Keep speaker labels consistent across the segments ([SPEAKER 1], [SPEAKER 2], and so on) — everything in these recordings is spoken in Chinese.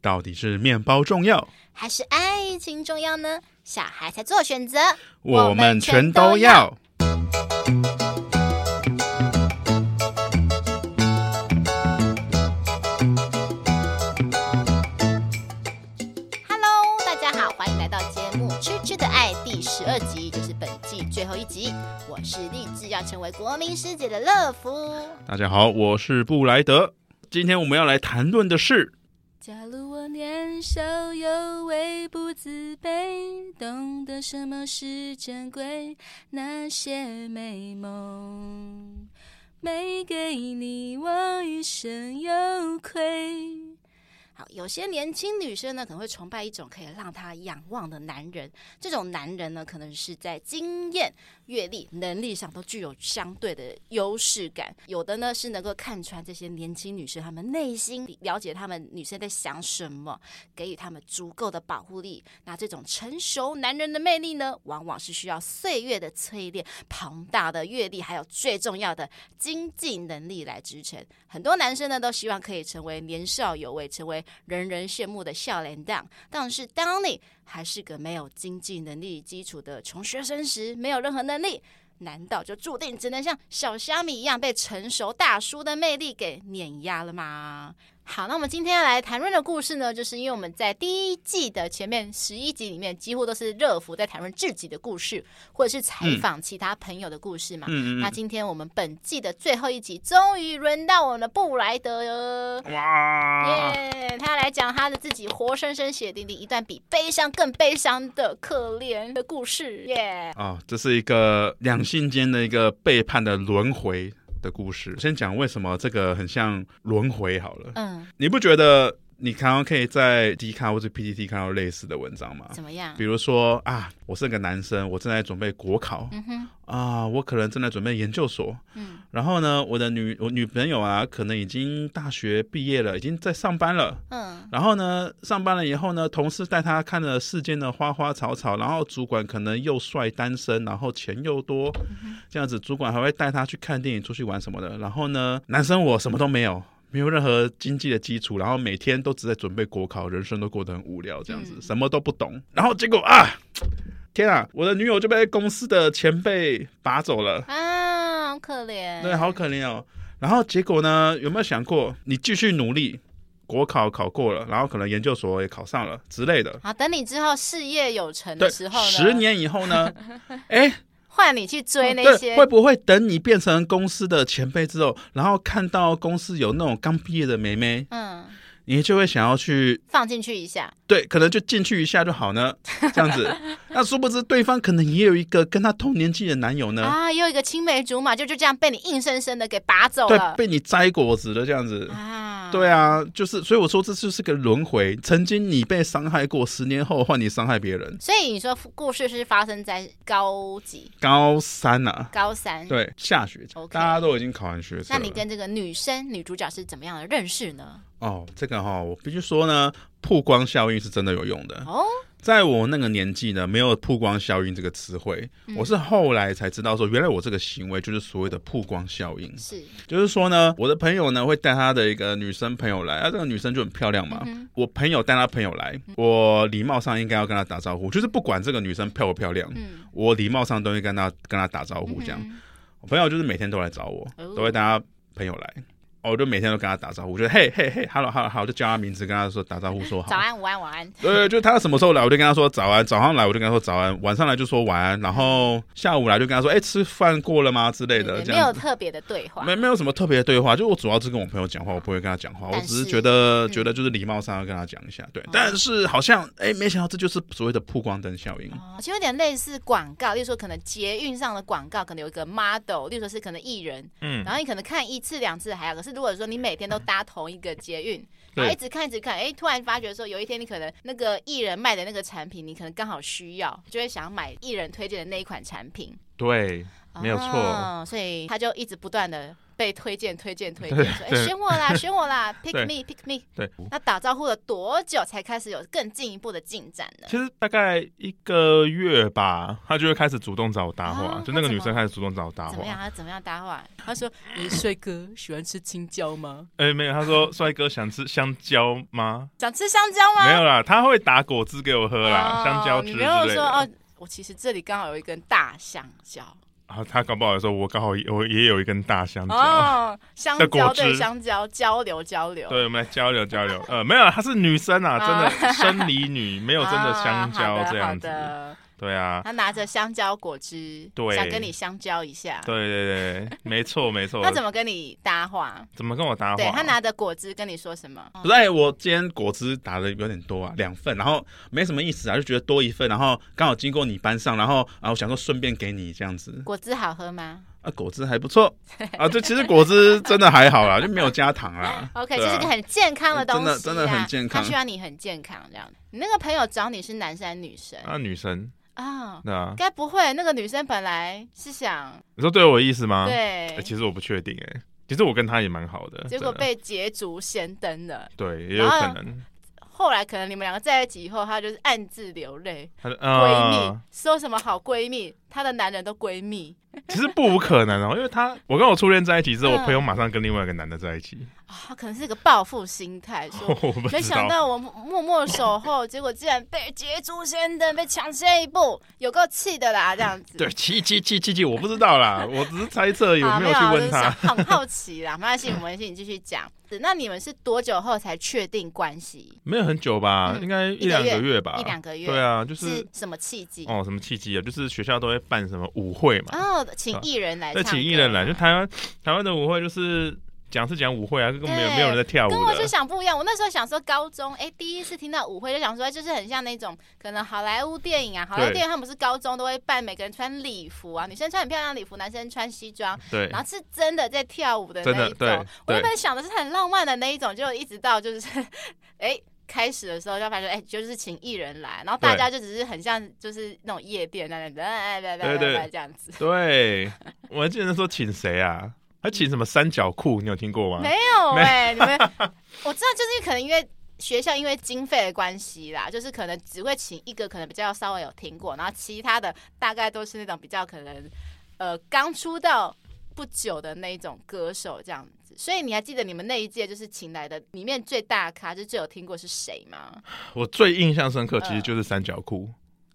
[SPEAKER 1] 到底是面包重要？
[SPEAKER 2] 还是爱情重要呢？小孩才做选择，
[SPEAKER 1] 我
[SPEAKER 2] 我
[SPEAKER 1] 们
[SPEAKER 2] 们
[SPEAKER 1] 全
[SPEAKER 2] 全
[SPEAKER 1] 都
[SPEAKER 2] 都
[SPEAKER 1] 要
[SPEAKER 2] 要。Hello，大家好，欢迎来到节目《痴痴的爱》第十二集，就是本季最后一集。我是立志要成为国民师姐的乐福。
[SPEAKER 1] 大家好，我是布莱德。今天我们要来谈论的是，
[SPEAKER 3] 假如我年少有为不自卑，懂得什么是珍贵，那些美梦没给你，我一生有愧。
[SPEAKER 2] 好，有些年轻女生呢，可能会崇拜一种可以让她仰望的男人。这种男人呢，可能是在经验、阅历、能力上都具有相对的优势感。有的呢是能够看穿这些年轻女生她们内心，了解她们女生在想什么，给予她们足够的保护力。那这种成熟男人的魅力呢，往往是需要岁月的淬炼、庞大的阅历，还有最重要的经济能力来支撑。很多男生呢都希望可以成为年少有为，成为人人羡慕的笑脸党。但是当你还是个没有经济能力基础的穷学生时，没有任何能力，难道就注定只能像小虾米一样被成熟大叔的魅力给碾压了吗？好，那我们今天要来谈论的故事呢，就是因为我们在第一季的前面十一集里面，几乎都是热福在谈论自己的故事，或者是采访其他朋友的故事嘛。
[SPEAKER 1] 嗯
[SPEAKER 2] 那今天我们本季的最后一集，终于轮到我们的布莱德了。
[SPEAKER 1] 哇，
[SPEAKER 2] 耶他来讲他的自己活生生血淋淋一段比悲伤更悲伤的可怜的故事。耶、
[SPEAKER 1] 哦，这是一个两性间的一个背叛的轮回的故事。先讲为什么这个很像轮回好了，
[SPEAKER 2] 嗯，
[SPEAKER 1] 你不觉得你常常可以在 D 卡或者 PTT 看到类似的文章吗？
[SPEAKER 2] 怎么样
[SPEAKER 1] 比？如说啊，我是个男生，我正在准备国考，
[SPEAKER 2] 嗯哼，
[SPEAKER 1] 啊，我可能正在准备研究所，
[SPEAKER 2] 嗯，
[SPEAKER 1] 然后呢，我的女我女朋友啊，可能已经大学毕业了，已经在上班了。
[SPEAKER 2] 嗯，
[SPEAKER 1] 然后呢，上班了以后呢，同事带她看了世间的花花草草，然后主管可能又帅单身，然后钱又多，这样子，主管还会带她去看电影、出去玩什么的。然后呢，男生我什么都没有。没有任何经济的基础，然后每天都只在准备国考，人生都过得很无聊，这样子、
[SPEAKER 2] 嗯
[SPEAKER 1] 什么都不懂。然后结果啊，天啊，我的女友就被公司的前辈拔走了。
[SPEAKER 2] 啊，好可怜。
[SPEAKER 1] 对，好可怜哦。然后结果呢？有没有想过，你继续努力，国考考过了，然后可能研究所也考上了之类的。
[SPEAKER 2] 好，等你之后事业有成
[SPEAKER 1] 对，
[SPEAKER 2] 的时候呢，
[SPEAKER 1] 十年以后 呢？哎，
[SPEAKER 2] 换你去追那
[SPEAKER 1] 对，
[SPEAKER 2] 些
[SPEAKER 1] 会不会等你变成公司的前辈之后，然后看到公司有那种刚毕业的妹妹，
[SPEAKER 2] 嗯，
[SPEAKER 1] 你就会想要去
[SPEAKER 2] 放进去一下。
[SPEAKER 1] 对，可能就进去一下就好呢？这样 子，那殊不知对方可能也有一个跟她同年纪的男友呢。
[SPEAKER 2] 啊，又一个青梅竹马，就就这样被你硬生生的给拔走
[SPEAKER 1] 对，
[SPEAKER 2] 了
[SPEAKER 1] 被你摘果子了这样子。
[SPEAKER 2] 啊！
[SPEAKER 1] 对啊，就是，所以我说这就是个轮回。曾经你被伤害过，十年后换你伤害别人。
[SPEAKER 2] 所以你说故事是发生在高几、
[SPEAKER 1] 高三啊，
[SPEAKER 2] 高三？。
[SPEAKER 1] 对，下学期
[SPEAKER 2] 嗯 OK
[SPEAKER 1] 大家都已经考完学测
[SPEAKER 2] 那
[SPEAKER 1] 了。
[SPEAKER 2] 你跟这个女生女主角是怎么样的认 识呢？
[SPEAKER 1] 哦，这个哈、我必须说呢，曝光效应是真的有用的。
[SPEAKER 2] 哦，
[SPEAKER 1] 在我那个年纪呢，没有曝光效应这个词汇，
[SPEAKER 2] 嗯
[SPEAKER 1] 我是后来才知道说，原来我这个行为就是所谓的曝光效应。
[SPEAKER 2] 是，
[SPEAKER 1] 就是说呢，我的朋友呢会带他的一个女生朋友来，啊，这个女生就很漂亮
[SPEAKER 2] 嗯
[SPEAKER 1] 嘛。我朋友带他朋友来，我礼貌上应该要跟他打招呼，就是不管这个女生漂不漂亮，
[SPEAKER 2] 嗯，
[SPEAKER 1] 我礼貌上都会跟他跟他打招呼这样。
[SPEAKER 2] 嗯
[SPEAKER 1] 我朋友就是每天都来找我，
[SPEAKER 2] 哦
[SPEAKER 1] 都会带他朋友来。哦我就每天都跟他打招呼，我就嘿嘿嘿，hello hello hello，就叫他名字，跟他说打招呼说好。
[SPEAKER 2] 嗯早安、午安、晚安，
[SPEAKER 1] 对，就他什么时候来，我就跟他说早安；早上来，我就跟他说早安；晚上来就说晚安，然后下午来就跟他说，哎、吃饭过了吗之类的。
[SPEAKER 2] 对
[SPEAKER 1] 这
[SPEAKER 2] 没
[SPEAKER 1] 样
[SPEAKER 2] 有
[SPEAKER 1] 子。
[SPEAKER 2] 特别的对话。
[SPEAKER 1] 没没有什么特别的对话，就我主要是跟我朋友讲话，我不会跟他讲话，我
[SPEAKER 2] 但
[SPEAKER 1] 只是
[SPEAKER 2] 是
[SPEAKER 1] 觉得、
[SPEAKER 2] 嗯哦
[SPEAKER 1] 觉得就是礼貌上要跟他讲一下，对。但是好像哎、没想到这就是所谓的曝光灯效应。
[SPEAKER 2] 哦，其实有点类似广告，例如说可能捷运上的广告，可能有一个 model，例如说是可能艺人，
[SPEAKER 1] 嗯
[SPEAKER 2] 然后你可能看一次两次还好，可是如果说你每天都搭同一个捷运，然
[SPEAKER 1] 对
[SPEAKER 2] 后一直看一直看，哎，突然发觉说有一天你可能那个艺人卖的那个产品，你可能刚好需要，就会想要买艺人推荐的那一款产品，
[SPEAKER 1] 对，没有错
[SPEAKER 2] 哦所以他就一直不断的被推荐、推荐、推荐，说：“哎，选我 啦，选我啦，pick
[SPEAKER 1] 对
[SPEAKER 2] me，pick me。
[SPEAKER 1] 对，”
[SPEAKER 2] 那打招呼了多久才开始有更进一步的进展呢？
[SPEAKER 1] 其实大概一个月吧，他就会开始主动找我搭话，
[SPEAKER 2] 啊
[SPEAKER 1] 就那个
[SPEAKER 2] 他怎么
[SPEAKER 1] 女生开始主动找我搭
[SPEAKER 2] 怎么样
[SPEAKER 1] 话。
[SPEAKER 2] 啊？怎么样搭话？
[SPEAKER 4] 他说：“诶帅哥喜欢吃青椒吗
[SPEAKER 1] 哎、没有，他说帅哥想吃香蕉吗？
[SPEAKER 2] 想吃香蕉吗？
[SPEAKER 1] 没有啦，他会打果汁给我喝啦，
[SPEAKER 2] 啊哦
[SPEAKER 1] 香蕉汁
[SPEAKER 2] 你
[SPEAKER 1] 之
[SPEAKER 2] 没
[SPEAKER 1] 类
[SPEAKER 2] 有说
[SPEAKER 1] 的。
[SPEAKER 2] 哦，我其实这里刚好有一根大香蕉
[SPEAKER 1] 啊，他搞不好说，我刚好我也有一根大香蕉。
[SPEAKER 2] 哦，香
[SPEAKER 1] 那
[SPEAKER 2] 蕉
[SPEAKER 1] 果
[SPEAKER 2] 对
[SPEAKER 1] 汁
[SPEAKER 2] 香蕉交流交流，
[SPEAKER 1] 对，我们来交流交流。呃，没有啦，她是女生啊，真
[SPEAKER 2] 啊
[SPEAKER 1] 的生理女，没有真的香
[SPEAKER 2] 啊
[SPEAKER 1] 蕉
[SPEAKER 2] 好的
[SPEAKER 1] 这样子
[SPEAKER 2] 好。的
[SPEAKER 1] 对啊，
[SPEAKER 2] 他拿着香蕉果汁，
[SPEAKER 1] 对
[SPEAKER 2] 想跟你相交一下。
[SPEAKER 1] 对对对，没错没错。
[SPEAKER 2] 他怎么跟你搭话？
[SPEAKER 1] 怎么跟我呃搭话？
[SPEAKER 2] 对他拿着果汁跟你说什么？
[SPEAKER 1] 不是，哎，我今天果汁打的有点多啊，两份，然后没什么意思啊，就觉得多一份，然后刚好经过你班上，然后啊，我想说顺便给你这样子，
[SPEAKER 2] 果汁好喝吗
[SPEAKER 1] 啊，果汁还不 错啊，这其实果汁真的还好啦，就没有加糖啦。
[SPEAKER 2] ？OK，
[SPEAKER 1] 对
[SPEAKER 2] 这
[SPEAKER 1] 啊
[SPEAKER 2] 是个很健康的东西、啊
[SPEAKER 1] 真的真的很健康
[SPEAKER 2] 他需要你很健康这样。你那个朋友找你是男生还是女生
[SPEAKER 1] 啊，女生，
[SPEAKER 2] 啊？
[SPEAKER 1] 对啊，
[SPEAKER 2] 该、不会那个女生本来是想、
[SPEAKER 1] 你说对我有意思吗？
[SPEAKER 2] 对
[SPEAKER 1] 哎，其实我不确定哎，其实我跟她也蛮好的，
[SPEAKER 2] 结果
[SPEAKER 1] 真的
[SPEAKER 2] 被捷足先登了。
[SPEAKER 1] 对也有可能，
[SPEAKER 2] 后来可能你们两个在一起以后，她就是暗自流泪。
[SPEAKER 1] 她的
[SPEAKER 2] 闺蜜、
[SPEAKER 1] 啊，
[SPEAKER 2] 说什么好闺蜜，她的男人都闺蜜
[SPEAKER 1] 其实不无可能哦，因为她我跟我初恋在一起之后，
[SPEAKER 2] 嗯
[SPEAKER 1] 我朋友马上跟另外一个男的在一起，
[SPEAKER 2] 啊、可能是个报复心态，说
[SPEAKER 1] 我不
[SPEAKER 2] 没
[SPEAKER 1] 知
[SPEAKER 2] 想
[SPEAKER 1] 道，
[SPEAKER 2] 到我默默守候，结果竟然被捷足先登，被抢先一步，有够气的啦！这样子，
[SPEAKER 1] 对，气气气气气，我不知道 啦，我只是猜测，有
[SPEAKER 2] 好，啊
[SPEAKER 1] 没有去
[SPEAKER 2] 我就
[SPEAKER 1] 问
[SPEAKER 2] 是
[SPEAKER 1] 她
[SPEAKER 2] 想。很好奇啦。没关系，我们先继续讲。那你们是多久后才确定关系？
[SPEAKER 1] 没有很久吧，
[SPEAKER 2] 嗯
[SPEAKER 1] 应该
[SPEAKER 2] 一个
[SPEAKER 1] 一两
[SPEAKER 2] 月
[SPEAKER 1] 个月吧，
[SPEAKER 2] 一两个月
[SPEAKER 1] 对啊，就是
[SPEAKER 2] 是什么契机？
[SPEAKER 1] 哦，什么契机啊？就是学校都会办什么舞会嘛，
[SPEAKER 2] 哦，请艺人来
[SPEAKER 1] 对，
[SPEAKER 2] 唱，啊
[SPEAKER 1] 请艺人来，就。台湾台湾的舞会就是讲是讲舞会啊，根本没有
[SPEAKER 2] 对
[SPEAKER 1] 没有人在跳舞
[SPEAKER 2] 跟我就
[SPEAKER 1] 的。
[SPEAKER 2] 想不一样，我那时候想说高中，哎、第一次听到舞会就想说，哎就是很像那种可能好莱坞电影啊，好莱坞
[SPEAKER 1] 对
[SPEAKER 2] 电影他们不是高中都会扮每个人穿礼服啊，女生穿很漂亮的礼服，男生穿西装，
[SPEAKER 1] 对
[SPEAKER 2] 然，后是真的在跳舞的
[SPEAKER 1] 真
[SPEAKER 2] 那
[SPEAKER 1] 的
[SPEAKER 2] 一
[SPEAKER 1] 对
[SPEAKER 2] 种。我
[SPEAKER 1] 对
[SPEAKER 2] 原本想的是很浪漫的那一种，就一直到就是， 哎、开始的时候就发现，哎、就是请艺人来，然后大
[SPEAKER 1] 对
[SPEAKER 2] 家就只是很像就是那种夜店那样子，哎，拜拜
[SPEAKER 1] 对对
[SPEAKER 2] 拜拜这样子。
[SPEAKER 1] 对，我还记得那时候请谁啊？还请什么三角裤，你有听过吗？
[SPEAKER 2] 没有哎、你们 我知道，就是可能因为。学校因为经费的关系啦，就是可能只会请一个，可能比较稍微有听过，然后其他的大概都是那种比较可能，呃，刚出道不久的那一种歌手这样子。所以你还记得你们那一届就是请来的里面最大咖，就是最有听过是谁吗？
[SPEAKER 1] 我最印象深刻其实就是三角裤，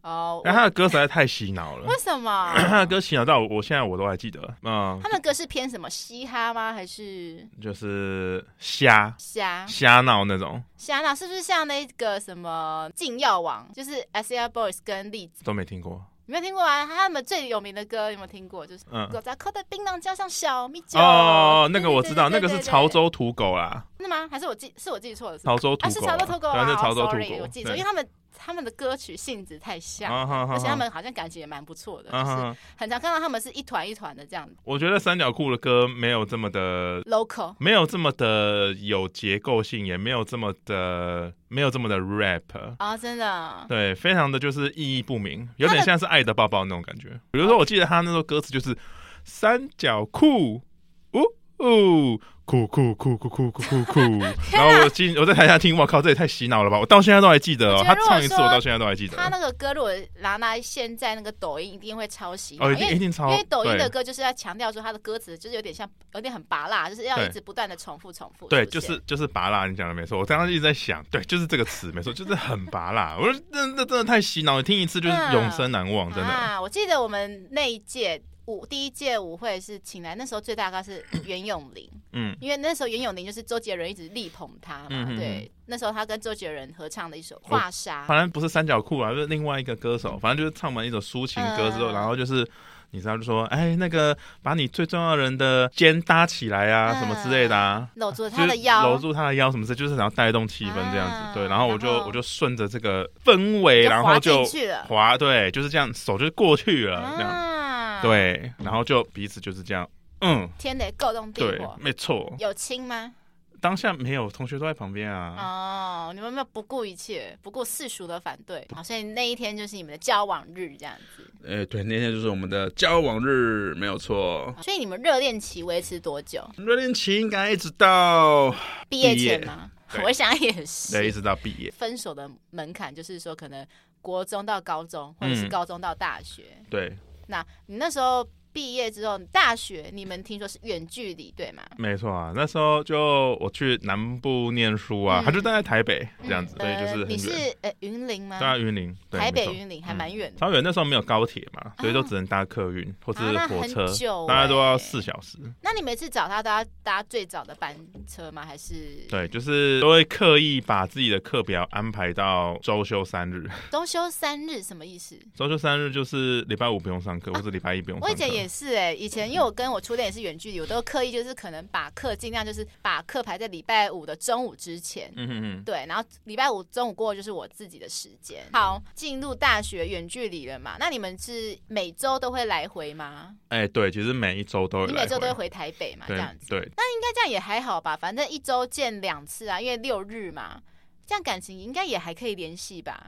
[SPEAKER 2] 嗯哦、
[SPEAKER 1] 然后他的歌实在太洗脑了
[SPEAKER 2] 为，什么？
[SPEAKER 1] 他的歌洗脑到我，我现在我都还记得，嗯
[SPEAKER 2] 他，们歌是偏什么嘻哈吗？还是
[SPEAKER 1] 就是瞎
[SPEAKER 2] 虾
[SPEAKER 1] 瞎闹那种
[SPEAKER 2] 虾呢？是不是像那个什么禁药王，就是 S L Boys 跟栗子？
[SPEAKER 1] 都没听过，
[SPEAKER 2] 你没有听过啊？他们最有名的歌有没有听过？就是
[SPEAKER 1] 嗯。
[SPEAKER 2] 狗杂扣的槟榔加上小米酒。
[SPEAKER 1] 哦，那个我知道，那
[SPEAKER 2] 对对
[SPEAKER 1] 个
[SPEAKER 2] 对
[SPEAKER 1] 是
[SPEAKER 2] 对对
[SPEAKER 1] 潮州土狗啦，
[SPEAKER 2] 真的吗？还是我记是我记错了？是吗
[SPEAKER 1] 潮州土
[SPEAKER 2] 啊，
[SPEAKER 1] 狗，
[SPEAKER 2] 是潮州土狗
[SPEAKER 1] 对
[SPEAKER 2] 啊，
[SPEAKER 1] 是潮州
[SPEAKER 2] sorry，
[SPEAKER 1] 土狗，
[SPEAKER 2] 我记错，因为他们他们的歌曲性质太像，
[SPEAKER 1] 啊
[SPEAKER 2] 而且他们好像感情也蛮不错的，就是
[SPEAKER 1] 啊，
[SPEAKER 2] 很常看到他们是一团一团的这样
[SPEAKER 1] 我觉得三角裤的歌没有这么的，
[SPEAKER 2] local。
[SPEAKER 1] 没有这么的有结构性，也没有这么的，没有这么的 rap。
[SPEAKER 2] 啊、真的，
[SPEAKER 1] 对，非常的就是意义不明，有点像是爱的抱抱那种感觉。比如说，我记得他那首歌词就是“三角裤”，呜呜，酷酷酷酷酷酷酷 酷。然后我进我在台下听，我靠，这也太洗脑了吧！我到现在都还记得哦，
[SPEAKER 2] 我觉
[SPEAKER 1] 他
[SPEAKER 2] 得如果
[SPEAKER 1] 唱一次
[SPEAKER 2] 说
[SPEAKER 1] 我到现在都还记得。
[SPEAKER 2] 他那个歌如果拿来现在那个抖音，一定会抄袭的，
[SPEAKER 1] 哦，一
[SPEAKER 2] 因
[SPEAKER 1] 定一
[SPEAKER 2] 为
[SPEAKER 1] 定
[SPEAKER 2] 因
[SPEAKER 1] 超
[SPEAKER 2] 为抖音的
[SPEAKER 1] 对
[SPEAKER 2] 歌就是要强调说他的歌词就是有点像有点很拔辣，就是要一
[SPEAKER 1] 对
[SPEAKER 2] 直不断的重复重复出
[SPEAKER 1] 对，
[SPEAKER 2] 现。
[SPEAKER 1] 就是就是拔辣，你讲的没错。我刚刚一直在想，对，就是这个词没错，就是很拔辣。我说那那真的太洗脑，你听一次就是永生难忘，真的。
[SPEAKER 2] 嗯啊，我记得我们那一届舞第一届舞会是请来那时候最大 咖是袁咏琳，
[SPEAKER 1] 嗯，
[SPEAKER 2] 因为那时候袁咏琳就是周杰伦一直力捧她嘛，
[SPEAKER 1] 嗯哼
[SPEAKER 2] 对，那时候她跟周杰伦合唱的一首《画沙》
[SPEAKER 1] 反正不是三角裤啊，就是另外一个歌手，反正就是唱完一首抒情歌之后，
[SPEAKER 2] 嗯
[SPEAKER 1] 然后就是。你知道就说，哎，那个把你最重要的人的肩搭起来啊，
[SPEAKER 2] 嗯
[SPEAKER 1] 什么之类的啊，
[SPEAKER 2] 搂住她
[SPEAKER 1] 就
[SPEAKER 2] 的
[SPEAKER 1] 是
[SPEAKER 2] 腰，
[SPEAKER 1] 搂住他的腰什么之类，就是想要带动气氛这样子。
[SPEAKER 2] 啊
[SPEAKER 1] 对，然后我就
[SPEAKER 2] 然后
[SPEAKER 1] 我就顺着这个氛围，然后
[SPEAKER 2] 滑
[SPEAKER 1] 就
[SPEAKER 2] 进去了。
[SPEAKER 1] 滑，对，就是这样，手就过去了，这样。
[SPEAKER 2] 啊，，
[SPEAKER 1] 对，然后就彼此就是这样，嗯，
[SPEAKER 2] 天雷勾动地
[SPEAKER 1] 对
[SPEAKER 2] 火，，
[SPEAKER 1] 没错，
[SPEAKER 2] 有亲吗？
[SPEAKER 1] 当下没有，同学都在旁边啊。
[SPEAKER 2] 哦，你们没有不顾一切，不顾世俗的反对，好，所以那一天就是你们的交往日这样子。
[SPEAKER 1] 哎、对，那天就是我们的交往日，没有错。
[SPEAKER 2] 所以你们热恋期维持多久？
[SPEAKER 1] 热恋期应该一直到，
[SPEAKER 2] 毕
[SPEAKER 1] 业
[SPEAKER 2] 业前吗？
[SPEAKER 1] 对
[SPEAKER 2] 我想也
[SPEAKER 1] 对，一
[SPEAKER 2] 是。
[SPEAKER 1] 直到毕业。
[SPEAKER 2] 分手的门槛就是说，可能国中到高中，或者是
[SPEAKER 1] 嗯
[SPEAKER 2] 高中到大学。
[SPEAKER 1] 对，
[SPEAKER 2] 那你那时候毕业之后，大学你们听说是远距离对吗？
[SPEAKER 1] 没错啊。那时候就我去南部念书啊，
[SPEAKER 2] 嗯
[SPEAKER 1] 他就待在台北这样子，
[SPEAKER 2] 嗯
[SPEAKER 1] 所以就是
[SPEAKER 2] 呃、你
[SPEAKER 1] 很远。
[SPEAKER 2] 是呃云林吗？
[SPEAKER 1] 对啊，云林，对没
[SPEAKER 2] 台北
[SPEAKER 1] 错嗯
[SPEAKER 2] 云林还蛮远的。
[SPEAKER 1] 超远，那时候没有高铁嘛，所以就只能搭客运或是
[SPEAKER 2] 啊那
[SPEAKER 1] 火
[SPEAKER 2] 很
[SPEAKER 1] 车，
[SPEAKER 2] 久
[SPEAKER 1] 大概都要
[SPEAKER 2] 欸
[SPEAKER 1] 四小时。
[SPEAKER 2] 那你每次找他都要搭最早的班车吗？还是
[SPEAKER 1] 对，就是都会刻意把自己的课表安排到周休三日。
[SPEAKER 2] 周休三日什么意思？
[SPEAKER 1] 周休三日就是礼拜五不用上课，或者礼拜一不用
[SPEAKER 2] 我
[SPEAKER 1] 上
[SPEAKER 2] 以
[SPEAKER 1] 课。
[SPEAKER 2] 前也是哎、以前因为我跟我初恋也是远距离，我都刻意就是可能把课尽量就是把课排在礼拜五的中午之前，
[SPEAKER 1] 嗯哼哼，
[SPEAKER 2] 对，然后礼拜五中午过后就是我自己的时间。好，进入大学远距离了嘛？那你们是每周都会来回吗？
[SPEAKER 1] 哎、对，其实每一周都会
[SPEAKER 2] 你
[SPEAKER 1] 来
[SPEAKER 2] 每周都会
[SPEAKER 1] 回。
[SPEAKER 2] 回台北嘛？这
[SPEAKER 1] 对
[SPEAKER 2] 样子，
[SPEAKER 1] 对，
[SPEAKER 2] 那应该这样也还好吧？反正一周见两次啊，因为六日嘛，这样感情应该也还可以联系吧？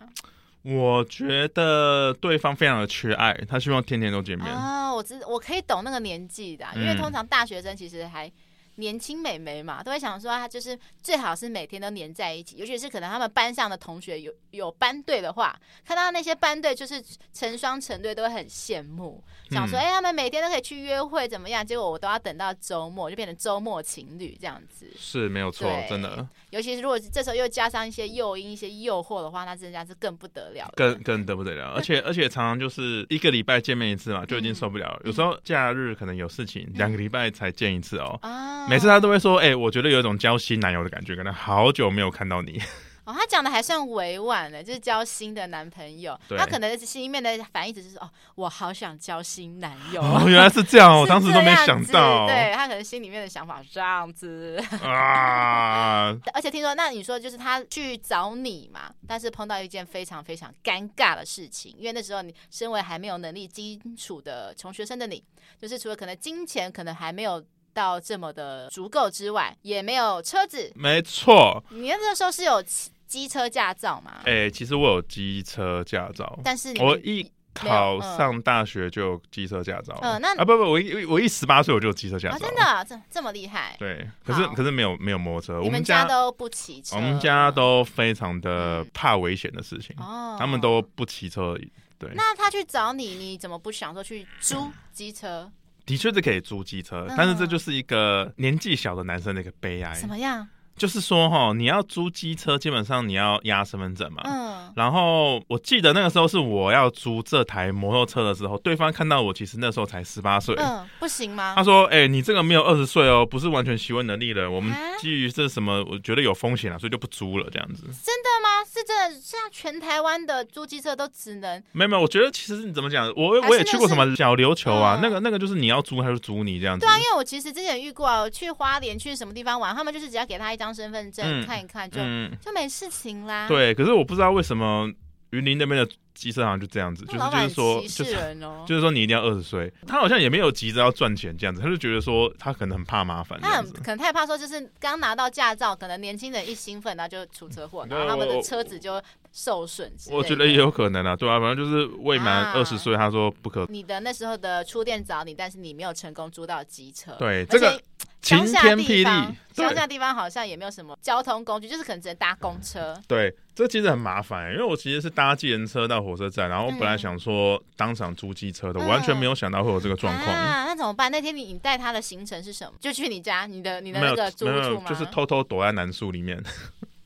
[SPEAKER 1] 我觉得对方非常的缺爱，他希望天天都见面。
[SPEAKER 2] 啊、我知我可以懂那个年纪的啊、因为
[SPEAKER 1] 嗯
[SPEAKER 2] 通常大学生其实还年轻美眉嘛，都会想说她就是最好是每天都黏在一起，尤其是可能他们班上的同学有有班队的话，看到那些班队就是成双成对，都会很羡慕，想说
[SPEAKER 1] 嗯
[SPEAKER 2] 哎、他们每天都可以去约会怎么样？结果我都要等到周末，就变成周末情侣这样子。
[SPEAKER 1] 是没有错
[SPEAKER 2] 对，
[SPEAKER 1] 真的
[SPEAKER 2] 尤其是如果这时候又加上一些诱因、一些诱惑的话，那真的是更不得了了。
[SPEAKER 1] 更更得不 得了，而且而且常常就是一个礼拜见面一次
[SPEAKER 2] 嗯
[SPEAKER 1] 嘛，就已经受不了了。有时候假日可能有事情，两个礼拜才见一次哦。
[SPEAKER 2] 啊，
[SPEAKER 1] 每次他都会说：“哎、我觉得有一种交新男友的感觉，可能好久没有看到你。
[SPEAKER 2] 哦，他讲的还算委婉了，就是交新的男朋友，
[SPEAKER 1] 对
[SPEAKER 2] 他可能心里面的反应只是说，哦，我好想交新男”友啊。
[SPEAKER 1] 哦，原来是这样哦， 我
[SPEAKER 2] 是
[SPEAKER 1] 当时
[SPEAKER 2] 这
[SPEAKER 1] 都没
[SPEAKER 2] 样
[SPEAKER 1] 想
[SPEAKER 2] 子
[SPEAKER 1] 到哦
[SPEAKER 2] 对他可能心里面的想法是这样子。
[SPEAKER 1] 啊。
[SPEAKER 2] 而且听说，那你说就是他去找你嘛，但是碰到一件非常非常尴尬的事情，因为那时候你身为还没有能力基础的穷学生的你，就是除了可能金钱可能还没有到这么的足够之外，也没有车子。
[SPEAKER 1] 没错，
[SPEAKER 2] 你那个时候是有骑机车驾照吗？
[SPEAKER 1] 哎、其实我有机车驾照，
[SPEAKER 2] 但是你
[SPEAKER 1] 我
[SPEAKER 2] 们
[SPEAKER 1] 一
[SPEAKER 2] 没有
[SPEAKER 1] 考
[SPEAKER 2] 嗯
[SPEAKER 1] 上大学就有机车驾照了。
[SPEAKER 2] 嗯那
[SPEAKER 1] 啊不不，我一我一十八岁我就有机车驾照、
[SPEAKER 2] 啊，真的。啊这这么厉害？
[SPEAKER 1] 哦对，可是
[SPEAKER 2] 好
[SPEAKER 1] 可是没有没有摩托车，
[SPEAKER 2] 你
[SPEAKER 1] 我
[SPEAKER 2] 们
[SPEAKER 1] 家
[SPEAKER 2] 都不骑车，
[SPEAKER 1] 我们家都非常的怕危险的事情，
[SPEAKER 2] 哦，
[SPEAKER 1] 他们都。不骑车而已。对，
[SPEAKER 2] 那他去找你，你怎么不想说去租机车？
[SPEAKER 1] 的确是可以租机车，但是这就是一个年纪小的男生的一个悲哀
[SPEAKER 2] 嗯怎。么样？
[SPEAKER 1] 就是说哈，你要租机车，基本上你要押身份证嘛。
[SPEAKER 2] 嗯，
[SPEAKER 1] 然后我记得那个时候是我要租这台摩托车的时候，对方看到我其实那时候才十八岁，
[SPEAKER 2] 嗯，不行吗
[SPEAKER 1] 他？说：“哎、你这个没有二十岁哦，不是完全行为能力了。我们
[SPEAKER 2] 啊
[SPEAKER 1] 基于这什么，我觉得有风险啊，所以就不租了这样子。
[SPEAKER 2] 真的吗？啊是真的，现在全台湾的租机车都只能
[SPEAKER 1] 没有没有，我觉得其实你怎么讲，我
[SPEAKER 2] 啊还是
[SPEAKER 1] 我也去过什么小琉球啊，
[SPEAKER 2] 嗯
[SPEAKER 1] 那个那个就是你要租他就租你这样子
[SPEAKER 2] 对。啊，因为我其实之前遇过啊，我去花莲去什么地方玩，他们就是只要给他一张身份证、
[SPEAKER 1] 嗯
[SPEAKER 2] 看一看就、啊
[SPEAKER 1] 嗯，
[SPEAKER 2] 就没事情啦。，
[SPEAKER 1] 对。可是我不知道为什么云林那边的机车好像就这样子，就是
[SPEAKER 2] 老
[SPEAKER 1] 就
[SPEAKER 2] 板
[SPEAKER 1] 是说
[SPEAKER 2] 歧
[SPEAKER 1] 就
[SPEAKER 2] 视
[SPEAKER 1] 是。”
[SPEAKER 2] 人哦。
[SPEAKER 1] 就是说你一定要二十岁，他好像也没有急着要赚钱这样子，他就觉得说他可能很怕麻烦这
[SPEAKER 2] 他
[SPEAKER 1] 样
[SPEAKER 2] 很
[SPEAKER 1] 子。
[SPEAKER 2] 可能害怕说，就是刚拿到驾照，可能年轻人一兴奋，然后就出车祸，
[SPEAKER 1] 对
[SPEAKER 2] 然后他们的
[SPEAKER 1] 我
[SPEAKER 2] 车子就受损之类的。
[SPEAKER 1] 我觉得也有可能啊，对啊，反正就是未满
[SPEAKER 2] 啊
[SPEAKER 1] 二十岁，他说不可。
[SPEAKER 2] 你的那时候的初恋找你，但是你没有成功租到机车。，
[SPEAKER 1] 对，
[SPEAKER 2] 而
[SPEAKER 1] 这个
[SPEAKER 2] 且
[SPEAKER 1] 晴
[SPEAKER 2] 乡下
[SPEAKER 1] 天
[SPEAKER 2] 地
[SPEAKER 1] 霹雳
[SPEAKER 2] 方，乡
[SPEAKER 1] 对
[SPEAKER 2] 下地方好像也没有什么交通工具，就是可能只能搭公车。
[SPEAKER 1] 对，这其实很麻烦，因为我其实是搭计程车到火车站，然后我本来
[SPEAKER 2] 嗯
[SPEAKER 1] 想说当场租机车的，
[SPEAKER 2] 嗯
[SPEAKER 1] 我完全没有想到会有这个状况。
[SPEAKER 2] 啊，那怎么办？那天你你带他的行程是什么？就去你家，你的你的
[SPEAKER 1] 没
[SPEAKER 2] 那
[SPEAKER 1] 有
[SPEAKER 2] 个租
[SPEAKER 1] 没
[SPEAKER 2] 屋
[SPEAKER 1] 有
[SPEAKER 2] 处，吗？
[SPEAKER 1] 就是偷偷躲在南树里面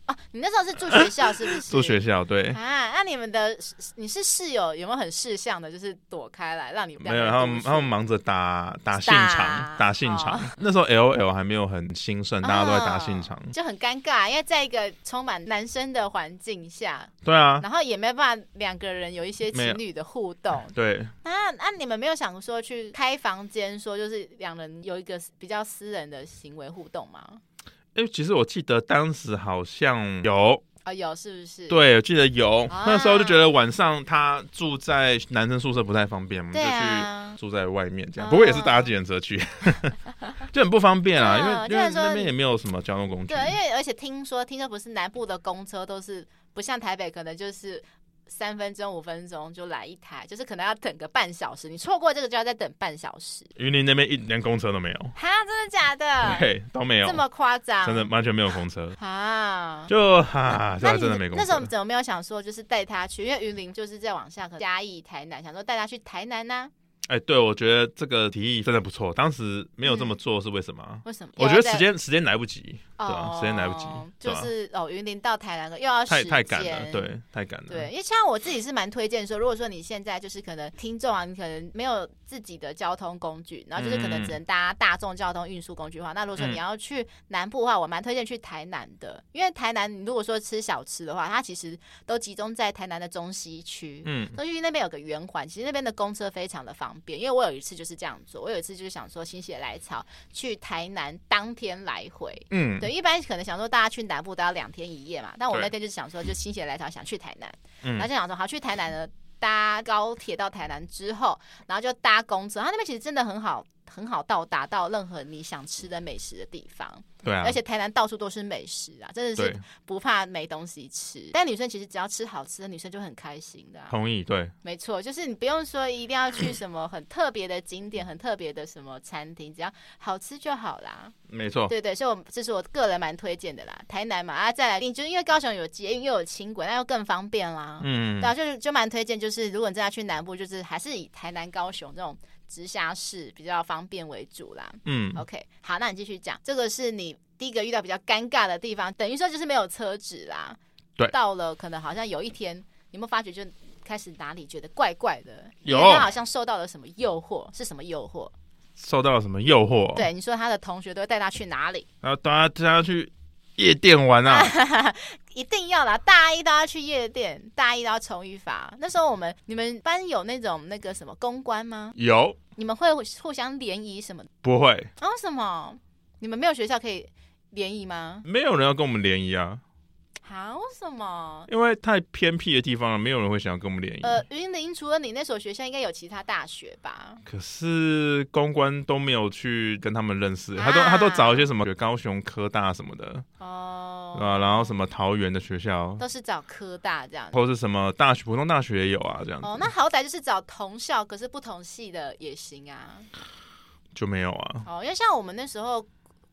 [SPEAKER 2] 哦，你那时候是住学校是不是？
[SPEAKER 1] 住学校，对，
[SPEAKER 2] 啊，那你们的你是室友有没有很识相的，就是躲开来让你不要
[SPEAKER 1] 没有，
[SPEAKER 2] 被
[SPEAKER 1] 他
[SPEAKER 2] 读
[SPEAKER 1] 们
[SPEAKER 2] 取
[SPEAKER 1] 他们忙着打打信
[SPEAKER 2] 打哦
[SPEAKER 1] 场，打信场。那时候 L O L 还没有很兴盛，大家都在打
[SPEAKER 2] 啊
[SPEAKER 1] 信场。
[SPEAKER 2] 就很尴尬，因为在一个充满男生的环境下，
[SPEAKER 1] 对啊，
[SPEAKER 2] 然后也没办法两个人有一些
[SPEAKER 1] 没有
[SPEAKER 2] 情侣的互动。
[SPEAKER 1] 对，
[SPEAKER 2] 那那、你们没有想说去开房间，说就是两人有一个比较私人的行为互动吗？
[SPEAKER 1] 哎，其实我记得当时好像有，
[SPEAKER 2] 啊、有是不是？
[SPEAKER 1] 对，我记得有。
[SPEAKER 2] 啊
[SPEAKER 1] 那时候就觉得晚上他住在男生宿舍不太方便，我们就
[SPEAKER 2] 对
[SPEAKER 1] 去
[SPEAKER 2] 啊，
[SPEAKER 1] 住在外面这
[SPEAKER 5] 哦
[SPEAKER 1] 样，不过也是搭计程车去，
[SPEAKER 2] 哦
[SPEAKER 1] 就很不方便啊，因
[SPEAKER 5] 嗯
[SPEAKER 1] 为
[SPEAKER 5] 就
[SPEAKER 1] 因
[SPEAKER 5] 是
[SPEAKER 1] 为
[SPEAKER 5] 说
[SPEAKER 1] 那边也没有什么交通工具
[SPEAKER 2] 对，，啊因为而且听说，听说不是南部的公车都是不像台北，可能就是三分钟、五分钟就来一台，就是可能要等个半小时，你错过这个就要再等半小时。
[SPEAKER 1] 云林那边一连公车都没有，
[SPEAKER 2] 哈，真的假的？
[SPEAKER 1] 对，都 没有
[SPEAKER 2] 这，么夸张？
[SPEAKER 1] 真的完全没有公车，
[SPEAKER 2] 啊？
[SPEAKER 1] 就哈，对
[SPEAKER 2] 那
[SPEAKER 1] 啊
[SPEAKER 2] 你
[SPEAKER 1] 真的没公
[SPEAKER 2] 那时候
[SPEAKER 1] 车。
[SPEAKER 2] 怎么没有想说，就是带他去？因为云林就是再往下，可能嘉义、台南，想啊说带他去台南啊呢、
[SPEAKER 1] 哎，对，我觉得这个提议真的不错，当时没有这么做是为什么啊？
[SPEAKER 2] 为什么？
[SPEAKER 1] 我觉得
[SPEAKER 2] 有在
[SPEAKER 1] 时间时间来不及，对吧
[SPEAKER 2] 嗯哦，？
[SPEAKER 1] 时间来不及，对
[SPEAKER 2] 就
[SPEAKER 1] 吧？
[SPEAKER 2] 是哦，云林到台南又要
[SPEAKER 1] 太
[SPEAKER 2] 时
[SPEAKER 1] 太赶了，
[SPEAKER 2] 间
[SPEAKER 1] 对，嗯太赶了。
[SPEAKER 2] 对，因为像我自己是蛮推荐说，如果说你现在就是可能听众啊，你可能没有自己的交通工具，然后就是可能只能搭大众交通运输工具的话，那如果说
[SPEAKER 1] 嗯
[SPEAKER 2] 你要去南部的话，我蛮推荐去台南的，因为台南你如果说吃小吃的话，它其实都集中在台南的中西区。
[SPEAKER 1] 嗯，
[SPEAKER 2] 中西区那边有个圆环，其实那边的公车非常的方便，因为我有一次就是这样做，我有一次就是想说心血来潮去台南当天来回，
[SPEAKER 1] 嗯，
[SPEAKER 2] 对，一般可能想说大家去南部都要两天一夜嘛，但我
[SPEAKER 1] 对
[SPEAKER 2] 那天就是想说，就心血来潮想去台南，
[SPEAKER 1] 嗯
[SPEAKER 2] 然后就想说好去台南呢，搭高铁到台南之后，然后就搭公车，它那边其实真的很好，很好到达到任何你想吃的美食的地方，
[SPEAKER 1] 对啊，
[SPEAKER 2] 而且台南到处都是美食啊，真的
[SPEAKER 1] 对
[SPEAKER 2] 是，不怕没东西吃。但女生其实只要吃好吃的，女生就很开心的啊、
[SPEAKER 1] 同意，对，
[SPEAKER 2] 没错，就是你不用说一定要去什么很特别的景点、很特别的什么餐厅，只要好吃就好啦。
[SPEAKER 1] 没错，
[SPEAKER 2] 对对，所以我这是我个人蛮推荐的啦。台南嘛，啊，再来，你就因为高雄有捷运又有轻轨，那又更方便啦。
[SPEAKER 1] 嗯
[SPEAKER 2] 对，啊，就是就蛮推荐，就是如果你真的要去南部，就是还是以台南、高雄这种直辖市比较方便为主啦。
[SPEAKER 1] 嗯，
[SPEAKER 2] OK，好，那你继续讲，这个是你第一个遇到比较尴尬的地方，等于说就是没有车子啦。
[SPEAKER 1] 对
[SPEAKER 2] 到了可能好像有一天，你有没有发觉就开始哪里觉得怪怪的？
[SPEAKER 1] 有
[SPEAKER 2] 因为他好像受到了什么诱惑，是什么诱惑？
[SPEAKER 1] 受到了什么诱惑？，
[SPEAKER 2] 对，你说他的同学都会带他去哪里？
[SPEAKER 1] 然后大家大家去夜店玩啊，
[SPEAKER 2] 一定要啦！大一都要去夜店，大一都要重语法。那时候我们你们班有那种那个什么公关吗？
[SPEAKER 1] 有
[SPEAKER 2] 你们会互相联谊什么的？
[SPEAKER 1] 不会？
[SPEAKER 2] 啊、什么？你们没有学校可以联谊吗？
[SPEAKER 1] 没有人要跟我们联谊啊，
[SPEAKER 2] 啊？为什么？
[SPEAKER 1] 因为太偏僻的地方了，没有人会想要跟我们联谊。
[SPEAKER 2] 呃，云林除了你那所学校，应该有其他大学吧？
[SPEAKER 1] 可是公关都没有去跟他们认识，
[SPEAKER 2] 啊
[SPEAKER 1] 他都他都找一些什么高雄科大什么的，
[SPEAKER 2] 哦、
[SPEAKER 1] 啊，然后什么桃园的学校，
[SPEAKER 2] 都是找科大这样。
[SPEAKER 1] 或是什么大学普通大学也有啊，这样
[SPEAKER 2] 哦，
[SPEAKER 1] 子
[SPEAKER 2] 那好歹就是找同校，可是不同系的也行啊。
[SPEAKER 1] 就没有啊。
[SPEAKER 2] 哦，因为像我们那时候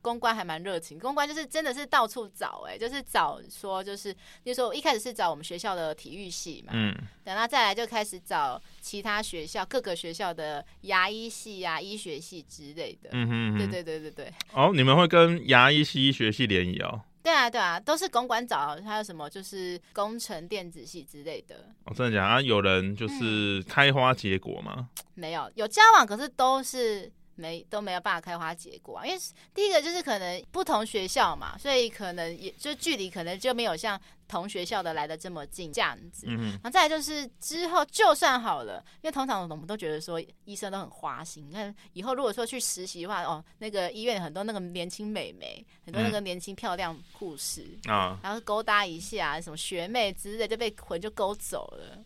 [SPEAKER 2] 公关还蛮热情，公关就是真的是到处找、哎，就是找说就是，就是说我一开始是找我们学校的体育系嘛，
[SPEAKER 1] 嗯，
[SPEAKER 2] 然后再来就开始找其他学校各个学校的牙医系啊、医学系之类的。
[SPEAKER 1] 嗯哼嗯
[SPEAKER 2] 对
[SPEAKER 1] 哼，
[SPEAKER 2] 对对对对，
[SPEAKER 1] 哦，你们会跟牙医、西医学系联谊哦？
[SPEAKER 2] 对啊对啊，都是公关找，还有什么就是工程电子系之类的，
[SPEAKER 1] 哦，真的假的啊？有人
[SPEAKER 2] 嗯
[SPEAKER 1] 就是开花结果吗？
[SPEAKER 2] 没有有交往，可是都是没都没有办法开花结果、啊，因为第一个就是可能不同学校嘛，所以可能也就距离可能就没有像同学校的来的这么近这样子。
[SPEAKER 1] 嗯哼，
[SPEAKER 2] 然后再来就是之后就算好了，因为通常我们都觉得说医生都很花心，你看以后如果说去实习的话，哦，那个医院很多那个年轻美眉，很多那个年轻漂亮护士。
[SPEAKER 1] 啊，
[SPEAKER 2] 然后勾搭一下，什么学妹之类就被魂就勾走了。
[SPEAKER 1] 啊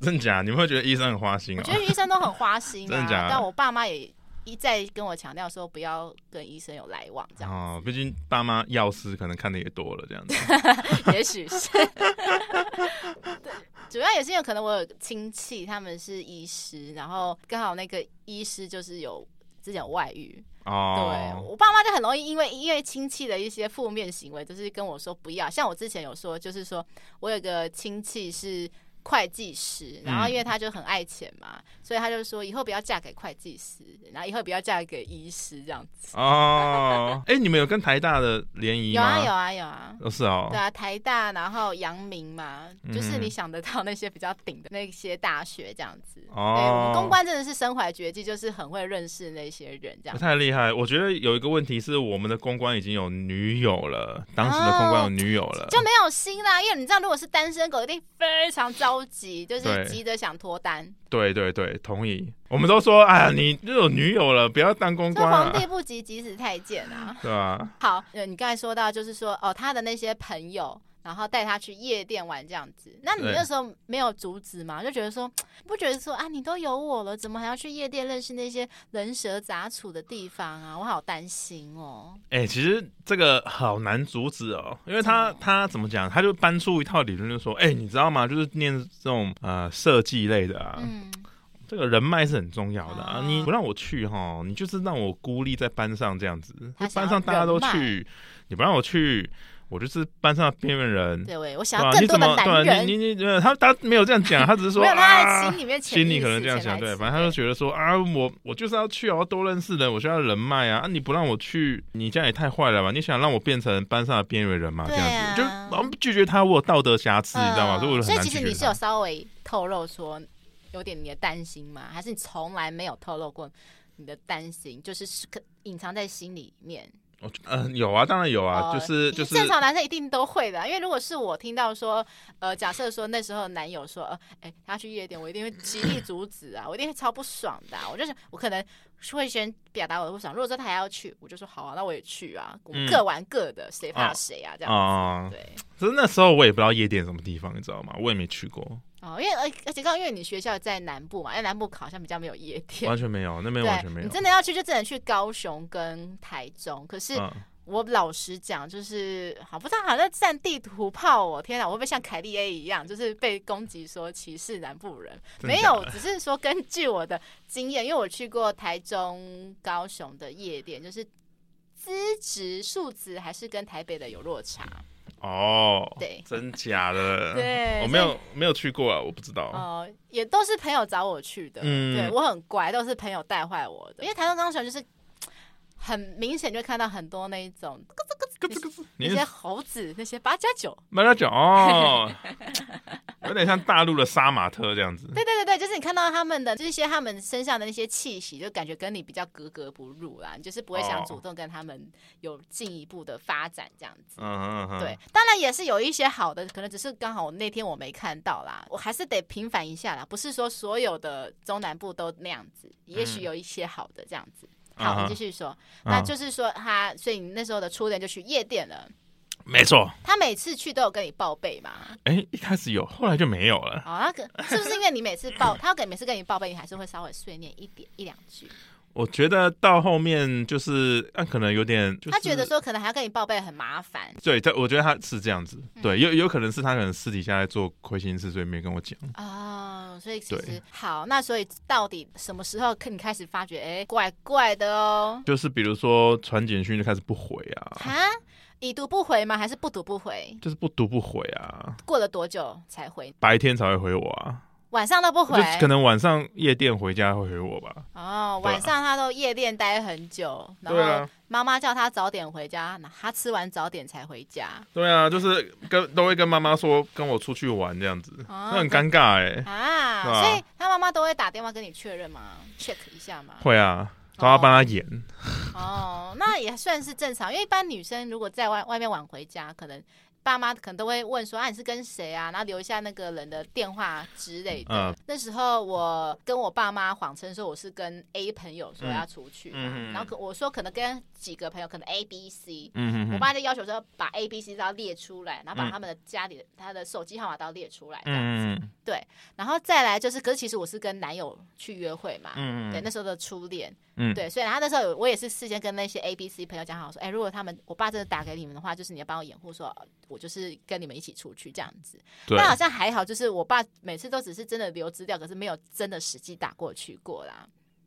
[SPEAKER 1] 真的假的？你们会觉得医生很花心
[SPEAKER 2] 我
[SPEAKER 1] 哦
[SPEAKER 2] 觉？得医生都很花心
[SPEAKER 1] 真
[SPEAKER 2] 啊
[SPEAKER 1] 的假的，
[SPEAKER 2] 但我爸妈也一再跟我强调说不要跟医生有来往，这样、
[SPEAKER 1] 哦，毕竟爸妈药师可能看的也多了，这样子。
[SPEAKER 2] 也许是。 对，主要也是因为可能我有亲戚他们是医师，然后刚好那个医师就是有。之前有外遇，对、
[SPEAKER 1] 哦，
[SPEAKER 2] 我爸妈就很容易因为因为亲戚的一些负面行为，就是跟我说不要。像我之前有说，就是说我有个亲戚是会计师，然
[SPEAKER 1] 嗯
[SPEAKER 2] 后因为他就很爱钱嘛，所以他就说以后不要嫁给会计师，然后以后不要嫁给医师这样子。
[SPEAKER 1] 哦， 哎、你们有跟台大的联谊
[SPEAKER 2] 有
[SPEAKER 1] 吗？
[SPEAKER 2] 啊有啊有啊，
[SPEAKER 1] 哦是哦
[SPEAKER 2] 对，啊，台大，然后阳明嘛，就是
[SPEAKER 1] 嗯
[SPEAKER 2] 你想得到那些比较顶的那些大学这样子。
[SPEAKER 1] 哦
[SPEAKER 2] 对，我们公关真的是身怀绝技，就是很会认识那些人这样。
[SPEAKER 1] 太厉害。我觉得有一个问题是，我们的公关已经有女友了，当时的公关有女友了，
[SPEAKER 2] 啊就没有心啦，因为你知道，如果是单身狗，一定非常着急，就
[SPEAKER 1] 对
[SPEAKER 2] 是急着想脱单。
[SPEAKER 1] 对对对，同意。我们都说，哎呀，你就有女友了，不要当公
[SPEAKER 2] 这
[SPEAKER 1] 关
[SPEAKER 2] 皇
[SPEAKER 1] 了、
[SPEAKER 2] 帝不急急死太监啊！
[SPEAKER 1] 对吧、
[SPEAKER 2] 好，呃，你刚才说到就是说，哦，他的那些朋友，然后带他去夜店玩这样子。那你
[SPEAKER 6] 对
[SPEAKER 2] 那时候没有阻止吗？就觉得说，不觉得说啊，你都有我了，怎么还要去夜店认识那些人蛇杂处的地方啊？我好担心哦。
[SPEAKER 1] 哎、其实这个好难阻止哦，因为他
[SPEAKER 2] 怎么
[SPEAKER 1] 他怎么讲，他就搬出一套理论，就说，哎、你知道吗？就是念这种呃设计类的啊，
[SPEAKER 2] 嗯，
[SPEAKER 1] 这个人脉是很重要的啊。
[SPEAKER 2] 哦
[SPEAKER 1] 你不让我去哈，你就是让我孤立在班上这样子，
[SPEAKER 2] 他想
[SPEAKER 1] 班
[SPEAKER 2] 要
[SPEAKER 1] 上大家都
[SPEAKER 2] 人
[SPEAKER 1] 去，你不让我去，我就是班上的边缘人，
[SPEAKER 2] 对，我我
[SPEAKER 1] 对
[SPEAKER 2] 想
[SPEAKER 1] 吧、
[SPEAKER 2] 要更
[SPEAKER 1] 你
[SPEAKER 2] 多
[SPEAKER 1] 怎
[SPEAKER 2] 的
[SPEAKER 1] 么
[SPEAKER 2] 男
[SPEAKER 1] 对、啊？
[SPEAKER 2] 人，
[SPEAKER 1] 你你你，他他没有这样讲，他只是说
[SPEAKER 2] 没有他在
[SPEAKER 1] 啊
[SPEAKER 2] 心里面潜意识，
[SPEAKER 1] 心里可能这样想，对，反正他就
[SPEAKER 2] 就
[SPEAKER 1] 觉得说啊，我我就是要去啊，我要多认识人，我需要人脉啊，啊你不让我去，你这样也太坏了吧？你想让我变成班上的边缘人嘛？这
[SPEAKER 2] 对
[SPEAKER 1] 样
[SPEAKER 2] 啊嗯
[SPEAKER 1] 子，就我们拒绝他，我有道德瑕疵，你知道吗？所以我就很
[SPEAKER 2] 所以
[SPEAKER 1] 难啊
[SPEAKER 2] 其
[SPEAKER 1] 拒
[SPEAKER 2] 实
[SPEAKER 1] 绝
[SPEAKER 2] 你是有
[SPEAKER 1] 他。
[SPEAKER 2] 稍微透露说有点你的担心吗？还是你从来没有透露过你的担心，就是是可隐藏在心里面？
[SPEAKER 1] 我嗯，有啊，当然有啊，
[SPEAKER 2] 哦
[SPEAKER 1] 就是就是
[SPEAKER 2] 正常男生一定都会的啊，因为如果是我听到说，呃，假设说那时候男友说，呃，哎、他去夜店，我一定会极力阻止啊，我一定会超不爽的啊、我就是我可能会先表达我的不爽，如果说他还要去，我就说好啊，那我也去啊，我
[SPEAKER 1] 嗯
[SPEAKER 2] 们各玩各的，谁、怕谁啊，这样子。
[SPEAKER 1] 啊，
[SPEAKER 2] 对，
[SPEAKER 1] 只是那时候我也不知道夜店什么地方，你知道吗？我也没去 过，
[SPEAKER 2] 哦，因为而而且刚刚因为你学校在南部嘛，因为南部好像比较没有夜店，
[SPEAKER 1] 完全没有，那边完全没
[SPEAKER 2] 对，你
[SPEAKER 1] 有。
[SPEAKER 2] 真的要去就只能去高雄跟台中，可是
[SPEAKER 1] 嗯，
[SPEAKER 2] 我老实讲，就是好不知道，好像占地图炮我、天哪，我会不会像凯莉 A 一样，就是被攻击说歧视南部人？
[SPEAKER 1] 真的
[SPEAKER 2] 没
[SPEAKER 1] 假
[SPEAKER 2] 有，只是说根据我的经验，因为我去过台中、高雄的夜店，就是资质、数值还是跟台北的有落差。
[SPEAKER 1] 哦，
[SPEAKER 2] 对
[SPEAKER 1] 真假的，
[SPEAKER 2] 对
[SPEAKER 1] 我没有没有去过啊，我不知道。
[SPEAKER 2] 哦、也都是朋友找我去的，
[SPEAKER 1] 嗯
[SPEAKER 2] 对我很乖，都是朋友带坏我的。因为台中、高雄就是很明显就看到很多那一种
[SPEAKER 1] 咯吱咯吱你
[SPEAKER 2] 那
[SPEAKER 1] 是
[SPEAKER 2] 些猴子、那些八加九。
[SPEAKER 1] 麦当脚 哦，有点像大陆的杀马特这样子。
[SPEAKER 2] 对对对对，就是你看到他们的这些他们身上的那些气息，就感觉跟你比较格格不入啦，你就是不会想
[SPEAKER 1] 哦
[SPEAKER 2] 主动跟他们有进一步的发展这样子。
[SPEAKER 1] 嗯嗯嗯，
[SPEAKER 2] 对，，当然也是有一些好的，可能只是刚好我那天我没看到啦，我还是得平反一下啦，不是说所有的中南部都那样子，也许有一些好的这样子。
[SPEAKER 1] 嗯
[SPEAKER 2] 好，
[SPEAKER 1] 哼
[SPEAKER 2] 你继续说，
[SPEAKER 1] 嗯
[SPEAKER 2] 那就是说他，所以你那时候的初恋就去夜店了，
[SPEAKER 1] 没错。
[SPEAKER 2] 他每次去都有跟你报备嘛？
[SPEAKER 1] 哎，一开始有，后来就没有了。
[SPEAKER 2] 好，他可是不是因为你每次报， 他给每次跟你报备，你还是会稍微碎念一点一两句。
[SPEAKER 1] 我觉得到后面就是，那、可能有点、就是，
[SPEAKER 2] 他觉得说可能还要跟你报备很麻烦。
[SPEAKER 1] 对，这我觉得他是这样子，
[SPEAKER 2] 嗯
[SPEAKER 1] 对，有有可能是他可能私底下在做亏心事，所以没跟我讲。
[SPEAKER 2] 哦，所以其实
[SPEAKER 1] 嗯对
[SPEAKER 2] 好，那所以到底什么时候可你开始发觉，哎、怪怪的哦？
[SPEAKER 1] 就是比如说传简讯就开始不回啊，
[SPEAKER 2] 哈，已读不回吗？还是不读不回？
[SPEAKER 1] 就是不读不回啊，
[SPEAKER 2] 过了多久才回？
[SPEAKER 1] 白天才会回我啊，
[SPEAKER 2] 晚上都不
[SPEAKER 1] 就
[SPEAKER 2] 回？
[SPEAKER 1] 可能晚上夜店回家会回我吧。
[SPEAKER 2] 哦，
[SPEAKER 1] 对啊
[SPEAKER 2] 晚上他都夜店待很久，然
[SPEAKER 1] 对
[SPEAKER 2] 后
[SPEAKER 1] 啊，
[SPEAKER 2] 妈妈叫他早点回家，那他吃完早点才回家。
[SPEAKER 1] 对啊，就是跟都会跟妈妈说跟我出去玩这样子，
[SPEAKER 2] 啊
[SPEAKER 1] 那很尴尬哎、
[SPEAKER 2] 啊，
[SPEAKER 1] 对啊
[SPEAKER 2] 所以他妈妈都会打电话跟你确认吗？check 一下吗？
[SPEAKER 1] 会啊，都要帮他演。
[SPEAKER 2] 哦，那也算是正常，因为一般女生如果在外外面晚回家，可能爸妈可能都会问说啊你是跟谁啊，然后留一下那个人的电话之类的。
[SPEAKER 1] 嗯
[SPEAKER 2] 那时候我跟我爸妈谎称说我是跟 A 朋友说要出去嘛，
[SPEAKER 1] 嗯嗯嗯嗯
[SPEAKER 2] 然后可我说可能跟几个朋友，可能 A、B、C。
[SPEAKER 1] 嗯哼
[SPEAKER 2] 我
[SPEAKER 1] 哼，
[SPEAKER 2] 爸就要求说把 A、B、C 都列出来，然后把
[SPEAKER 1] 嗯
[SPEAKER 2] 他们的家里的、他的手机号码都列出来，这样
[SPEAKER 1] 嗯嗯
[SPEAKER 2] 然后再来就是，可是其实我是跟男友去约会嘛，
[SPEAKER 1] 嗯
[SPEAKER 2] 对，那时候的初恋，
[SPEAKER 1] 嗯
[SPEAKER 2] 对，所以他那时候有我也是事先跟那些 A、B、C 朋友讲好说，哎，如果他们我爸真的打给你们的话，就是你要帮我掩护说，呃我就是跟你们一起出去这样子。
[SPEAKER 1] 对
[SPEAKER 2] 但好像还好，就是我爸每次都只是真的留资料，可是没有真的实际打过去过啦，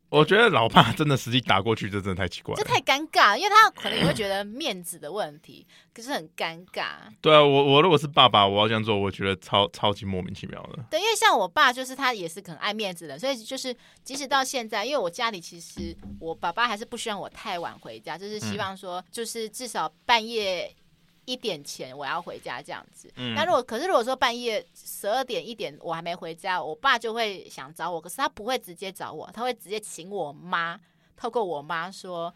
[SPEAKER 1] 我觉得老爸真的实际打过去，这真的太奇怪
[SPEAKER 2] 这
[SPEAKER 1] 了。
[SPEAKER 2] 太尴尬，因为他可能也会觉得面子的问题，可是很尴尬。
[SPEAKER 1] 对啊，我我如果是爸爸，我要这样做，我觉得超超级莫名其妙的。
[SPEAKER 2] 对，因为像我爸就是他也是很爱面子的，所以就是即使到现在，因为我家里其实我爸爸还是不希望我太晚回家，就是希望说就是至少半夜一点前我要回家这样子。
[SPEAKER 1] 嗯
[SPEAKER 2] 那如果可是如果说半夜十二点一点我还没回家，我爸就会想找我，可是他不会直接找我，他会直接请我妈透过我妈说，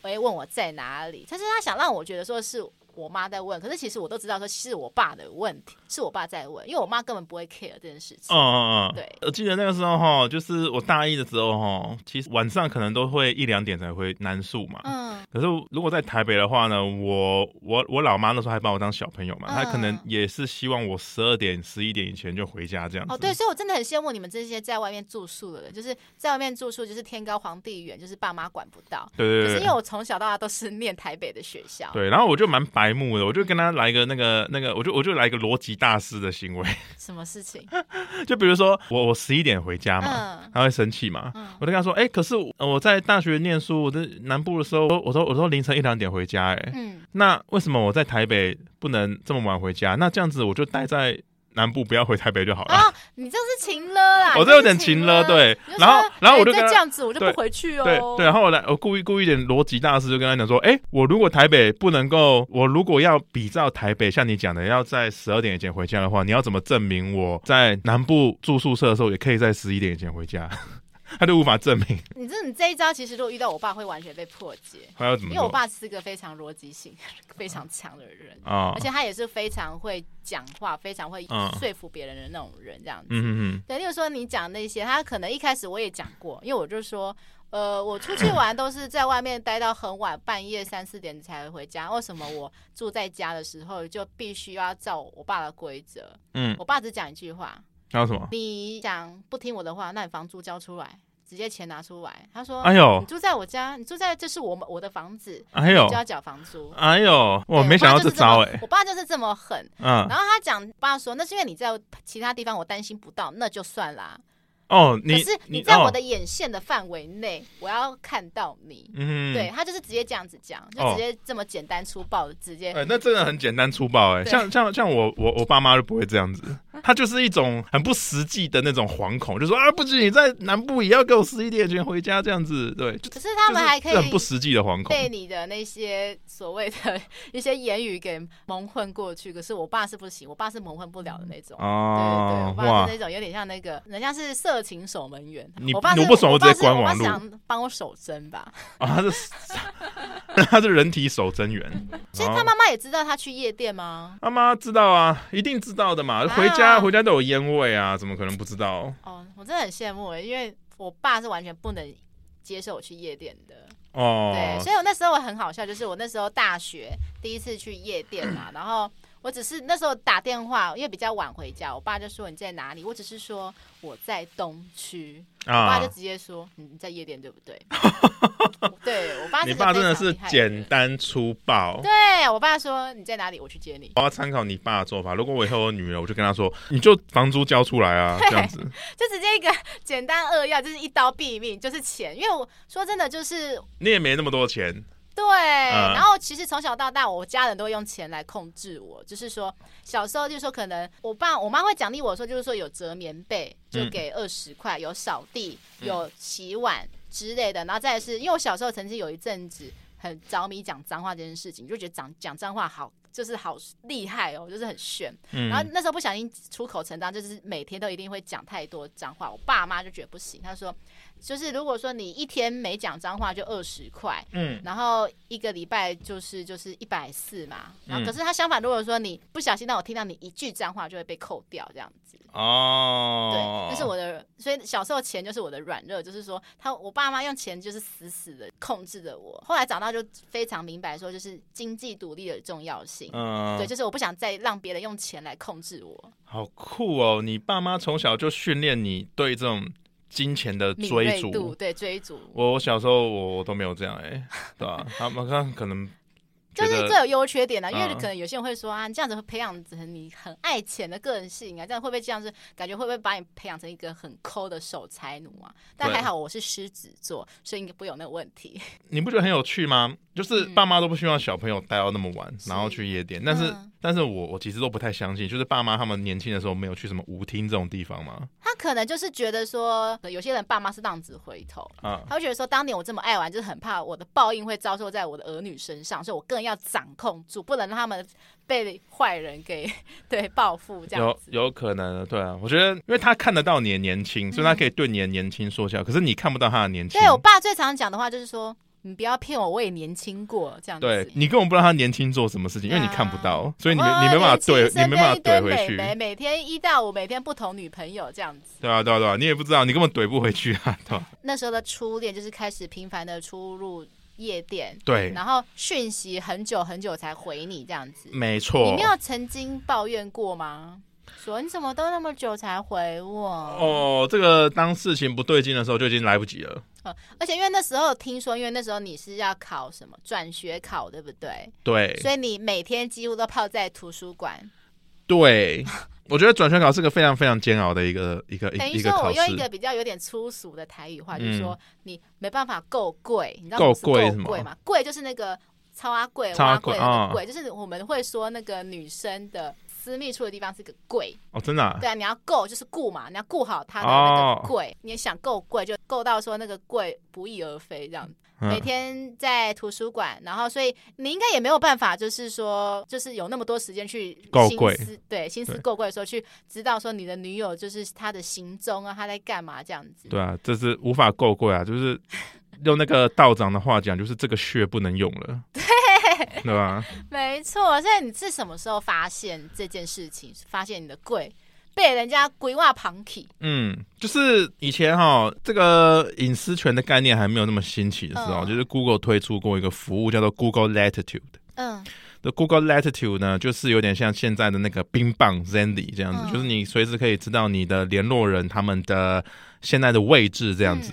[SPEAKER 2] 哎、问我在哪里，但是他想让我觉得说是我妈在问，可是其实我都知道说是我爸的问题，是我爸在问，因为我妈根本不会 care 这件事情。
[SPEAKER 1] 嗯嗯嗯，
[SPEAKER 2] 对
[SPEAKER 1] 我记得那个时候哈，就是我大一的时候哈，其实晚上可能都会一两点才回南宿嘛。
[SPEAKER 2] 嗯，
[SPEAKER 1] 可是如果在台北的话呢，我我我老妈那时候还把我当小朋友嘛，
[SPEAKER 2] 嗯
[SPEAKER 1] 她可能也是希望我十二点十一点以前就回家这样子。
[SPEAKER 2] 哦，对，所以我真的很羡慕你们这些在外面住宿的人，就是在外面住宿就是天高皇帝远，就是爸妈管不到。
[SPEAKER 1] 对
[SPEAKER 2] 可
[SPEAKER 1] 对
[SPEAKER 2] 是啊
[SPEAKER 1] 对
[SPEAKER 2] 因为我从小到大都是念台北的学校，
[SPEAKER 1] 对，然后我就蛮白目的，我就跟他来一个那个那个，我就我就来一个逻辑大师的行为，
[SPEAKER 2] 什么事情？
[SPEAKER 1] 就比如说我我十一点回家嘛，
[SPEAKER 2] 嗯
[SPEAKER 1] 他会生气嘛，
[SPEAKER 2] 嗯
[SPEAKER 1] 我就跟他说，哎、可是我我在大学念书，我在南部的时候，我说我说凌晨一两点回家、哎、
[SPEAKER 2] 嗯，
[SPEAKER 1] 那为什么我在台北不能这么晚回家？那这样子我就待在南部，不要回台北就好了。
[SPEAKER 2] 啊，你这是情了啦，
[SPEAKER 1] 我
[SPEAKER 2] 啊你
[SPEAKER 1] 这
[SPEAKER 2] 这
[SPEAKER 1] 有点
[SPEAKER 2] 情
[SPEAKER 1] 情了，。对
[SPEAKER 2] 你。就
[SPEAKER 1] 然后
[SPEAKER 2] 说，
[SPEAKER 1] 然后我
[SPEAKER 2] 哎
[SPEAKER 1] 就
[SPEAKER 2] 再
[SPEAKER 1] 跟他
[SPEAKER 2] 这样子，我就不
[SPEAKER 1] 对
[SPEAKER 2] 回去哦。
[SPEAKER 1] 对对，啊然后我来，我故意故意一点逻辑大师，就跟他讲说，哎，我如果台北不能够，我如果要比照台北像你讲的，要在十二点以前回家的话，你要怎么证明我在南部住宿舍的时候也可以在十一点以前回家？ 他就无法证明，
[SPEAKER 2] 你这你这一招，其实如果遇到我爸，会完全被破解，
[SPEAKER 1] 他要怎
[SPEAKER 2] 因
[SPEAKER 1] 么
[SPEAKER 2] 为我
[SPEAKER 1] 做？
[SPEAKER 2] 爸是个非常逻辑性 非常强的人，
[SPEAKER 1] 啊
[SPEAKER 2] 而，且他也是非常会讲话、非常会
[SPEAKER 1] 嗯
[SPEAKER 2] 说服别人的那种人，这样子。
[SPEAKER 1] 嗯嗯
[SPEAKER 2] 对，例如说你讲那些，他可能一开始我也讲过，因为我就说，呃，我出去玩都是在外面待到很晚，半夜三四点才回家。为什么我住在家的时候就必须要照我爸的规则？
[SPEAKER 1] 嗯，
[SPEAKER 2] 我爸只讲一句话：
[SPEAKER 1] 还有什么？
[SPEAKER 2] 你想不听我的话，那你房租交出来，直接钱拿出来。他说：
[SPEAKER 1] 哎呦
[SPEAKER 2] 你，住在我家，你住在这是我们我的房子，
[SPEAKER 1] 哎
[SPEAKER 2] 你
[SPEAKER 1] 呦
[SPEAKER 2] 就，要缴房租。
[SPEAKER 1] 哎呦，我
[SPEAKER 2] 对
[SPEAKER 1] 没想
[SPEAKER 2] 爸
[SPEAKER 1] 到
[SPEAKER 2] 就是这
[SPEAKER 1] 招
[SPEAKER 2] 么
[SPEAKER 1] 哎，
[SPEAKER 2] 我爸就是这么狠。
[SPEAKER 1] 嗯
[SPEAKER 2] 然，后他讲，爸说那是因为你在其他地方我担心不到，那就算啦。
[SPEAKER 1] 哦，
[SPEAKER 2] 可
[SPEAKER 1] 你
[SPEAKER 2] 是
[SPEAKER 1] 你
[SPEAKER 2] 在我
[SPEAKER 1] 哦
[SPEAKER 2] 的眼线的范围内，我要看到你。
[SPEAKER 1] 嗯，
[SPEAKER 2] 对他就是直接这样子讲，就
[SPEAKER 1] 哦
[SPEAKER 2] 直接这么简单粗暴的直接。
[SPEAKER 1] 哎、那真的很简单粗暴哎、
[SPEAKER 2] 对
[SPEAKER 1] 像像像我我我爸妈就不会这样子，他就是一种很不实际的那种惶恐，就说啊，不行，你在南部也要给我十一点前回家这样子，对，就
[SPEAKER 2] 可是他们还
[SPEAKER 1] 就
[SPEAKER 2] 可
[SPEAKER 1] 是很
[SPEAKER 2] 以
[SPEAKER 1] 不实际的惶恐
[SPEAKER 2] 被你的那些所谓的一些言语给蒙混过去。可是我爸是不行，我爸是蒙混不了的那种。对对对，我
[SPEAKER 1] 哦，
[SPEAKER 2] 爸
[SPEAKER 1] 哇
[SPEAKER 2] 是，那种有点像那个，人家是色情守门员。
[SPEAKER 1] 你
[SPEAKER 2] 我爸是
[SPEAKER 1] 你不爽
[SPEAKER 2] 我
[SPEAKER 1] 我直
[SPEAKER 2] 爸
[SPEAKER 1] 接
[SPEAKER 2] 是
[SPEAKER 1] 关
[SPEAKER 2] 我爸
[SPEAKER 1] 网
[SPEAKER 2] 是
[SPEAKER 1] 路
[SPEAKER 2] 想帮我守贞吧。
[SPEAKER 1] 啊，他是他是 人体守贞员，
[SPEAKER 2] 其实
[SPEAKER 1] 然
[SPEAKER 2] 嗯他
[SPEAKER 1] 后
[SPEAKER 2] 妈妈也知道他去夜店吗？
[SPEAKER 1] 他妈知道啊，一定知道的嘛，回家
[SPEAKER 2] 啊
[SPEAKER 1] 回家都有烟味啊，怎么可能不知道？
[SPEAKER 2] 哦，我真的很羡慕欸，因为我爸是完全不能接受我去夜店的。对，
[SPEAKER 1] 哦，
[SPEAKER 2] 所以我那时候我很好笑，就是我那时候大学第一次去夜店嘛， 然后我只是那时候打电话，因为比较晚回家，我爸就说你在哪里，我只是说我在东区，我爸
[SPEAKER 1] 啊
[SPEAKER 2] 就，直接说嗯你在夜店对不 对？对我爸，
[SPEAKER 1] 你爸真的是简。单粗暴，
[SPEAKER 2] 对我爸说你在哪里，我去接你，
[SPEAKER 1] 我要参考你爸的做法。如果我以后有女儿，我就跟她说，你就房租交出来 啊，这样子。
[SPEAKER 2] 就直接一个 简单扼要，就是一刀毙命，就是钱。因为我说真的，就是
[SPEAKER 1] 你也没那么多 钱，
[SPEAKER 2] 对，
[SPEAKER 1] 嗯
[SPEAKER 2] 然后其实从小到大，我家人都会用钱来控制我，就是说小时候就是说可能我爸我妈会奖励我说，就是说有折棉被就
[SPEAKER 1] 嗯
[SPEAKER 2] 给二十块，有扫地，有洗碗之类的。然后再来是因为我小时候曾经有一阵子很着迷讲脏话这件事情，就觉得讲讲脏话好。就是好厉害哦，就是很炫。
[SPEAKER 1] 嗯
[SPEAKER 2] 然后那时候不小心出口成章，就是每天都一定会讲太多脏话。我爸妈就觉得不行，他说，就是如果说你一天没讲脏话就二十块，
[SPEAKER 1] 嗯
[SPEAKER 2] 然后一个礼拜就是就是一百四嘛，然后
[SPEAKER 1] 嗯
[SPEAKER 2] 可是他相反，如果说你不小心让我听到你一句脏话，就会被扣掉这样子。对，
[SPEAKER 1] 哦
[SPEAKER 2] 这是我的，所以小时候钱就是我的软弱，就是说他我爸妈用钱就是死死的控制着我。后来长大就非常明白说，就是经济独立的重要性。
[SPEAKER 1] 嗯
[SPEAKER 2] 对，就是我不想再让别人用钱来控制我。
[SPEAKER 1] 好酷哦！你爸妈从小就训练你对这种金钱的
[SPEAKER 2] 敏
[SPEAKER 1] 追
[SPEAKER 2] 锐度，
[SPEAKER 1] 逐。
[SPEAKER 2] 对追逐，
[SPEAKER 1] 我我小时候我我都没有这样哎、 对吧、他们他们可能
[SPEAKER 2] 就
[SPEAKER 1] 觉
[SPEAKER 2] 是
[SPEAKER 1] 得
[SPEAKER 2] 各有优缺点呢、啊因为
[SPEAKER 1] 嗯
[SPEAKER 2] 可能有些人会说啊，你这样子会培养成你很爱钱的个人性啊，这样会不会这样子感觉会不会把你培养成一个很抠的守财奴啊？但
[SPEAKER 1] 对
[SPEAKER 2] 还好我是狮子座，所以应该不会有那个问题。
[SPEAKER 1] 你不觉得很有趣吗？就是
[SPEAKER 2] 嗯
[SPEAKER 1] 爸妈都不希望小朋友待到那么晚，然后去夜店。但是，
[SPEAKER 2] 嗯
[SPEAKER 1] 但是我我其实都不太相信，就是爸妈他们年轻的时候没有去什么舞厅这种地方吗？
[SPEAKER 2] 他可能就是觉得说，有些人爸妈是浪子回头，
[SPEAKER 1] 啊，
[SPEAKER 2] 他会觉得说，当年我这么爱玩，就是很怕我的报应会遭受在我的儿女身上，所以我更要掌控住，不能让他们被坏人给对报复这样
[SPEAKER 1] 有
[SPEAKER 2] 子。
[SPEAKER 1] 有可能，对啊，我觉得，因为他看得到你的年轻，所以他可以对你的年轻说教，可是你看不到他的年轻。
[SPEAKER 2] 对我爸最常讲的话就是说，你不要骗我，我也年轻过这样子。
[SPEAKER 1] 对你根本不知道他年轻做什么事情，因为
[SPEAKER 2] 啊
[SPEAKER 1] 你看不到，所以你没
[SPEAKER 2] 哇
[SPEAKER 1] 你没办法
[SPEAKER 2] 年轻
[SPEAKER 1] 怼，
[SPEAKER 2] 生
[SPEAKER 1] 你没办法
[SPEAKER 2] 跟一堆
[SPEAKER 1] 怼回去
[SPEAKER 2] 美。眉每天一到五，每天不同女朋友这样子。
[SPEAKER 1] 对啊，对啊，对啊，你也不知道，你根本怼不回去啊，对吧？
[SPEAKER 2] 那时候的初恋就是开始频繁的出入夜店，
[SPEAKER 1] 对，
[SPEAKER 2] 然后讯息很久很久才回你这样子。
[SPEAKER 1] 嗯没
[SPEAKER 2] 你
[SPEAKER 1] 错
[SPEAKER 2] 没。有曾经抱怨过吗？说你怎么都那么久才回我？
[SPEAKER 1] 哦，这个当事情不对劲的时候就已经来不及了。
[SPEAKER 2] 呃而且因为那时候听说，因为那时候你是要考什么转学考，对不对？
[SPEAKER 1] 对，
[SPEAKER 2] 所以你每天几乎都泡在图书馆。
[SPEAKER 1] 对，我觉得转学考是个非常非常煎熬的一个一个
[SPEAKER 2] 等
[SPEAKER 1] 一
[SPEAKER 2] 于
[SPEAKER 1] 一个
[SPEAKER 2] 说，我
[SPEAKER 1] 考
[SPEAKER 2] 用一个
[SPEAKER 1] 试。
[SPEAKER 2] 比较有点粗俗的台语话，
[SPEAKER 1] 嗯
[SPEAKER 2] 就是说你没办法够贵，你知道
[SPEAKER 1] 够
[SPEAKER 2] 什么
[SPEAKER 1] 贵
[SPEAKER 2] 是
[SPEAKER 1] 是吗
[SPEAKER 2] 够贵吗？贵就是那个超阿贵、
[SPEAKER 1] 超阿
[SPEAKER 2] 挖
[SPEAKER 1] 贵
[SPEAKER 2] 贵的那
[SPEAKER 1] 啊
[SPEAKER 2] 个贵，就是我们会说那个女生的私密处的地方是个贵，
[SPEAKER 1] 哦，真的啊、
[SPEAKER 2] 对啊，你要够就是顾嘛，你要顾好它的那
[SPEAKER 1] 哦
[SPEAKER 2] 个贵，你想够贵就够到说那个贵不翼而飞这样子。每
[SPEAKER 1] 嗯，
[SPEAKER 2] 天在图书馆，然后所以你应该也没有办法，就是说，就是有那么多时间去
[SPEAKER 1] 够
[SPEAKER 2] 心
[SPEAKER 1] 贵
[SPEAKER 2] 思，对，心思
[SPEAKER 1] 对
[SPEAKER 2] 够贵的时候去知道说你的女友就是她的行踪啊，她在干嘛这样子。
[SPEAKER 1] 对啊，这是无法够贵啊，就是用那个道长的话讲，就是这个血不能用了，对，对吧？
[SPEAKER 2] 没错，所以你是什么时候发现这件事情？发现你的贵被人家规划旁起？
[SPEAKER 1] 嗯，就是以前哈，这个隐私权的概念还没有那么新奇的时候，
[SPEAKER 2] 嗯
[SPEAKER 1] 就是 Google 推出过一个服务叫做 Google Latitude。
[SPEAKER 2] 嗯，
[SPEAKER 1] 那 Google Latitude 呢，就是有点像现在的那个冰棒 Zendy 这样子，
[SPEAKER 2] 嗯
[SPEAKER 1] 就是你随时可以知道你的联络人他们的现在的位置这
[SPEAKER 2] 这
[SPEAKER 1] 样子。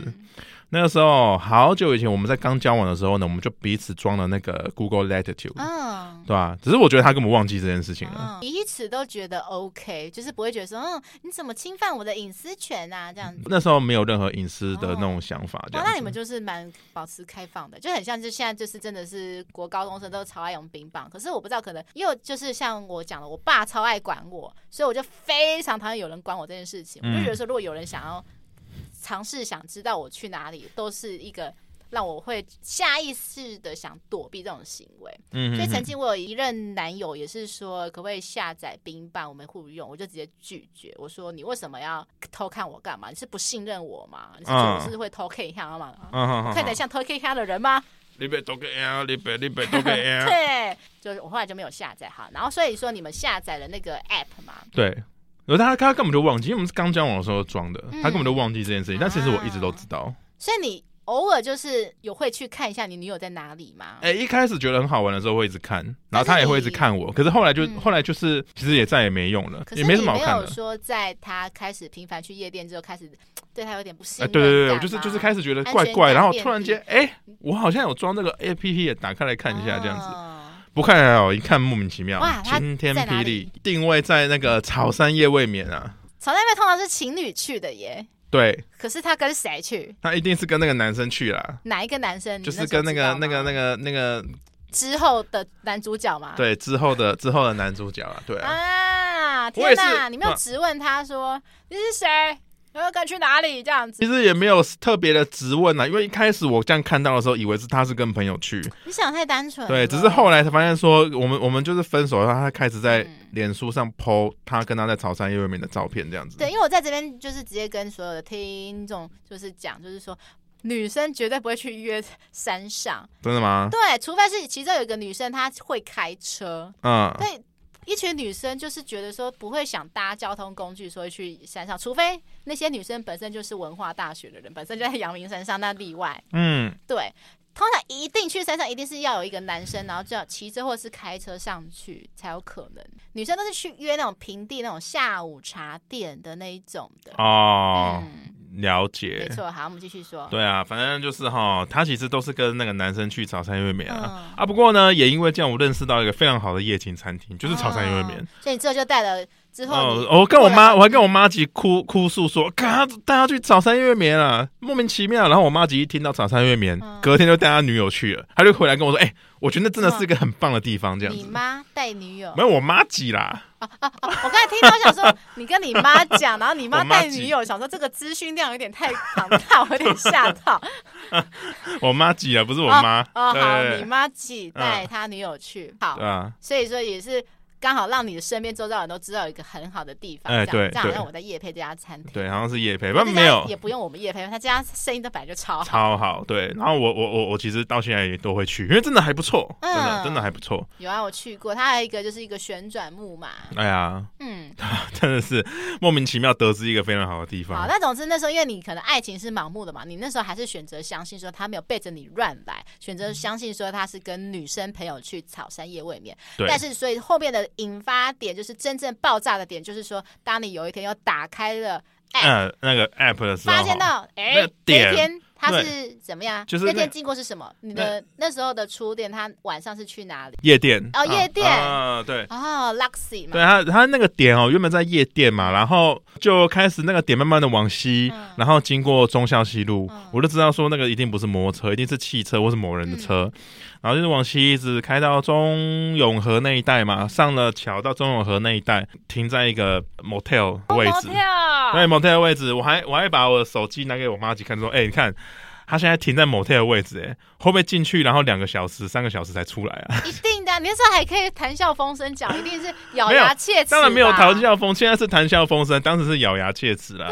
[SPEAKER 1] 那个时候好久以前，我们在刚交往的时候呢，我们就彼此装了那个 Google Latitude，、
[SPEAKER 2] 嗯。
[SPEAKER 1] 对吧、只是我觉得他根本忘记这件事情了。
[SPEAKER 2] 嗯，彼此都觉得 OK，就是不会觉得说，嗯，你怎么侵犯我的隐私权啊？这样子。
[SPEAKER 1] 那时候没有任何隐私的那种想法，这
[SPEAKER 2] 哇，
[SPEAKER 1] 样
[SPEAKER 2] 哦那你
[SPEAKER 1] 子
[SPEAKER 2] 们就是蛮保持开放的，就很像就现在就是真的是国高中生都超爱用冰棒，可是我不知道可能因为就是像我讲的，我爸超爱管我，所以我就非常讨厌有人管我这件事情。我
[SPEAKER 1] 嗯
[SPEAKER 2] 就觉得说，如果有人想要尝试想知道我去哪里，都是一个让我会下意识的想躲避这种行为。
[SPEAKER 1] 嗯
[SPEAKER 2] 所以
[SPEAKER 1] 哼
[SPEAKER 2] 曾
[SPEAKER 1] 哼
[SPEAKER 2] 经我有一任男友也是说，可不可以下载冰棒，我们互用？我就直接拒绝，我说你为什么要偷看我干嘛？你是不信任我吗？你是觉得我是会偷 K 他吗？
[SPEAKER 1] 嗯哼哼
[SPEAKER 2] 看起来
[SPEAKER 1] 哼，
[SPEAKER 2] 像偷 K 他的人吗？
[SPEAKER 1] 你别多给啊，你别你别多给啊，
[SPEAKER 2] 对，就是我后来就没有下载哈。然后所以说你们下载了那个 app 嘛？
[SPEAKER 1] 对。然后他他根本就忘记，因为我们是刚交往的时候装的，
[SPEAKER 2] 嗯
[SPEAKER 1] 他根本就忘记这件事情。但其实我一直都知道，
[SPEAKER 2] 所以你偶尔就是有会去看一下你女友在哪里吗？
[SPEAKER 1] 哎、一开始觉得很好玩的时候会一直看，然
[SPEAKER 2] 但
[SPEAKER 1] 后
[SPEAKER 2] 是
[SPEAKER 1] 他也会一直
[SPEAKER 2] 你
[SPEAKER 1] 看我，可是后来就、
[SPEAKER 2] 嗯
[SPEAKER 1] 后来就是其实也再也没用了，
[SPEAKER 2] 可
[SPEAKER 1] 也
[SPEAKER 2] 是
[SPEAKER 1] 没
[SPEAKER 2] 你
[SPEAKER 1] 什么好
[SPEAKER 2] 没
[SPEAKER 1] 看
[SPEAKER 2] 有
[SPEAKER 1] 的。
[SPEAKER 2] 说在他开始频繁去夜店之后，开始对他有点不信
[SPEAKER 1] 哎，
[SPEAKER 2] 任
[SPEAKER 1] 对
[SPEAKER 2] 感
[SPEAKER 1] 对对，
[SPEAKER 2] 吗、
[SPEAKER 1] 我就是就是开始觉得
[SPEAKER 2] 安
[SPEAKER 1] 怪
[SPEAKER 2] 全
[SPEAKER 1] 怪，
[SPEAKER 2] 感
[SPEAKER 1] 然后
[SPEAKER 2] 变
[SPEAKER 1] 突然间，哎、我好像有装这个 A P P 也打开来看一下这样子，
[SPEAKER 2] 哦
[SPEAKER 1] 不看还好，一看莫名其妙
[SPEAKER 2] 哇，它
[SPEAKER 1] 晴天
[SPEAKER 2] 在哪
[SPEAKER 1] 霹
[SPEAKER 2] 里
[SPEAKER 1] 雳，定位在那个草山夜未眠啊，
[SPEAKER 2] 草那边通常是情侣去的耶，
[SPEAKER 1] 对，
[SPEAKER 2] 可是他跟谁去？
[SPEAKER 1] 他一定是跟那个男生去啦。
[SPEAKER 2] 哪一个男生？
[SPEAKER 1] 就是跟那个、那个、那
[SPEAKER 2] 个
[SPEAKER 1] 个、那个，
[SPEAKER 2] 之后的男主角嘛？
[SPEAKER 1] 对之后的之后的男主角啊，对啊，
[SPEAKER 2] 啊！
[SPEAKER 1] 我也
[SPEAKER 2] 天
[SPEAKER 1] 是
[SPEAKER 2] 哪，你没有
[SPEAKER 1] 啊
[SPEAKER 2] 质问他说你是谁，然后跟去哪里这样子？
[SPEAKER 1] 其实也没有特别的质问啊，因为一开始我这样看到的时候，以为是他是跟朋友去，
[SPEAKER 2] 你想太单纯了。
[SPEAKER 1] 对，只是后来才发现说，我们我们就是分手后，他开始在
[SPEAKER 2] 嗯
[SPEAKER 1] 脸书上 PO 他跟他在草山夜未眠的照片这样子。
[SPEAKER 2] 对，因为我在这边就是直接跟所有的听众就是讲，就是说。女生绝对不会去约山上，
[SPEAKER 1] 真的吗？
[SPEAKER 2] 对，除非是其中有一个女生她会开车，
[SPEAKER 1] 嗯，
[SPEAKER 2] 对，一群女生就是觉得说不会想搭交通工具，所以去山上，除非那些女生本身就是文化大学的人，本身就在阳明山上，那例外。
[SPEAKER 1] 嗯，
[SPEAKER 2] 对，通常一定去山上，一定是要有一个男生，然后就要骑车或是开车上去才有可能。女生都是去约那种平地那种下午茶店的那一种的。
[SPEAKER 1] 哦，了
[SPEAKER 2] 嗯，没
[SPEAKER 1] 解。
[SPEAKER 2] 错。好，我们继续说。
[SPEAKER 1] 对啊，反正就是哈，他其实都是跟那个男生去草山夜未眠啊、
[SPEAKER 2] 嗯
[SPEAKER 1] 啊。不过呢，也因为这样，我认识到一个非常好的夜景餐厅，就是草山夜未眠
[SPEAKER 2] 哦。所以你之后就带了之后你，
[SPEAKER 1] 哦，我跟我妈，
[SPEAKER 2] 过了啊
[SPEAKER 1] 我还跟我妈急哭哭诉说，嘎，带她去草山夜未眠啊，莫名其妙。然后我妈急一听到草山夜未眠，
[SPEAKER 2] 嗯
[SPEAKER 1] 隔天就带她女友去了，她就回来跟我说，哎、我觉得真的是一个很棒的地方，这样
[SPEAKER 2] 哦你
[SPEAKER 1] 子。
[SPEAKER 2] 妈带女友
[SPEAKER 1] 没有，我妈急啦，
[SPEAKER 2] 哦我刚才听到 想说，你跟你妈讲，然后你
[SPEAKER 1] 我
[SPEAKER 2] 妈
[SPEAKER 1] 妈
[SPEAKER 2] 带
[SPEAKER 1] 急
[SPEAKER 2] 女友，想说这个资讯量有点太庞大，我有点吓到。
[SPEAKER 1] 我妈急啊，不是我妈。
[SPEAKER 2] 哦，好，
[SPEAKER 1] 对嗯
[SPEAKER 2] 你妈挤带她女友去，好
[SPEAKER 1] 对，啊，
[SPEAKER 2] 所以说也是刚好让你的身边周遭人都知道有一个很好的地方，
[SPEAKER 1] 哎
[SPEAKER 2] 这样
[SPEAKER 1] 对
[SPEAKER 2] 这样好
[SPEAKER 1] 对
[SPEAKER 2] 像我在夜配这家餐厅，
[SPEAKER 1] 对，好像是叶培，
[SPEAKER 2] 那
[SPEAKER 1] 但
[SPEAKER 2] 这家
[SPEAKER 1] 没有
[SPEAKER 2] 也不用我们夜配，他这家生意都本来就超好，
[SPEAKER 1] 超好，对。然后我我我我其实到现在也都会去，因为真的还不错，真的
[SPEAKER 2] 嗯
[SPEAKER 1] 真的还不错。
[SPEAKER 2] 有啊，我去过，它还有一个就是一个旋转木马，
[SPEAKER 1] 哎呀，
[SPEAKER 2] 嗯，
[SPEAKER 1] 真的是莫名其妙得知一个非常好的地
[SPEAKER 2] 好，
[SPEAKER 1] 方。
[SPEAKER 2] 那总之那时候因为你可能爱情是盲目的嘛，你那时候还是选择相信说他没有背着你乱来，选
[SPEAKER 1] 嗯
[SPEAKER 2] 择相信说他是跟女生朋友去草山夜未眠，
[SPEAKER 1] 对，
[SPEAKER 2] 但是，所以后面的引发点就是真正爆炸的点，就是说，当你有一天又打开了 app，、
[SPEAKER 1] 嗯，那个 app 的时候，
[SPEAKER 2] 哎发现到，哎、
[SPEAKER 1] 哦那点
[SPEAKER 2] 那天他是怎么样？
[SPEAKER 1] 就是那
[SPEAKER 2] 那天经过是什么？你的那时候的初恋，他晚上是去哪里？
[SPEAKER 1] 夜店
[SPEAKER 2] 哦
[SPEAKER 1] 啊
[SPEAKER 2] 夜店
[SPEAKER 1] 啊，对。
[SPEAKER 2] 哦，Luxy 嘛
[SPEAKER 1] 对。他，他那个点哦，原本在夜店嘛，然后就开始那个点慢慢的往西，
[SPEAKER 2] 嗯
[SPEAKER 1] 然后经过忠孝西路，
[SPEAKER 2] 嗯
[SPEAKER 1] 我就知道说那个一定不是摩托车，一定是汽车或是某人的车，
[SPEAKER 2] 嗯
[SPEAKER 1] 然后就是往西一直开到中永和那一带嘛，上了桥到中永和那一带，停在一个 motel 位置，
[SPEAKER 2] 哦
[SPEAKER 1] 对 motel 的位置，我还我还把我的手机拿给我妈去看，说，哎、你看。他现在停在 motel 的位置，哎，会不会进去，然后两个小时、三个小时才出来啊？
[SPEAKER 2] 一定的，你那时候还可以谈笑风生讲，一定是咬
[SPEAKER 1] 没有
[SPEAKER 2] 牙切齿。
[SPEAKER 1] 当然没有谈，笑风，现在是谈笑风生，当时是咬牙切齿啦。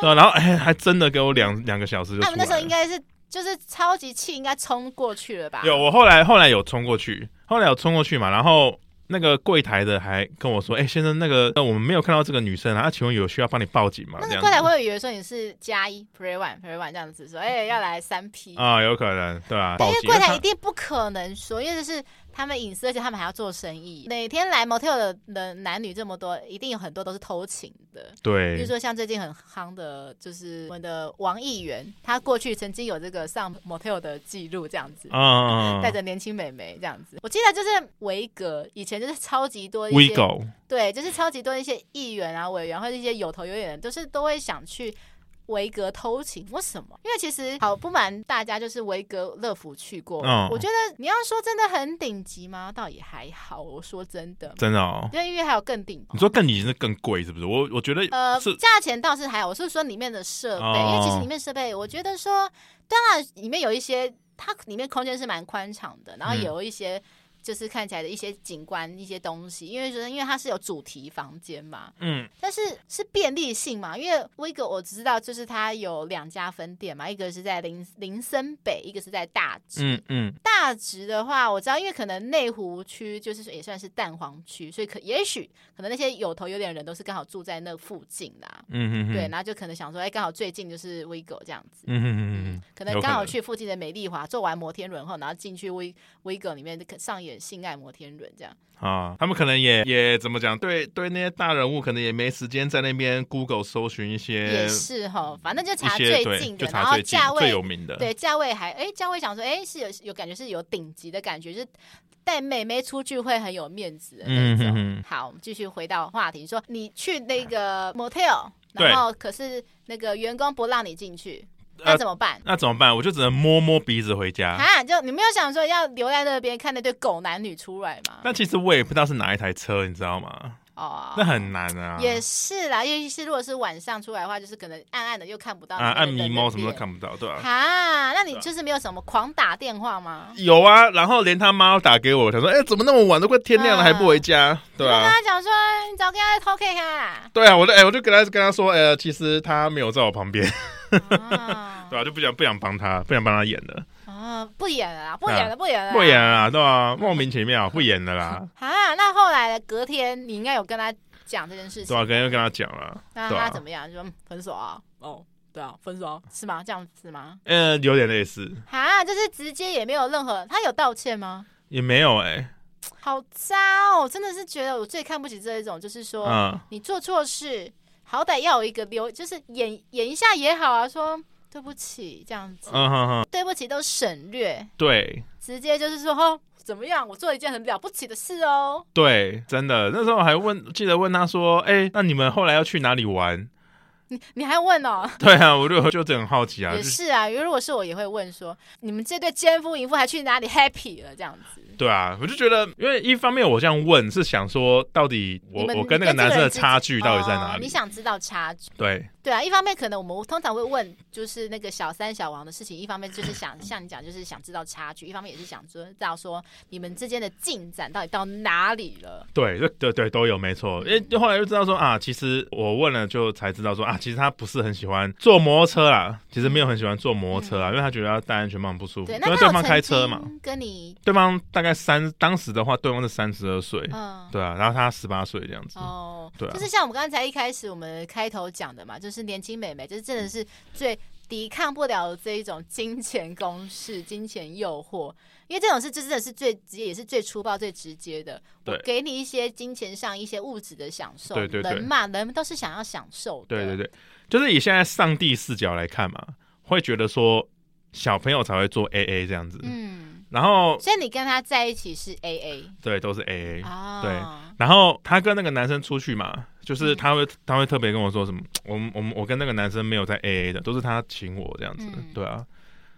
[SPEAKER 1] 对啊，然后哎，还真的给我两两个小时就
[SPEAKER 2] 那
[SPEAKER 1] 出
[SPEAKER 2] 你们
[SPEAKER 1] 来
[SPEAKER 2] 那时候
[SPEAKER 1] 了
[SPEAKER 2] 应。该是就是超级气，应该冲过去了吧？
[SPEAKER 1] 有，我后来后来有冲过去，后来有冲过去嘛，然后那个柜台的还跟我说：“哎、先生，那个呃我们没有看到这个女生啊，啊请问有需要帮你报警吗？”这
[SPEAKER 2] 那个
[SPEAKER 1] 样
[SPEAKER 2] 柜台
[SPEAKER 1] 子
[SPEAKER 2] 会不会以为说你是加一 pre one pre one 这样子说，哎、要来三 P
[SPEAKER 1] 嗯啊、有可能对吧、
[SPEAKER 2] 对
[SPEAKER 1] 报
[SPEAKER 2] 因为
[SPEAKER 1] 警，
[SPEAKER 2] 柜台
[SPEAKER 1] 他
[SPEAKER 2] 一定不可能说，因为这是他们隐私，而且他们还要做生意。每天来 motel 的的男女这么多，一定有很多都是偷情的。比如
[SPEAKER 1] 对
[SPEAKER 2] 说像最近很夯的，就是我们的王议员，他过去曾经有这个上 motel 的记录，这样子。
[SPEAKER 1] 啊
[SPEAKER 2] 带着年轻美眉这样子，我记得就是维格以前就是超级多一
[SPEAKER 1] 微
[SPEAKER 2] 些，
[SPEAKER 1] 狗
[SPEAKER 2] 对，就是超级多一些议员啊、委员或者一些有头有脸的人，就是都会想去维格偷情。为什么？因为其实好不瞒大家，就是维格乐福去过，
[SPEAKER 1] 嗯
[SPEAKER 2] 我觉得你要说真的很顶级吗？倒也还好。我说真的，
[SPEAKER 1] 真的哦。
[SPEAKER 2] 因为因为还有更顶级。
[SPEAKER 1] 你说更已经是更贵是不是？我我觉得
[SPEAKER 2] 呃
[SPEAKER 1] 是，
[SPEAKER 2] 价钱倒是还好，我是说里面的设备，
[SPEAKER 1] 哦
[SPEAKER 2] 因为其实里面设备，我觉得说，当然里面有一些，它里面空间是蛮宽敞的，然后
[SPEAKER 1] 嗯
[SPEAKER 2] 有一些。就是看起来的一些景观、一些东西，因为就是因为它是有主题房间嘛，
[SPEAKER 1] 嗯
[SPEAKER 2] 但是是便利性嘛？因为威格我知道，就是它有两家分店嘛，一个是在林林森北，一个是在大直。
[SPEAKER 1] 嗯嗯，
[SPEAKER 2] 大直的话，我知道，因为可能内湖区就是说也算是蛋黄区，所以可也许可能那些有头有脸的人都是刚好住在那附近啦、
[SPEAKER 1] 嗯嗯嗯，
[SPEAKER 2] 对，
[SPEAKER 1] 嗯
[SPEAKER 2] 然后就可能想说，哎、刚好最近就是威格这样子。
[SPEAKER 1] 嗯嗯嗯
[SPEAKER 2] 嗯
[SPEAKER 1] 嗯，，
[SPEAKER 2] 可
[SPEAKER 1] 有
[SPEAKER 2] 能
[SPEAKER 1] 可
[SPEAKER 2] 刚好
[SPEAKER 1] 能
[SPEAKER 2] 去附近的美丽华做完摩天轮后，然后进去威威格里面上演性爱摩天轮这样。
[SPEAKER 1] 啊，他们可能也也怎么讲？对对，那些大人物可能也没时间在那边 Google 搜寻一些
[SPEAKER 2] 也是哈，反正就
[SPEAKER 1] 呃一
[SPEAKER 2] 查
[SPEAKER 1] 些
[SPEAKER 2] 最
[SPEAKER 1] 对，
[SPEAKER 2] 近
[SPEAKER 1] 就
[SPEAKER 2] 的，然
[SPEAKER 1] 查
[SPEAKER 2] 后
[SPEAKER 1] 最近
[SPEAKER 2] 价位
[SPEAKER 1] 最有名的。
[SPEAKER 2] 对，价位还哎，价位想说哎是有有感觉是有顶级的感觉，就是带妹妹出去会很有面子的那
[SPEAKER 1] 嗯
[SPEAKER 2] 种。
[SPEAKER 1] 哼哼
[SPEAKER 2] 好，我们继续回到话题，说你去那个 motel，
[SPEAKER 1] 对
[SPEAKER 2] 然后可是那个员工不让你进去，
[SPEAKER 1] 呃
[SPEAKER 2] 那怎么办？
[SPEAKER 1] 那怎么办？我就只能摸摸鼻子回家。
[SPEAKER 2] 啊，就你没有想说要留在那边看那对狗男女出来吗？
[SPEAKER 1] 但其实我也不知道是哪一台车，你知道吗？
[SPEAKER 2] 哦，
[SPEAKER 1] 那很难啊。
[SPEAKER 2] 也是啦，尤其是如果是晚上出来的话，就是可能暗暗的又看不到
[SPEAKER 1] 啊，按
[SPEAKER 2] 迷
[SPEAKER 1] 迷猫什么都看不到，对吧、
[SPEAKER 2] 啊，那你就是没有什么狂打电话吗？
[SPEAKER 1] 有啊，然后连他妈都打给我，想说，哎、怎么那么晚，都快天亮了
[SPEAKER 2] 啊
[SPEAKER 1] 还不回家，对
[SPEAKER 2] 我跟
[SPEAKER 1] 啊。
[SPEAKER 2] 他讲说，你早跟他偷 看啊。
[SPEAKER 1] 对啊，我就哎、我就跟他跟他说，哎、其实他没有在我旁边，
[SPEAKER 2] 啊
[SPEAKER 1] 对吧、就不想不想帮他，不想帮他演了，
[SPEAKER 2] 啊，不演了啦，不演了，不演了，
[SPEAKER 1] 不演了啦，对吧、
[SPEAKER 2] 嗯
[SPEAKER 1] 莫名其妙不演了 啦，
[SPEAKER 2] 啊。那后来隔天，你应该有跟他讲这件事
[SPEAKER 1] 对
[SPEAKER 2] 情，
[SPEAKER 1] 吧、跟跟他讲了，
[SPEAKER 2] 那
[SPEAKER 1] 对
[SPEAKER 2] 他
[SPEAKER 1] 啊
[SPEAKER 2] 怎么样？就说嗯分手啊？哦，对啊，分手啊是吗？这样子吗？
[SPEAKER 1] 嗯、有点类似，
[SPEAKER 2] 啊，就是直接也没有任何，他有道歉吗？
[SPEAKER 1] 也没有哎、
[SPEAKER 2] 好渣哦！真的是觉得我最看不起这一种，就是说、
[SPEAKER 1] 嗯，
[SPEAKER 2] 你做错事，好歹要有一个留，就是演演一下也好啊，说对不起这样子，
[SPEAKER 1] 嗯哼哼，
[SPEAKER 2] 对不起都省略，
[SPEAKER 1] 对
[SPEAKER 2] 直接就是说哦，怎么样？我做了一件很了不起的事哦。
[SPEAKER 1] 对，真的，那时候还问，记得问他说，哎、那你们后来要去哪里玩？
[SPEAKER 2] 你你还问哦？
[SPEAKER 1] 对啊，我就就很好奇啊，
[SPEAKER 2] 也
[SPEAKER 1] 就是
[SPEAKER 2] 是啊，因为如果是我也会问说，你们这对奸夫淫妇还去哪里 happy 了这样子？
[SPEAKER 1] 对啊，我就觉得，因为一方面我这样问是想说，到底我
[SPEAKER 2] 你们
[SPEAKER 1] 我跟那个
[SPEAKER 2] 你跟这
[SPEAKER 1] 男生
[SPEAKER 2] 个
[SPEAKER 1] 的
[SPEAKER 2] 人之间
[SPEAKER 1] 差距到底在哪
[SPEAKER 2] 哦你
[SPEAKER 1] 里？
[SPEAKER 2] 想知道差距？
[SPEAKER 1] 对，
[SPEAKER 2] 对啊，一方面可能我们通常会问，就是那个小三小王的事情；一方面就 是想像你讲，就是想知道差距；一方面也是想知道说你们之间的进展到底到哪里了。
[SPEAKER 1] 对，对，对，对，都有，没错。因为后来就知道说啊，其实我问了就才知道说啊，其实他不是很喜欢坐摩托车啊，其实没有很喜欢坐摩托车啊，因为他觉得要戴安全帽很不舒服，
[SPEAKER 2] 嗯对，
[SPEAKER 1] 因
[SPEAKER 2] 那
[SPEAKER 1] 为
[SPEAKER 2] 他有
[SPEAKER 1] 对方开车
[SPEAKER 2] 曾
[SPEAKER 1] 嘛，
[SPEAKER 2] 经跟你
[SPEAKER 1] 对方大概三，当时的话对方是三十二岁，
[SPEAKER 2] 嗯。
[SPEAKER 1] 对啊，然后他十八岁这样子，
[SPEAKER 2] 哦，
[SPEAKER 1] 对啊
[SPEAKER 2] 就是像我们刚才一开始我们开头讲的嘛，就是年轻美眉，就是真的是最抵抗不了这一种金钱攻势、 金钱诱惑，因为这种事就真的是最直接，也是最粗暴、最直接的。
[SPEAKER 1] 对
[SPEAKER 2] 我给你一些金钱上一些物质的享受，
[SPEAKER 1] 对对对
[SPEAKER 2] 人嘛，人都是想要享受的。
[SPEAKER 1] 对对对，就是以现在上帝视角来看嘛，会觉得说小朋友才会做 AA 这样子，
[SPEAKER 2] 嗯，
[SPEAKER 1] 然后
[SPEAKER 2] 所以你跟他在一起是 A
[SPEAKER 1] 对都是
[SPEAKER 2] A
[SPEAKER 1] AA，、
[SPEAKER 2] 啊，嗯
[SPEAKER 1] 对然后他跟那个男生出去嘛，就是他会、他会特别跟我说什么，我们我们我跟那个男生没有在 AA 的，都是他请我这样子，
[SPEAKER 2] 嗯
[SPEAKER 1] 对啊，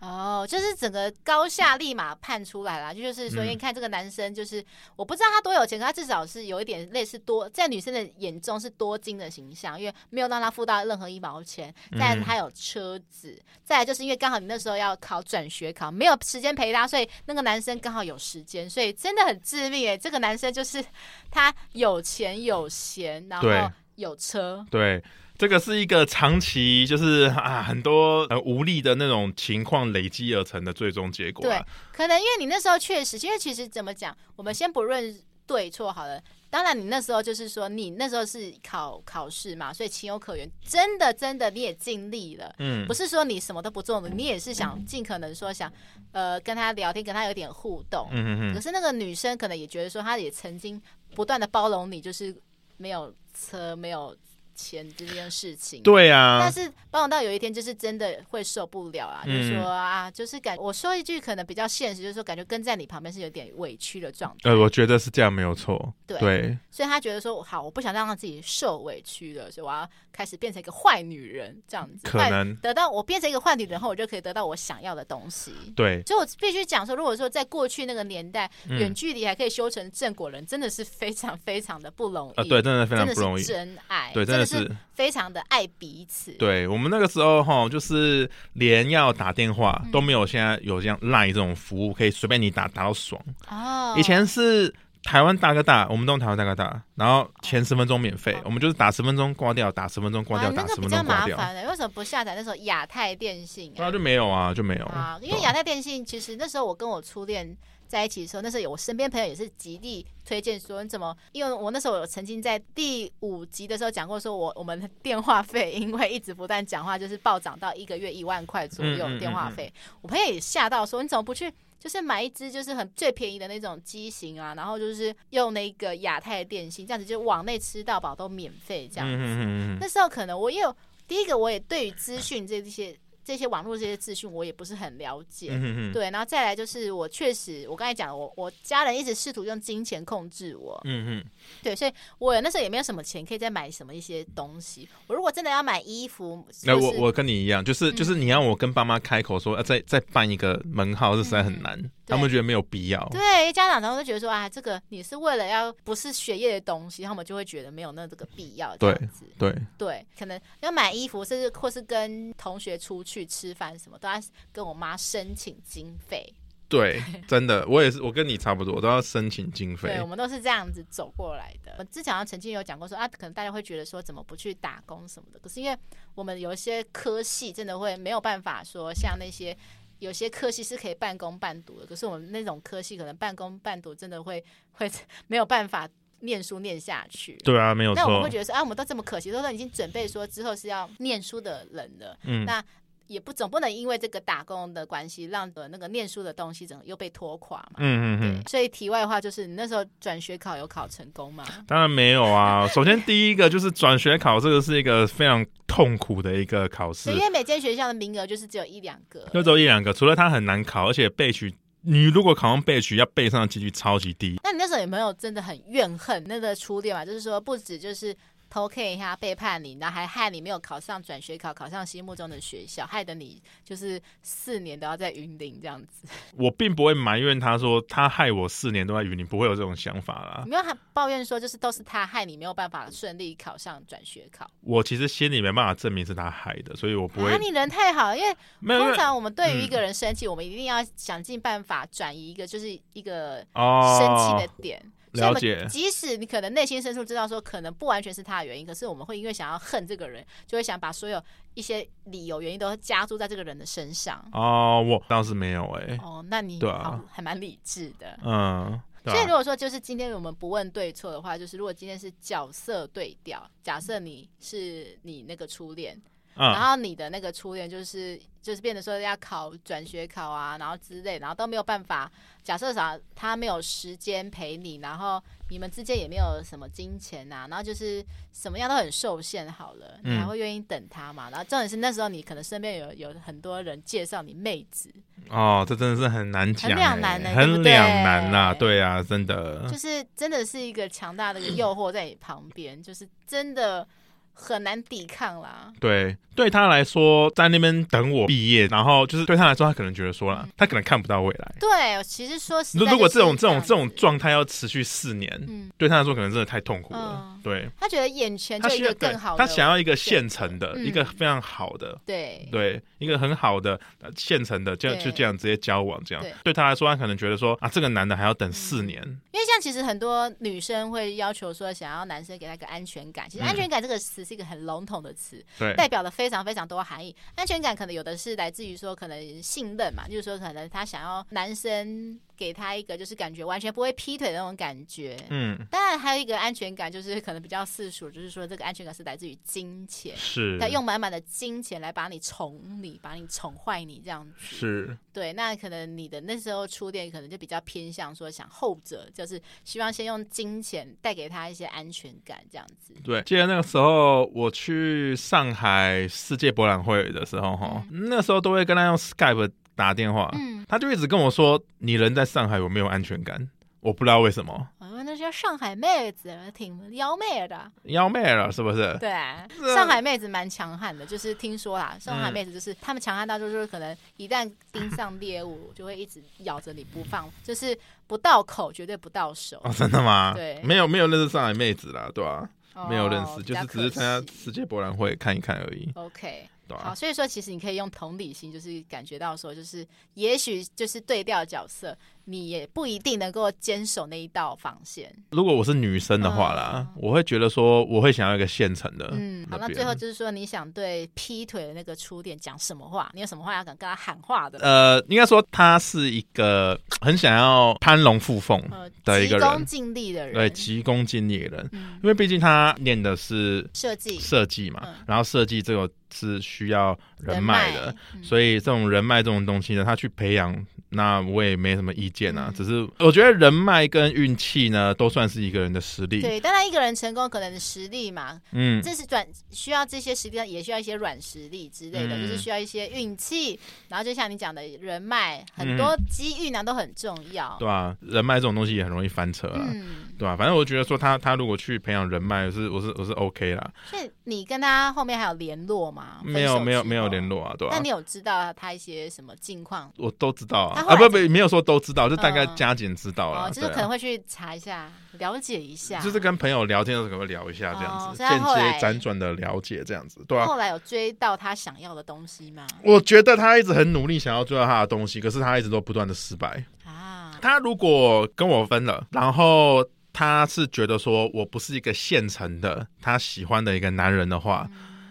[SPEAKER 2] 哦，就是整个高下立马判出来啦，就是说，
[SPEAKER 1] 嗯
[SPEAKER 2] 因为看这个男生，就是、我不知道他多有钱，可他至少是有一点类似多，在女生的眼中是多金的形象，因为没有让他付到任何一毛钱。再来
[SPEAKER 1] 嗯
[SPEAKER 2] 他有车子，再来就是因为刚好你那时候要考转学考，没有时间陪他，所以那个男生刚好有时间，所以真的很致命诶、欸这个男生就是 他有钱有闲，然后
[SPEAKER 1] 对
[SPEAKER 2] 有车，
[SPEAKER 1] 对。这个是一个长期就是啊很多呃无力的那种情况累积而成的最终结果、啊。
[SPEAKER 2] 可能因为你那时候确实，因为其实怎么讲，我们先不论对错好了。当然，你那时候就是说，你那时候是考考试嘛，所以情有可原。真的，真的，你也尽力了，
[SPEAKER 1] 嗯
[SPEAKER 2] 不，是说你什么都不做，你也是想尽可能说想，呃，跟他聊天，跟他有点互动。
[SPEAKER 1] 嗯嗯
[SPEAKER 2] 可
[SPEAKER 1] 嗯，
[SPEAKER 2] 是那个女生可能也觉得说，她也曾经不断的包容你，就是没有车、没有钱这件事情。
[SPEAKER 1] 对啊。
[SPEAKER 2] 但是包容到有一天，就是真的会受不了啊，
[SPEAKER 1] 嗯
[SPEAKER 2] 就说啊，就是感我说一句可能比较现实，就是说感觉跟在你旁边是有点委屈的状态，
[SPEAKER 1] 呃，我觉得是这样没有错。
[SPEAKER 2] 对
[SPEAKER 1] 对
[SPEAKER 2] 所以他觉得说好，我不想让自己受委屈了，所以我要开始变成一个坏女人这样子，
[SPEAKER 1] 可
[SPEAKER 2] 坏
[SPEAKER 1] 能
[SPEAKER 2] 得到我变成一个坏女人后，我就可以得到我想要的东西。
[SPEAKER 1] 对
[SPEAKER 2] 所以我必须讲说，如果说在过去那个年代，
[SPEAKER 1] 嗯
[SPEAKER 2] 远距离还可以修成正果人，真的是非常非常的不容易，
[SPEAKER 1] 呃，对，真的非
[SPEAKER 2] 真
[SPEAKER 1] 常
[SPEAKER 2] 的
[SPEAKER 1] 不容易
[SPEAKER 2] 是。真爱，
[SPEAKER 1] 对，真
[SPEAKER 2] 真
[SPEAKER 1] 的
[SPEAKER 2] 是
[SPEAKER 1] 是，
[SPEAKER 2] 非常的爱彼此，
[SPEAKER 1] 对我们那个时候哈，就是连要打电话
[SPEAKER 2] 嗯
[SPEAKER 1] 都没有，现在有这样 Line 这种服务，可以随便你打打到爽。
[SPEAKER 2] 哦，
[SPEAKER 1] 以前是台湾大哥大，我们都用台湾大哥大，然后前十分钟免费，我们就是打十分钟挂掉，打十分钟挂掉，
[SPEAKER 2] 哦啊、那
[SPEAKER 1] 打
[SPEAKER 2] 个
[SPEAKER 1] 十
[SPEAKER 2] 比
[SPEAKER 1] 分
[SPEAKER 2] 较
[SPEAKER 1] 钟挂
[SPEAKER 2] 麻
[SPEAKER 1] 掉，
[SPEAKER 2] 烦的、为什么不下载那时候亚太电信
[SPEAKER 1] 对
[SPEAKER 2] 啊、
[SPEAKER 1] 啊，就没有啊，就没有
[SPEAKER 2] 啊，因
[SPEAKER 1] 对
[SPEAKER 2] 为
[SPEAKER 1] 啊
[SPEAKER 2] 亚太电信其实那时候我跟我初恋在一起的时候，那时候有我身边朋友也是极力推荐说你怎么，因为我那时候有曾经在第五集的时候讲过，说我我们的电话费因为一直不断讲话，就是暴涨到一个月一万块左右
[SPEAKER 1] 嗯嗯嗯
[SPEAKER 2] 的电话费，我朋友也吓到说你怎么不去？就是买一支就是很最便宜的那种机型啊，然后就是用那个亚太电信，这样子就往内吃到饱都免费这样子。
[SPEAKER 1] 嗯嗯嗯嗯嗯，
[SPEAKER 2] 那时候可能我也有第一个，我也对于资讯这些这些网络这些资讯，我也不是很了解。
[SPEAKER 1] 嗯嗯嗯，
[SPEAKER 2] 对，然后再来就是我确实，我刚才讲了，我我家人一直试图用金钱控制我，
[SPEAKER 1] 嗯嗯
[SPEAKER 2] 对，所以我那时候也没有什么钱可以再买什么一些东西。我如果真的要买衣服，
[SPEAKER 1] 那
[SPEAKER 2] 就
[SPEAKER 1] 我
[SPEAKER 2] 是
[SPEAKER 1] 我跟你一样，
[SPEAKER 2] 嗯
[SPEAKER 1] 就是就是你让我跟爸妈开口说，啊再再办一个门号，这实在很难，他们觉得没有必要。
[SPEAKER 2] 嗯对家长，他们就觉得说啊，这个你是为了要不是学业的东西，他们就会觉得没有那这个必要这样子。
[SPEAKER 1] 对，
[SPEAKER 2] 对，可能要买衣服，甚至或是跟同学出去吃饭什么，都要跟我妈申请经费。
[SPEAKER 1] 对，真的，我也是，我跟你差不多，我都要申请经费
[SPEAKER 2] 对，我。们都是这样子走过来的。我之前好像曾经有讲过说啊，可能大家会觉得说怎么不去打工什么的，可是因为我们有一些科系真的会没有办法说像那些。有些科系是可以半工半读的，可是我们那种科系可能半工半读真的会会 没有办法念书念下去。
[SPEAKER 1] 对啊，没有
[SPEAKER 2] 那我们
[SPEAKER 1] 错
[SPEAKER 2] 会觉。得说，啊，我们都这么可惜，都都已经准备说之后是要念书的人了，
[SPEAKER 1] 嗯
[SPEAKER 2] 那也不总不能因为这个打工的关系，让呃那个念书的东西整个又被拖垮嘛。
[SPEAKER 1] 嗯嗯
[SPEAKER 2] 对
[SPEAKER 1] 嗯，，
[SPEAKER 2] 所以题外话就是，你那时候转学考有考成功吗？
[SPEAKER 1] 当然没有啊。首先第一个就是转学考，这个是一个非常痛苦的一个考试
[SPEAKER 2] 对，因，为每间学校的名额就是只有一两个，
[SPEAKER 1] 就只有一两个，除了它很难考，而且背取，你如果考上背取，要背上的几率超级低。
[SPEAKER 2] 那你那时候有没有真的很怨恨那个初恋嘛？就是说，不止就是偷 K 一下背叛你，然后还害你没有考上转学考，考上心目中的学校，害得你就是四年都要在云林这样子。
[SPEAKER 1] 我并不会埋怨他说他害我四年都在云林，不会有这种想法啦。
[SPEAKER 2] 没有还抱怨说，就是都是他害你没有办法顺利考上转学考。
[SPEAKER 1] 我其实心里没办法证明是他害的，所以我不会
[SPEAKER 2] 啊，你人太好，因为
[SPEAKER 1] 没有没
[SPEAKER 2] 通
[SPEAKER 1] 有
[SPEAKER 2] 常我们对于
[SPEAKER 1] 嗯
[SPEAKER 2] 一个人生气，我们一定要想尽办法转移一个，就是一个
[SPEAKER 1] 哦
[SPEAKER 2] 生气的点。所以
[SPEAKER 1] 了
[SPEAKER 2] 我们
[SPEAKER 1] 解
[SPEAKER 2] 即使你可能内心深处知道说可能不完全是他的原因，可是我们会因为想要恨这个人，就会想把所有一些理由原因都加注在这个人的 身上。
[SPEAKER 1] 哦，我倒是没有哎、
[SPEAKER 2] 哦，那你
[SPEAKER 1] 对啊
[SPEAKER 2] 好还蛮理智的。
[SPEAKER 1] 嗯，对
[SPEAKER 2] 所以如
[SPEAKER 1] 啊、
[SPEAKER 2] 果说就是今天我们不问对错的话，就是如果今天是角色对调，假设你是你那个初恋，然
[SPEAKER 1] 嗯，
[SPEAKER 2] 后你的那个初恋就是就是变得说要考转学考啊，然后之类，然后都没有办法。假设啥，他没有时间陪你，然后你们之间也没有什么金钱呐、然后就是什么样都很受限。好了，你还
[SPEAKER 1] 嗯
[SPEAKER 2] 会愿意等他嘛？然后重点是那时候你可能身边有有很多人介绍你妹子，
[SPEAKER 1] 哦，这真的是很难讲、欸，
[SPEAKER 2] 很两难欸对不
[SPEAKER 1] 很
[SPEAKER 2] 对
[SPEAKER 1] 两难啦，对啊，真的，
[SPEAKER 2] 就是真的是一个强大的一个诱惑在你旁边，就是真的很难抵抗啦。
[SPEAKER 1] 对，对他来说，在那边等我毕业，然后就是对他来说，他可能觉得说啦，他可能看不到未来。
[SPEAKER 2] 对，其实说实
[SPEAKER 1] 如
[SPEAKER 2] 在
[SPEAKER 1] 如果
[SPEAKER 2] 嗯就是
[SPEAKER 1] 这种这种
[SPEAKER 2] 样
[SPEAKER 1] 这种
[SPEAKER 2] 子
[SPEAKER 1] 状态要持续四年，
[SPEAKER 2] 嗯
[SPEAKER 1] 对他来说可能真的太痛苦了。
[SPEAKER 2] 嗯
[SPEAKER 1] 对
[SPEAKER 2] 他觉得眼前
[SPEAKER 1] 他
[SPEAKER 2] 就一
[SPEAKER 1] 需要
[SPEAKER 2] 个
[SPEAKER 1] 对
[SPEAKER 2] 更好的，
[SPEAKER 1] 他想要一个现成的，
[SPEAKER 2] 嗯
[SPEAKER 1] 一个非常好的，
[SPEAKER 2] 对
[SPEAKER 1] 对，一个很好的呃现成的，就
[SPEAKER 2] 对
[SPEAKER 1] 就这样直接交往，这样
[SPEAKER 2] 对嗯
[SPEAKER 1] 对他来说，他可能觉得说啊，这个男的还要等四年，
[SPEAKER 2] 因为像其实很多女生会要求说，想要男生给她一个安全感。其实
[SPEAKER 1] 嗯
[SPEAKER 2] 安全感这个词是一个很笼统的词，
[SPEAKER 1] 对
[SPEAKER 2] 代表了非常非常多含义。安全感可能有的是来自于说可能信任嘛，就是说可能她想要男生给她一个就是感觉完全不会劈腿的那种感觉。
[SPEAKER 1] 嗯，
[SPEAKER 2] 当然，还有一个安全感，就是可能比较世俗，就是说这个安全感是来自于金钱，
[SPEAKER 1] 是
[SPEAKER 2] 他用满满的金钱来把你宠你，把你宠坏你这样子。
[SPEAKER 1] 是
[SPEAKER 2] 对，那可能你的那时候初恋可能就比较偏向说想后者，就是希望先用金钱带给他一些安全感这样子。
[SPEAKER 1] 对，记得那个时候我去上海世界博览会的时候，哈、那时候都会跟他用 Skype 打电话，
[SPEAKER 2] 嗯
[SPEAKER 1] 他就一直跟我说：“你人在上海有没有安全感？”我不知道为什么，
[SPEAKER 2] 我哦们那叫上海妹子，挺撩妹的。
[SPEAKER 1] 幺妹了是不是？
[SPEAKER 2] 对，啊上海妹子蛮强悍的，就是听说啦，上海
[SPEAKER 1] 嗯
[SPEAKER 2] 妹子就是她们强悍到就是可能一旦盯上猎物，就会一直咬着你不放，就是不到口绝对不到手
[SPEAKER 1] 哦，。真的吗？
[SPEAKER 2] 对
[SPEAKER 1] 没有没有认识上海妹子啦，对吧、没有认识，
[SPEAKER 2] 哦
[SPEAKER 1] 就是只是参。
[SPEAKER 2] 比
[SPEAKER 1] 加
[SPEAKER 2] 较可惜
[SPEAKER 1] 世界博览会看一看而已，
[SPEAKER 2] OK，
[SPEAKER 1] 对吧、
[SPEAKER 2] 好，所以说其实你可以用同理心，就是感觉到说，就是也许就是对调角色，你也不一定能够坚守那一道防线。
[SPEAKER 1] 如果我是女生的话啦，我会觉得说，我会想要一个现成的。
[SPEAKER 2] 嗯，好，那
[SPEAKER 1] 边
[SPEAKER 2] 最后就是说，你想对劈腿的那个初恋讲什么话？你有什么话要敢跟他喊话的？
[SPEAKER 1] 呃，应该说他是一个很想要攀龙附凤
[SPEAKER 2] 呃，
[SPEAKER 1] 的一
[SPEAKER 2] 急
[SPEAKER 1] 个
[SPEAKER 2] 功
[SPEAKER 1] 人，
[SPEAKER 2] 近利的人，
[SPEAKER 1] 对，急功近利的人，
[SPEAKER 2] 嗯，
[SPEAKER 1] 因为毕竟他念的是
[SPEAKER 2] 设计
[SPEAKER 1] 设计嘛，
[SPEAKER 2] 嗯
[SPEAKER 1] 然后设计这个是需要人脉的，，
[SPEAKER 2] 嗯
[SPEAKER 1] 所以这种人脉这种东西呢，他去培养，那我也没什么意见啊。
[SPEAKER 2] 嗯
[SPEAKER 1] 只是我觉得人脉跟运气呢，都算是一个人的实力。
[SPEAKER 2] 对，当然一个人成功可能实力嘛，
[SPEAKER 1] 嗯，
[SPEAKER 2] 这是转需要这些实力，也需要一些软实力之类的，
[SPEAKER 1] 嗯
[SPEAKER 2] 就是需要一些运气，然后就像你讲的人脉，很多机遇呢都很重要
[SPEAKER 1] 嗯对。吧、人脉这种东西也很容易翻车啊。
[SPEAKER 2] 嗯，
[SPEAKER 1] 对吧、反正我觉得说他他如果去培养人脉，是我是我是 OK 啦，
[SPEAKER 2] 所以你跟他后面还有联络吗？
[SPEAKER 1] 没有没有没有联
[SPEAKER 2] 络。
[SPEAKER 1] 络啊，对吧、
[SPEAKER 2] 那你有知道他一些什么近况？
[SPEAKER 1] 我都知道啊
[SPEAKER 2] 他，后
[SPEAKER 1] 啊
[SPEAKER 2] 来
[SPEAKER 1] 不
[SPEAKER 2] 怎
[SPEAKER 1] 不
[SPEAKER 2] 么
[SPEAKER 1] 没有说都知道，就大概
[SPEAKER 2] 嗯
[SPEAKER 1] 加减知道啦。
[SPEAKER 2] 哦，就
[SPEAKER 1] 对
[SPEAKER 2] 是
[SPEAKER 1] 啊
[SPEAKER 2] 可能会去查一下，了解一下。
[SPEAKER 1] 就是跟朋友聊天的时候可能会聊一下这样
[SPEAKER 2] 哦
[SPEAKER 1] 子，
[SPEAKER 2] 所以
[SPEAKER 1] 间
[SPEAKER 2] 他后来
[SPEAKER 1] 接辗转的了解这样子，对啊。
[SPEAKER 2] 后来有追到他想要的东西吗？
[SPEAKER 1] 我觉得他一直很努力想要追到他的东西，可是他一直都不断的失败。
[SPEAKER 2] 啊，
[SPEAKER 1] 他如果跟我分了，然后他是觉得说我不是一个现成的他喜欢的一个男人的话，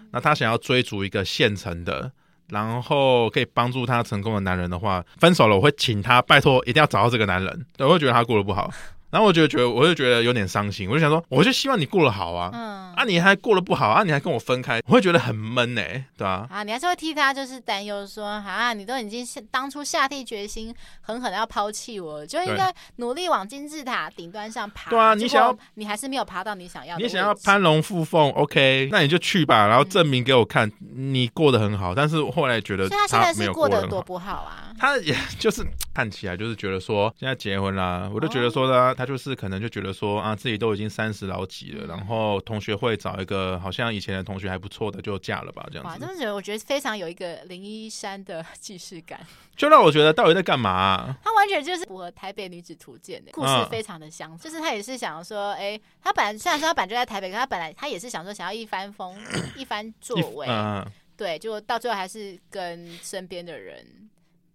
[SPEAKER 1] 那他想要追逐一个现成的。然后可以帮助他成功的男人的话，分手了我会请他拜托一定要找到这个男人，对，我会觉得他过得不好，然后我就觉得我就觉得有点伤心，我就想说，我就希望你过得好啊，
[SPEAKER 2] 嗯
[SPEAKER 1] 啊，你还过得不好啊，你还跟我分开，我会觉得很闷呢、对吧、
[SPEAKER 2] 啊，你还是会替他就是担忧说，啊，你都已经下当初下定决心，狠狠的要抛弃我，就应
[SPEAKER 1] 对
[SPEAKER 2] 该努力往金字塔顶端上爬。
[SPEAKER 1] 对啊
[SPEAKER 2] 结
[SPEAKER 1] 你
[SPEAKER 2] 果
[SPEAKER 1] 想要
[SPEAKER 2] 你还是没有爬到你想要的
[SPEAKER 1] 你
[SPEAKER 2] 位置，
[SPEAKER 1] 想要攀龙附凤，OK，那你就去吧，然后证明给我看你过得很好。但是我后来觉得
[SPEAKER 2] 所以他现在
[SPEAKER 1] 没
[SPEAKER 2] 是
[SPEAKER 1] 有过
[SPEAKER 2] 得
[SPEAKER 1] 很
[SPEAKER 2] 多
[SPEAKER 1] 好，
[SPEAKER 2] 不好啊？
[SPEAKER 1] 他也 就是看起来就是觉得说现在结婚啦，我就
[SPEAKER 2] 哦
[SPEAKER 1] 觉得说呢，他就是可能就觉得说啊，自己都已经三十老几
[SPEAKER 2] 嗯
[SPEAKER 1] 了，然后同学会找一个好像以前的同学还不错的就嫁了吧，这
[SPEAKER 2] 哇，
[SPEAKER 1] 样
[SPEAKER 2] 这
[SPEAKER 1] 子，
[SPEAKER 2] 么觉得，我觉得非常有一个林一山的既视感。
[SPEAKER 1] 就让我觉得到底在干嘛啊、
[SPEAKER 2] 她完全就是符合台北女子图鉴欸
[SPEAKER 1] 嗯
[SPEAKER 2] 的故事，非常的相似。就是她也是想要说，哎、她本来虽然说她本来就在台北，可她本来她也是想说想要一番 风一番作
[SPEAKER 1] 一
[SPEAKER 2] 为，
[SPEAKER 1] 嗯、
[SPEAKER 2] 对，就到最后还是跟身边的人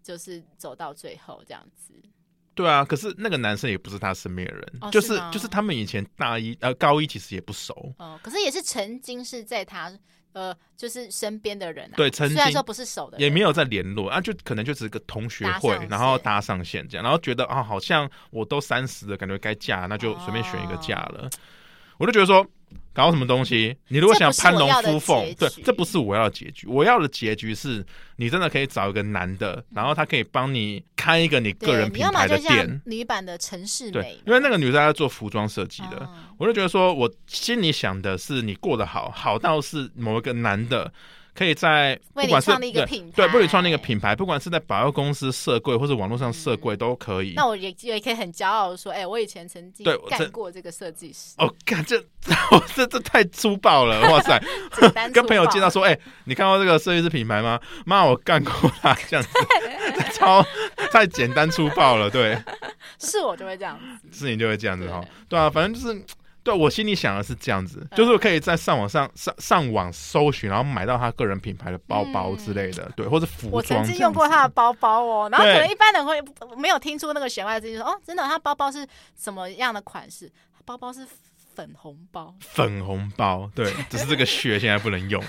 [SPEAKER 2] 就是走到最后这样子。
[SPEAKER 1] 对啊，可是那个男生也不是他身边的人，
[SPEAKER 2] 哦
[SPEAKER 1] 就是是
[SPEAKER 2] 吗
[SPEAKER 1] 就是他们以前大一呃高一其实也不熟，
[SPEAKER 2] 哦、可是也是曾经是在她呃，就是身边的人、啊，
[SPEAKER 1] 对曾经
[SPEAKER 2] 虽然说不是熟的人，
[SPEAKER 1] 也没有再联络啊，就可能就只是个同学会
[SPEAKER 2] 搭上，线
[SPEAKER 1] 然后搭上线这样，然后觉得啊好像我都三十了，感觉该嫁，那
[SPEAKER 2] 哦
[SPEAKER 1] 就随便选一个嫁了。我就觉得说搞什么东西，你如果想攀龙
[SPEAKER 2] 这
[SPEAKER 1] 附
[SPEAKER 2] 不是我要
[SPEAKER 1] 凤，
[SPEAKER 2] 的
[SPEAKER 1] 对
[SPEAKER 2] 结局，
[SPEAKER 1] 这不是我要的结局，我要的结局是你真的可以找一个男的，然后他可以帮你开一个你
[SPEAKER 2] 对，
[SPEAKER 1] 个人
[SPEAKER 2] 你
[SPEAKER 1] 品
[SPEAKER 2] 要么
[SPEAKER 1] 牌
[SPEAKER 2] 就
[SPEAKER 1] 的
[SPEAKER 2] 像
[SPEAKER 1] 店。
[SPEAKER 2] 女版的城市美
[SPEAKER 1] 对
[SPEAKER 2] 嘛，，
[SPEAKER 1] 因为那个女生她做服装设计的，
[SPEAKER 2] 哦
[SPEAKER 1] 我就觉得说，我心里想的是你过得好，好到是某一个男的可以在不
[SPEAKER 2] 为你
[SPEAKER 1] 管是
[SPEAKER 2] 创立一个品牌
[SPEAKER 1] 对，对为你创立一个品牌，不管是在百货公司设柜或者网络上设柜都可以。
[SPEAKER 2] 嗯那我也也可以很骄傲的说，哎、我以前曾经
[SPEAKER 1] 对我这
[SPEAKER 2] 干过这个设计 师，
[SPEAKER 1] 哦，干这这这太粗暴 了，哇塞！
[SPEAKER 2] 简单
[SPEAKER 1] 跟
[SPEAKER 2] 粗
[SPEAKER 1] 朋友
[SPEAKER 2] 暴
[SPEAKER 1] 介绍说，哎、你看过这个设计师品牌吗？妈，我干过他，这样子，这超太简单粗暴了，对。
[SPEAKER 2] 是我就会这样子。
[SPEAKER 1] 事情就会这样子哈
[SPEAKER 2] 对。
[SPEAKER 1] 对啊，反正就是。对，我心里想的是这样子，
[SPEAKER 2] 嗯
[SPEAKER 1] 就是我可以在上网上上上网搜寻，然后买到他个人品牌的包包之类的，对，或者服
[SPEAKER 2] 嗯
[SPEAKER 1] 装
[SPEAKER 2] 我
[SPEAKER 1] 这
[SPEAKER 2] 曾
[SPEAKER 1] 样子。
[SPEAKER 2] 经用过他的包包哦，然后可
[SPEAKER 1] 对
[SPEAKER 2] 能一般人会没有听出那个弦外之音，说哦，真的，他包包是什么样的款式？他包包是粉红包。
[SPEAKER 1] 粉红包，对，只是这个血现在不能 用了。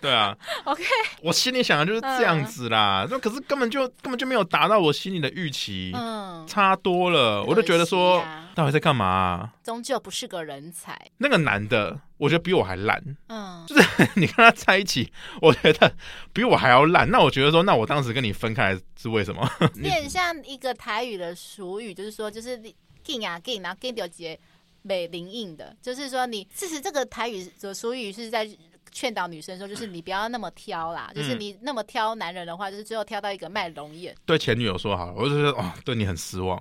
[SPEAKER 1] 对啊
[SPEAKER 2] OK 嗯
[SPEAKER 1] 我心里想的就是这样子啦，那、可是根本就根本就没有达到我心里的预期，
[SPEAKER 2] 嗯，
[SPEAKER 1] 差多了，我就觉得说
[SPEAKER 2] 可惜啊
[SPEAKER 1] 到底在干嘛啊、
[SPEAKER 2] 终究不是个人才。
[SPEAKER 1] 那个男的，我觉得比我还烂，
[SPEAKER 2] 嗯，
[SPEAKER 1] 你跟他在一起，我觉得比我还要烂。那我觉得说，那我当时跟你分开来是为什么？
[SPEAKER 2] 有点像一个台语的俗语，就是说，就是你 g 啊 g 然后 g 掉结美灵应的，就是说你其实这个台语的俗语是在。劝导女生说，就是你不要那么挑啦，就是
[SPEAKER 1] 嗯
[SPEAKER 2] 你那么挑男人的话，就是最后挑到一个卖龙眼。
[SPEAKER 1] 对前女友说好了，我就觉得哦，对你很失 望。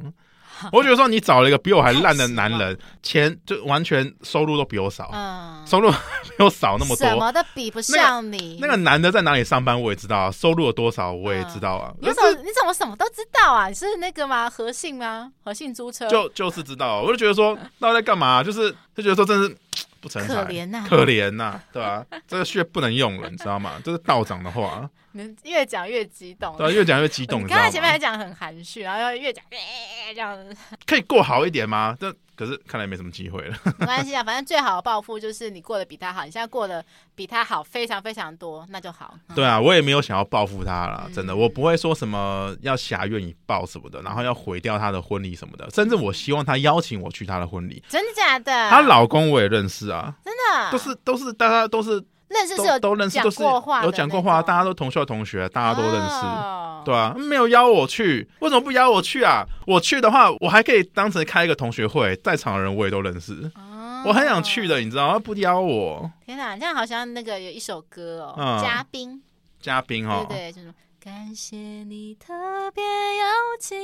[SPEAKER 1] 我觉得说你找了一个比我还烂的男人，钱就完全收入都比我少，
[SPEAKER 2] 嗯，
[SPEAKER 1] 收入没有少那么
[SPEAKER 2] 什
[SPEAKER 1] 多。
[SPEAKER 2] 么都比不上你。
[SPEAKER 1] 那个男的在哪里上班我也知道啊，收入有多少我也知道啊，
[SPEAKER 2] 嗯你怎么你怎么什么都知道啊？你是那个吗？和信吗？和信租车
[SPEAKER 1] 就就是知道啊，我就觉得说到底在干嘛、啊就是就觉得说真是不成才，
[SPEAKER 2] 可怜呐、
[SPEAKER 1] 可怜呐、对吧、这个血不能用了，你知道吗？这是道长的话。啊
[SPEAKER 2] 你越讲越激动。
[SPEAKER 1] 对啊，越讲越激动，
[SPEAKER 2] 你
[SPEAKER 1] 你知
[SPEAKER 2] 哦嗯刚
[SPEAKER 1] 道吗？
[SPEAKER 2] 才前面还讲很含蓄，然后越讲、欸、这样，
[SPEAKER 1] 可以过好一点吗？这可是看来没什么机会了。
[SPEAKER 2] 没关系啊。反正最好的报复就是你过得比他好，你现在过得比他好非常非常多，那就好。嗯
[SPEAKER 1] 对啊，我也没有想要报复他啦，
[SPEAKER 2] 嗯
[SPEAKER 1] 真的，我不会说什么要侠怨以报什么的，然后要毁掉他的婚礼什么的，甚至我希望他邀请我去他的婚礼。
[SPEAKER 2] 真的假的？
[SPEAKER 1] 她老公我也认识啊，
[SPEAKER 2] 真的
[SPEAKER 1] 都是都是大家都是
[SPEAKER 2] 认嗯识是
[SPEAKER 1] 都
[SPEAKER 2] 有
[SPEAKER 1] 都认识，
[SPEAKER 2] 讲
[SPEAKER 1] 都是
[SPEAKER 2] 过话的
[SPEAKER 1] 有
[SPEAKER 2] 那种，
[SPEAKER 1] 讲过话，大家都同校同学，大家都认识。
[SPEAKER 2] 哦
[SPEAKER 1] 对啊，没有邀我去，为什么不邀我去啊？我去的话，我还可以当成开一个同学会，在场的人我也都认识，
[SPEAKER 2] 哦
[SPEAKER 1] 我很想去的，你知道吗？不邀我，
[SPEAKER 2] 天哪，这样好像那个有一首歌哦，
[SPEAKER 1] 嗯
[SPEAKER 2] 嘉宾，
[SPEAKER 1] 嘉宾哦，
[SPEAKER 2] 对对，就是感
[SPEAKER 3] 谢
[SPEAKER 2] 谢
[SPEAKER 3] 你特别邀请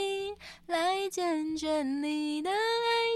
[SPEAKER 3] 来见证你的爱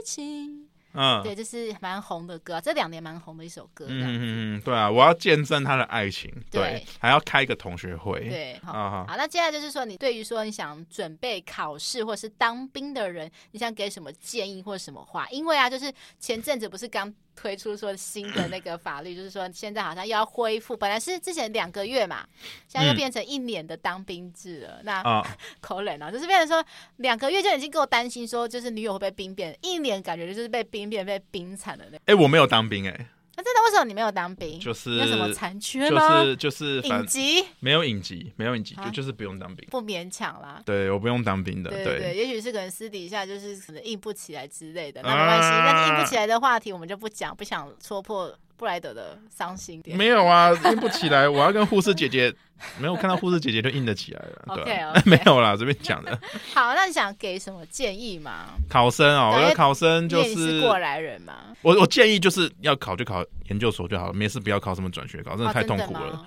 [SPEAKER 3] 情。
[SPEAKER 1] 嗯，
[SPEAKER 2] 对，就是蛮红的歌，这两年蛮红的一首歌。这样
[SPEAKER 1] 嗯嗯嗯，对啊，我要见证他的爱情，对，
[SPEAKER 2] 对
[SPEAKER 1] 还要开一个同学会，
[SPEAKER 2] 对，好，
[SPEAKER 1] 啊，
[SPEAKER 2] 好，那接下来就是说，你对于说你想准备考试或是当兵的人，你想给什么建议或什么话？因为啊，就是前阵子不是刚推出说新的那个法律，就是说现在好像要恢复，本来是之前两个月嘛，现在又
[SPEAKER 1] 嗯
[SPEAKER 2] 变成一年的当兵制了。那
[SPEAKER 1] 啊，
[SPEAKER 2] 口冷啊，就是变成说两个月就已经给我担心说，就是女友会被兵变，一年感觉就是被兵变、被冰惨的那。
[SPEAKER 1] 哎，我没有当兵，哎，
[SPEAKER 2] 那、真的为什么你没有当兵？
[SPEAKER 1] 就是
[SPEAKER 2] 有什么残缺
[SPEAKER 1] 就
[SPEAKER 2] 吗？
[SPEAKER 1] 是就是
[SPEAKER 2] 隐
[SPEAKER 1] 反
[SPEAKER 2] 疾
[SPEAKER 1] 没有影集，没有影集，
[SPEAKER 2] 啊
[SPEAKER 1] 就就是不用当兵，
[SPEAKER 2] 不勉强啦。
[SPEAKER 1] 对，我不用当兵的，
[SPEAKER 2] 对对
[SPEAKER 1] 对
[SPEAKER 2] 对，也许是可能私底下就是可能硬不起来之类的，那
[SPEAKER 1] 啊
[SPEAKER 2] 没关系。但是硬不起来的话题我们就不讲，不想戳破布莱德的伤心点。
[SPEAKER 1] 没有啊，硬不起来，我要跟护士姐 姐，没有我看到护士姐姐就硬得起来了，对啊
[SPEAKER 2] OK，OK
[SPEAKER 1] 没有啦，随便讲的。
[SPEAKER 2] 好，那你想给什么建议吗？
[SPEAKER 1] 考生哦，我
[SPEAKER 2] 对
[SPEAKER 1] 觉得考生就
[SPEAKER 2] 因为你是过来人嘛，
[SPEAKER 1] 我我建议就是要考就考研究所就好了，没事不要考什么转学考，真的
[SPEAKER 2] 哦
[SPEAKER 1] 太
[SPEAKER 2] 真
[SPEAKER 1] 痛
[SPEAKER 2] 的
[SPEAKER 1] 苦了。
[SPEAKER 2] 吗？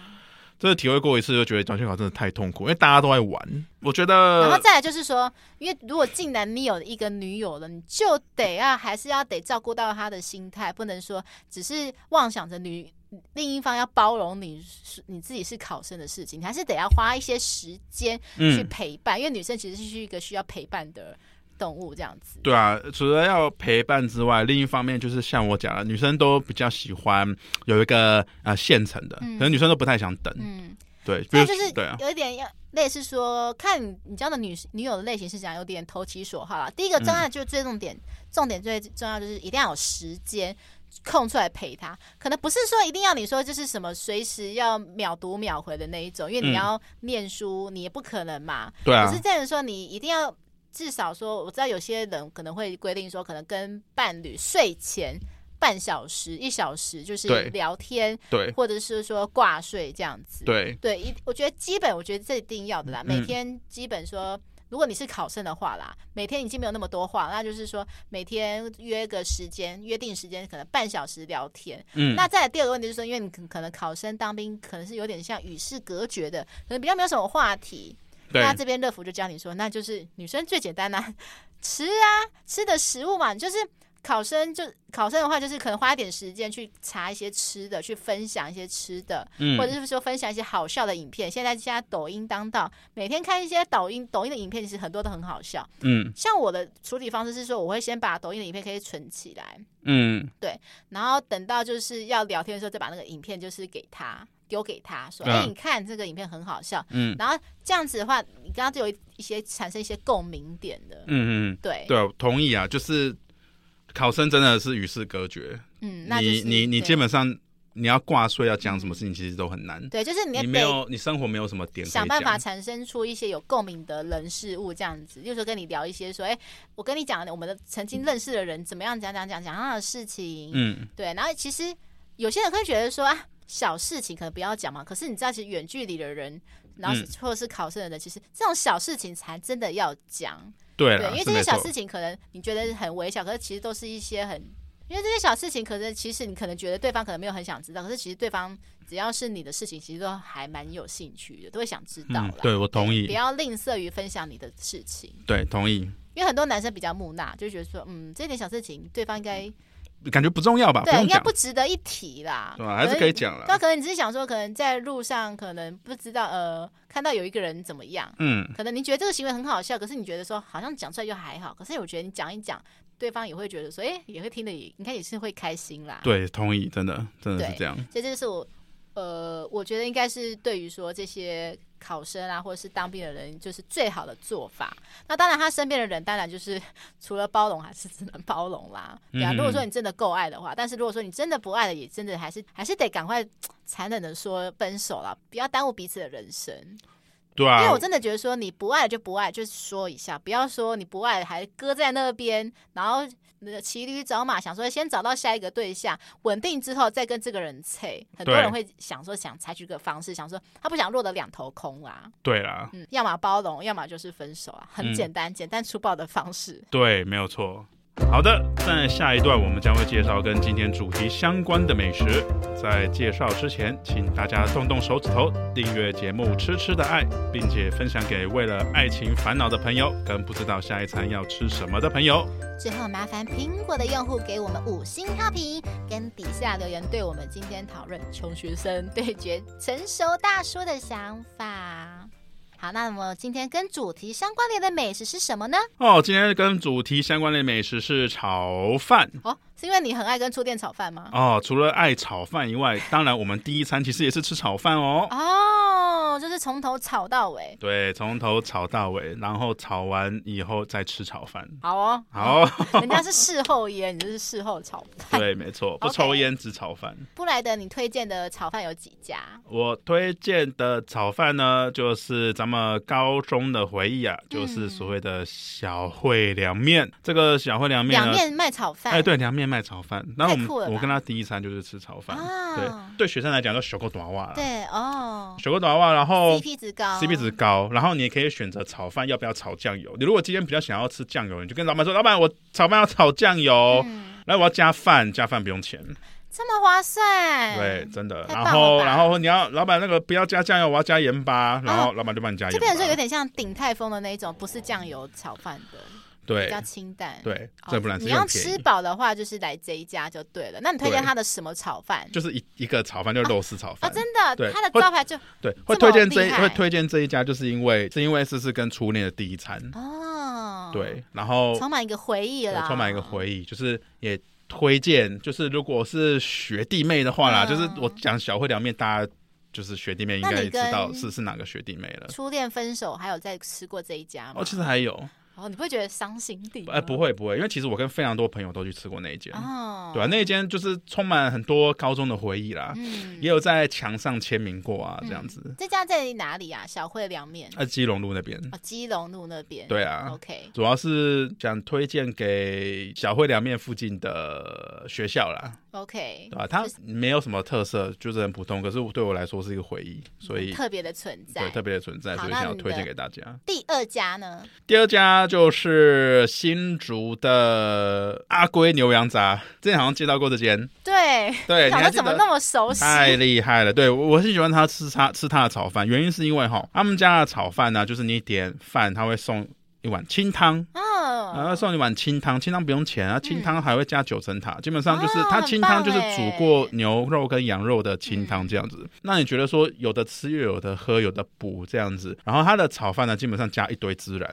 [SPEAKER 7] 真的体会过一次，就觉得转学考真的太痛苦，因为大家都在玩。我觉
[SPEAKER 1] 嗯
[SPEAKER 7] 得，
[SPEAKER 2] 然后再来就是说，因为如果既然你有一个女友了，你就得要还是要得照顾到她的心态，不能说只是妄想着女另一方要包容你是你自己是考生的事情，你还是得要花一些时间去
[SPEAKER 1] 嗯，
[SPEAKER 2] 陪伴，因为女生其实是一个需要陪伴的动物，这样子。
[SPEAKER 1] 对啊，除了要陪伴之外，另一方面就是像我讲的，女生都比较喜欢有一个呃现成的，
[SPEAKER 2] 嗯
[SPEAKER 1] 可能女生都不太想等。
[SPEAKER 2] 嗯，
[SPEAKER 1] 对，比
[SPEAKER 2] 再
[SPEAKER 1] 如
[SPEAKER 2] 就是
[SPEAKER 1] 对啊，
[SPEAKER 2] 有一点要类似说，看你你交的女女友的类型是怎样，有点投其所好啦。第一个
[SPEAKER 1] 嗯
[SPEAKER 2] 障碍就是最重点，重点最重要就是一定要有时间空出来陪她。可能不是说一定要你说就是什么随时要秒读秒回的那一种，因为
[SPEAKER 1] 嗯
[SPEAKER 2] 你要念书，你也不可能嘛。
[SPEAKER 1] 对
[SPEAKER 2] 可是
[SPEAKER 1] 啊，
[SPEAKER 2] 这样说，你一定要至少说，我知道有些人可能会规定说，可能跟伴侣睡前半小时、一小时就是
[SPEAKER 1] 对
[SPEAKER 2] 聊天，
[SPEAKER 1] 对
[SPEAKER 2] 或者是说挂睡这样子。
[SPEAKER 1] 对，嗯
[SPEAKER 2] 对，一我觉得基本，我觉得这一定要的啦。每天基本说，如果你是考生的话啦，每天已经没有那么多话，那就是说每天约个时间，约定时间，可能半小时聊天。
[SPEAKER 1] 嗯，
[SPEAKER 2] 那再来第二个问题就是说，因为你可可能考生当兵，可能是有点像与世隔绝的，可能比较没有什么话题。
[SPEAKER 1] 对
[SPEAKER 2] 那这边乐福就教你说，那就是女生最简单啦、吃啊，吃的食物嘛，你就是考生就考生的话，就是可能花一点时间去查一些吃的，去分享一些吃的，
[SPEAKER 1] 嗯
[SPEAKER 2] 或者是说分享一些好笑的影片。现在现在抖音当道，每天看一些抖音抖音的影片，其实很多都很好笑。
[SPEAKER 1] 嗯
[SPEAKER 2] 像我的处理方式是说，我会先把抖音的影片可以存起来，
[SPEAKER 1] 嗯
[SPEAKER 2] 然后等到就是要聊天的时候，再把那个影片就是给他丢给他说：“
[SPEAKER 1] 嗯
[SPEAKER 2] 哎、你看这个影片很好笑。”
[SPEAKER 1] 嗯
[SPEAKER 2] 然后这样子的话，你刚刚就有一一些产生一些共鸣点的，
[SPEAKER 1] 嗯嗯，
[SPEAKER 2] 对，
[SPEAKER 1] 对啊，我同意啊，就是考生真的是与世隔绝，
[SPEAKER 2] 嗯，那就
[SPEAKER 1] 你
[SPEAKER 2] 是
[SPEAKER 1] 你你
[SPEAKER 2] 对
[SPEAKER 1] 基本上你要挂税要讲什么事情，其实都很难。
[SPEAKER 2] 对，就是你
[SPEAKER 1] 你没
[SPEAKER 2] 得
[SPEAKER 1] 有，你生活没有什么点可以
[SPEAKER 2] 想办法
[SPEAKER 1] 讲
[SPEAKER 2] 产生出一些有共鸣的人事物，这样子，就是说跟你聊一些说，哎、我跟你讲我们的曾经认识的人怎么样，讲讲讲讲样的事情，
[SPEAKER 1] 嗯，
[SPEAKER 2] 对，然后其实有些人会觉得说啊，小事情可能不要讲嘛，可是你知道，其实远距离的人，然后是、
[SPEAKER 1] 嗯
[SPEAKER 2] 或者是考生的人，其实这种小事情才真的要讲，
[SPEAKER 1] 对啊
[SPEAKER 2] 对，
[SPEAKER 1] 了，
[SPEAKER 2] 因为
[SPEAKER 1] 是
[SPEAKER 2] 这些
[SPEAKER 1] 没
[SPEAKER 2] 小
[SPEAKER 1] 错
[SPEAKER 2] 事情可能你觉得很微小，可是其实都是一些很，因为这些小事情，可能其实你可能觉得对方可能没有很想知道，可是其实对方只要是你的事情，其实都还蛮有兴趣的，都会想知道
[SPEAKER 1] 嗯
[SPEAKER 2] 啦，。
[SPEAKER 1] 对我同
[SPEAKER 2] 不
[SPEAKER 1] 意，
[SPEAKER 2] 要吝啬于分享你的事情，
[SPEAKER 1] 对同意，
[SPEAKER 2] 因为很多男生比较木讷，就觉得说，嗯，这点小事情对方应该
[SPEAKER 1] 感觉不重要吧？啊不
[SPEAKER 2] 对，啊
[SPEAKER 1] 用
[SPEAKER 2] 应该
[SPEAKER 1] 讲
[SPEAKER 2] 不，值得一提啦。
[SPEAKER 1] 对吧？啊还是可以讲
[SPEAKER 2] 那
[SPEAKER 1] 了。
[SPEAKER 2] 啊可能你只是想说，可能在路上，可能不知道，呃，看到有一个人怎么样，
[SPEAKER 1] 嗯，
[SPEAKER 2] 可能你觉得这个行为很好笑，可是你觉得说好像讲出来又还好，可是我觉得你讲一讲，对方也会觉得说，哎、也会听得也应该也是会开心啦。，
[SPEAKER 1] 对，同意，真的真的是
[SPEAKER 2] 对
[SPEAKER 1] 这样。
[SPEAKER 2] 所以这就是我，呃，我觉得应该是对于说这些考生啊，或者是当兵的人，就是最好的做法。那当然，他身边的人当然就是除了包容，还是只能包容啦。对啊，
[SPEAKER 1] 嗯
[SPEAKER 2] 如果说你真的够爱的话，但是如果说你真的不爱了，也真的还是还是得赶快残忍的说分手啦，不要耽误彼此的人生。
[SPEAKER 1] 对
[SPEAKER 2] 因为
[SPEAKER 1] 啊
[SPEAKER 2] 我，真的觉得说你不爱就不爱，就是说一下，不要说你不爱还搁在那边，然后呃骑驴找马，想说先找到下一个对象，稳定之后再跟这个人配。很多
[SPEAKER 1] 对
[SPEAKER 2] 人会想说想采取个方式，想说他不想落得两头空啦，
[SPEAKER 1] 对啦，
[SPEAKER 2] 嗯，要么包容，要么就是分手啊，很
[SPEAKER 1] 嗯
[SPEAKER 2] 简单、简单粗暴的方式。
[SPEAKER 1] 对，没有错。好的，在下一段我们将会介绍跟今天主题相关的美食。在介绍之前，请大家动动手指头，订阅节目《吃吃的爱》，并且分享给为了爱情烦恼的朋友，跟不知道下一餐要吃什么的朋友。
[SPEAKER 2] 最后，麻烦苹果的用户给我们五星好评，跟底下留言对我们今天讨论穷学生对决成熟大叔的想法。好，那么今天跟主题相关联的美食是什么呢？
[SPEAKER 1] 哦，今天跟主题相关的美食是炒饭。
[SPEAKER 2] 哦，是因为你很爱跟初恋炒饭吗？
[SPEAKER 1] 哦，除了爱炒饭以外，当然我们第一餐其实也是吃炒饭哦。
[SPEAKER 2] 哦，就是从头炒到尾。
[SPEAKER 1] 对，从头炒到尾，然后炒完以后再吃炒饭。
[SPEAKER 2] 好哦，
[SPEAKER 1] 好，
[SPEAKER 2] 人家是事后烟，你这是事后炒饭。
[SPEAKER 1] 对，没错，不
[SPEAKER 2] OK
[SPEAKER 1] 抽烟只炒饭。
[SPEAKER 2] 布莱德，你推荐的炒饭有几家？
[SPEAKER 1] 我推荐的炒饭呢，就是咱们高中的回忆啊，就是所谓的小烩凉面。这个小烩凉面
[SPEAKER 2] 两
[SPEAKER 1] 呢，
[SPEAKER 2] 面卖炒饭。
[SPEAKER 1] 哎，对，凉面卖炒饭。那我们
[SPEAKER 2] 太酷了吧
[SPEAKER 1] 我跟他第一餐就是吃炒饭，
[SPEAKER 2] 啊
[SPEAKER 1] 对，对学生来讲叫小狗短袜啦，
[SPEAKER 2] 对哦
[SPEAKER 1] 小狗短袜，然后。
[SPEAKER 2] ，CP 值高
[SPEAKER 1] CP 值高，然后你也可以选择炒饭要不要炒酱油。你如果今天比较想要吃酱油，你就跟老板说：“老板，我炒饭要炒酱油，
[SPEAKER 2] 嗯
[SPEAKER 1] 然后我要加饭，加饭不用钱。
[SPEAKER 2] 这么划算，
[SPEAKER 1] 对，，真的。
[SPEAKER 2] 哎
[SPEAKER 1] 然
[SPEAKER 2] 太棒了
[SPEAKER 1] 后，
[SPEAKER 2] 吧
[SPEAKER 1] 然后你要老板那个不要加酱油，我要加盐巴，然后
[SPEAKER 2] 哦
[SPEAKER 1] 老板就帮你加
[SPEAKER 2] 这
[SPEAKER 1] 盐
[SPEAKER 2] 变成是有
[SPEAKER 1] 巴。
[SPEAKER 2] 点像鼎泰丰的那一种，不是酱油炒饭的，比
[SPEAKER 1] 对
[SPEAKER 2] 较清淡。
[SPEAKER 1] 哎对，
[SPEAKER 2] 哦，
[SPEAKER 1] 这不然是
[SPEAKER 2] 你
[SPEAKER 1] 又
[SPEAKER 2] 要
[SPEAKER 1] 便
[SPEAKER 2] 吃
[SPEAKER 1] 宜，
[SPEAKER 2] 饱的话，就是来这一家就对了。那你推荐
[SPEAKER 1] 对
[SPEAKER 2] 他的什么炒饭？
[SPEAKER 1] 就是一一个炒饭就肉丝炒
[SPEAKER 2] 啊，
[SPEAKER 1] 饭。
[SPEAKER 2] 真的，
[SPEAKER 1] 对
[SPEAKER 2] 他的
[SPEAKER 1] 或
[SPEAKER 2] 招牌就
[SPEAKER 1] 对，会
[SPEAKER 2] 这么
[SPEAKER 1] 推荐这一
[SPEAKER 2] 厉害
[SPEAKER 1] 会推荐这一家，就是因为是因为这是跟初恋的第一餐，
[SPEAKER 2] 哦，，
[SPEAKER 1] 对，然后
[SPEAKER 2] 充满一个回忆
[SPEAKER 1] 对
[SPEAKER 2] 啦，
[SPEAKER 1] 充满一个回忆，就是也推荐，就是如果是学弟妹的话啦，
[SPEAKER 2] 嗯
[SPEAKER 1] 就是我讲小会凉面，大家就是学弟妹应
[SPEAKER 2] 那
[SPEAKER 1] 该
[SPEAKER 2] 你
[SPEAKER 1] 也知道
[SPEAKER 2] 跟
[SPEAKER 1] 是是哪个学弟妹了。
[SPEAKER 2] 初恋分手，还有在吃过这一家吗？
[SPEAKER 1] 哦，其实还有，
[SPEAKER 2] 哦，你不会觉得伤心地吗？
[SPEAKER 1] 哎，不会不会，因为其实我跟非常多朋友都去吃过那一间，
[SPEAKER 2] 哦，
[SPEAKER 1] 对啊，那一间就是充满很多高中的回忆啦，
[SPEAKER 2] 嗯
[SPEAKER 1] 也有在墙上签名过啊，这样子，
[SPEAKER 2] 这家在哪里啊？小惠凉面
[SPEAKER 1] 在基隆路那边，
[SPEAKER 2] 哦，基隆路那边。
[SPEAKER 1] 呃对啊，
[SPEAKER 2] ，OK，
[SPEAKER 1] 主要是想推荐给小惠凉面附近的学校啦，
[SPEAKER 2] OK，
[SPEAKER 1] 对啊吧、它没有什么特色，就是很普通，可是对我来说是一个回忆，所以
[SPEAKER 2] 特别的存在
[SPEAKER 1] 对。特别的存在，
[SPEAKER 2] 好
[SPEAKER 1] 所以
[SPEAKER 2] 那
[SPEAKER 1] 想要
[SPEAKER 2] 你
[SPEAKER 1] 推荐
[SPEAKER 2] 的
[SPEAKER 1] 给大家。
[SPEAKER 2] 第二家呢？
[SPEAKER 1] 第二家就是新竹的阿龟牛羊杂，之前好像介绍过这间，
[SPEAKER 2] 对，
[SPEAKER 1] 对，你
[SPEAKER 2] 想
[SPEAKER 1] 还
[SPEAKER 2] 说
[SPEAKER 1] 记得哎
[SPEAKER 2] 怎么那么熟悉？
[SPEAKER 1] 太厉害了！对我我是喜欢他吃他吃他的炒饭，原因是因为哈，他们家的炒饭呢、就是你点饭，他会送一碗清汤，然
[SPEAKER 2] 嗯
[SPEAKER 1] 后送一碗清汤，清汤不用钱啊，清汤还会加九层塔，基本上就是
[SPEAKER 2] 哦
[SPEAKER 1] 它清汤
[SPEAKER 2] 很
[SPEAKER 1] 就
[SPEAKER 2] 棒
[SPEAKER 1] 是煮过牛肉跟羊肉的清汤这样子。
[SPEAKER 2] 欸
[SPEAKER 1] 那你觉得说有的吃又有的喝，有的补这样子，然后它的炒饭呢，基本上加一堆孜然。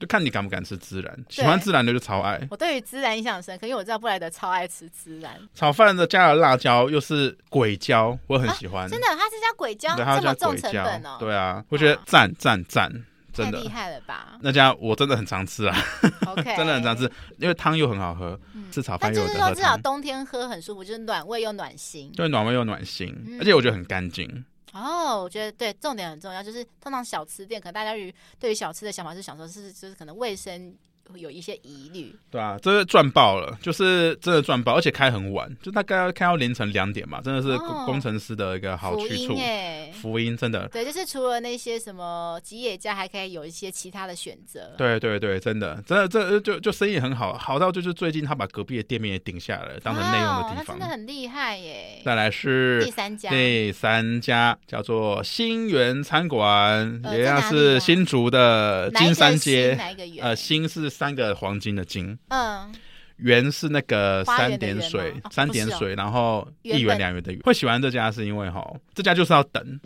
[SPEAKER 1] 就看你敢不敢吃孜然，喜欢孜然的就超爱。
[SPEAKER 2] 我对于孜然印象很深刻，因为我知道布莱德超爱吃孜然，
[SPEAKER 1] 炒饭的加了辣椒又是鬼椒，我很喜欢。
[SPEAKER 2] 啊真的，他是加鬼椒，
[SPEAKER 1] 嗯对，还有
[SPEAKER 2] 这
[SPEAKER 1] 加
[SPEAKER 2] 么重
[SPEAKER 1] 鬼
[SPEAKER 2] 成
[SPEAKER 1] 椒
[SPEAKER 2] 本哦，，
[SPEAKER 1] 对啊，我觉得赞赞赞，真
[SPEAKER 2] 太
[SPEAKER 1] 的
[SPEAKER 2] 厉。害了 吧
[SPEAKER 1] 那家我真的很常吃啊，
[SPEAKER 2] ？OK，嗯
[SPEAKER 1] 真的很常吃，因为汤又很好喝，吃炒
[SPEAKER 2] 但
[SPEAKER 1] 饭又
[SPEAKER 2] 就
[SPEAKER 1] 有
[SPEAKER 2] 是
[SPEAKER 1] 的
[SPEAKER 2] 说，
[SPEAKER 1] 喝
[SPEAKER 2] 至少
[SPEAKER 1] 汤，
[SPEAKER 2] 冬天喝很舒服，就是暖胃又暖心。
[SPEAKER 1] 对，暖胃又暖心
[SPEAKER 2] 嗯，
[SPEAKER 1] 而且我觉得很干净。
[SPEAKER 2] 哦，我觉得对，重点很重要，就是通常小吃店可能大家于对于小吃的想法是想说是就是可能卫生有一些疑虑，
[SPEAKER 1] 对啊，这是赚爆了，就是真的赚爆，而且开很晚，就大概要开到凌晨两点嘛，真的是
[SPEAKER 2] 哦
[SPEAKER 1] 工程师的一个好
[SPEAKER 2] 福
[SPEAKER 1] 去
[SPEAKER 2] 音
[SPEAKER 1] 处。
[SPEAKER 2] 哎、
[SPEAKER 1] 福音真的，
[SPEAKER 2] 对，就是除了那些什么吉野家，还可以有一些其他的选择。
[SPEAKER 1] 对对对，真的，真的，这就就生意很好，好到就是最近他把隔壁的店面也顶下来了，当成内用的
[SPEAKER 2] 哇
[SPEAKER 1] 地
[SPEAKER 2] 啊那真的
[SPEAKER 1] 方。
[SPEAKER 2] 很厉害耶。
[SPEAKER 1] 再来是
[SPEAKER 2] 第三家，
[SPEAKER 1] 第三家叫做新源餐馆，
[SPEAKER 2] 呃
[SPEAKER 1] 也
[SPEAKER 2] 在
[SPEAKER 1] 要
[SPEAKER 2] 哪里
[SPEAKER 1] 是
[SPEAKER 2] 啊
[SPEAKER 1] 新竹的
[SPEAKER 2] 哪一
[SPEAKER 1] 金
[SPEAKER 2] 个
[SPEAKER 1] 山
[SPEAKER 2] 新
[SPEAKER 1] 街。
[SPEAKER 2] 哪一个园？
[SPEAKER 1] 呃，新是三个黄金的金，
[SPEAKER 2] 嗯，
[SPEAKER 1] 元是那个
[SPEAKER 2] 花园
[SPEAKER 1] 三
[SPEAKER 2] 的
[SPEAKER 1] 点
[SPEAKER 2] 园
[SPEAKER 1] 水
[SPEAKER 2] 吗哦，
[SPEAKER 1] 三
[SPEAKER 2] 不是
[SPEAKER 1] 点
[SPEAKER 2] 哦
[SPEAKER 1] 水，然后一
[SPEAKER 2] 原
[SPEAKER 1] 元
[SPEAKER 2] 本
[SPEAKER 1] 两元的元。会喜欢这家是因为哈，这家就是要等，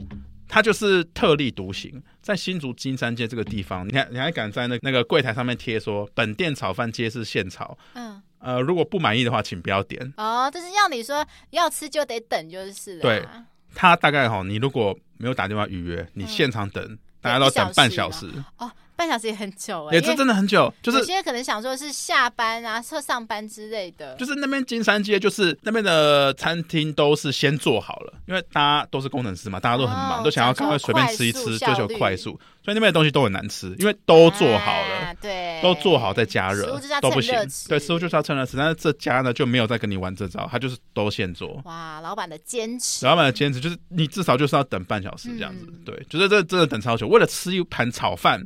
[SPEAKER 1] 它就是特立独行，在新竹金山街这个地方，你还你还敢在那那个柜台上面贴说本店炒饭皆是现炒，
[SPEAKER 2] 嗯，
[SPEAKER 1] 呃，如果不满意的话，请不要点。
[SPEAKER 2] 哦，就是要你说要吃就得等，就是了。啊
[SPEAKER 1] 对，他大概哈，你如果没有打电话预约，
[SPEAKER 2] 嗯
[SPEAKER 1] 你现场等，大家都等半小时，
[SPEAKER 2] 哦，半小时也很久哎、
[SPEAKER 1] 也
[SPEAKER 2] 欸，
[SPEAKER 1] 这真的很久，就
[SPEAKER 2] 有
[SPEAKER 1] 是。
[SPEAKER 2] 些可能想说是下班啊，或上班之类的。
[SPEAKER 1] 就是那边金山街，就是那边的餐厅都是先做好了，因为大家都是工程师嘛，大家都很忙，
[SPEAKER 2] 哦
[SPEAKER 1] 都想要赶快随便吃一吃，追
[SPEAKER 2] 讲
[SPEAKER 1] 求
[SPEAKER 2] 究
[SPEAKER 1] 快
[SPEAKER 2] 快
[SPEAKER 1] 速
[SPEAKER 2] 速，
[SPEAKER 1] 所以那边的东西都很难吃，因为都做好了，
[SPEAKER 2] 啊、对，
[SPEAKER 1] 都做好再加
[SPEAKER 2] 食
[SPEAKER 1] 热
[SPEAKER 2] 物就是要
[SPEAKER 1] 都不
[SPEAKER 2] 趁
[SPEAKER 1] 行
[SPEAKER 2] 热。吃
[SPEAKER 1] 对，师傅就是要趁热吃，但是这家呢就没有再跟你玩这招，他就是都现做。
[SPEAKER 2] 哇，老板的坚持，
[SPEAKER 1] 老板的坚持就是你至少就是要等半小时这样子，
[SPEAKER 2] 嗯
[SPEAKER 1] 对，就是这真的等超久。为了吃一盘炒饭，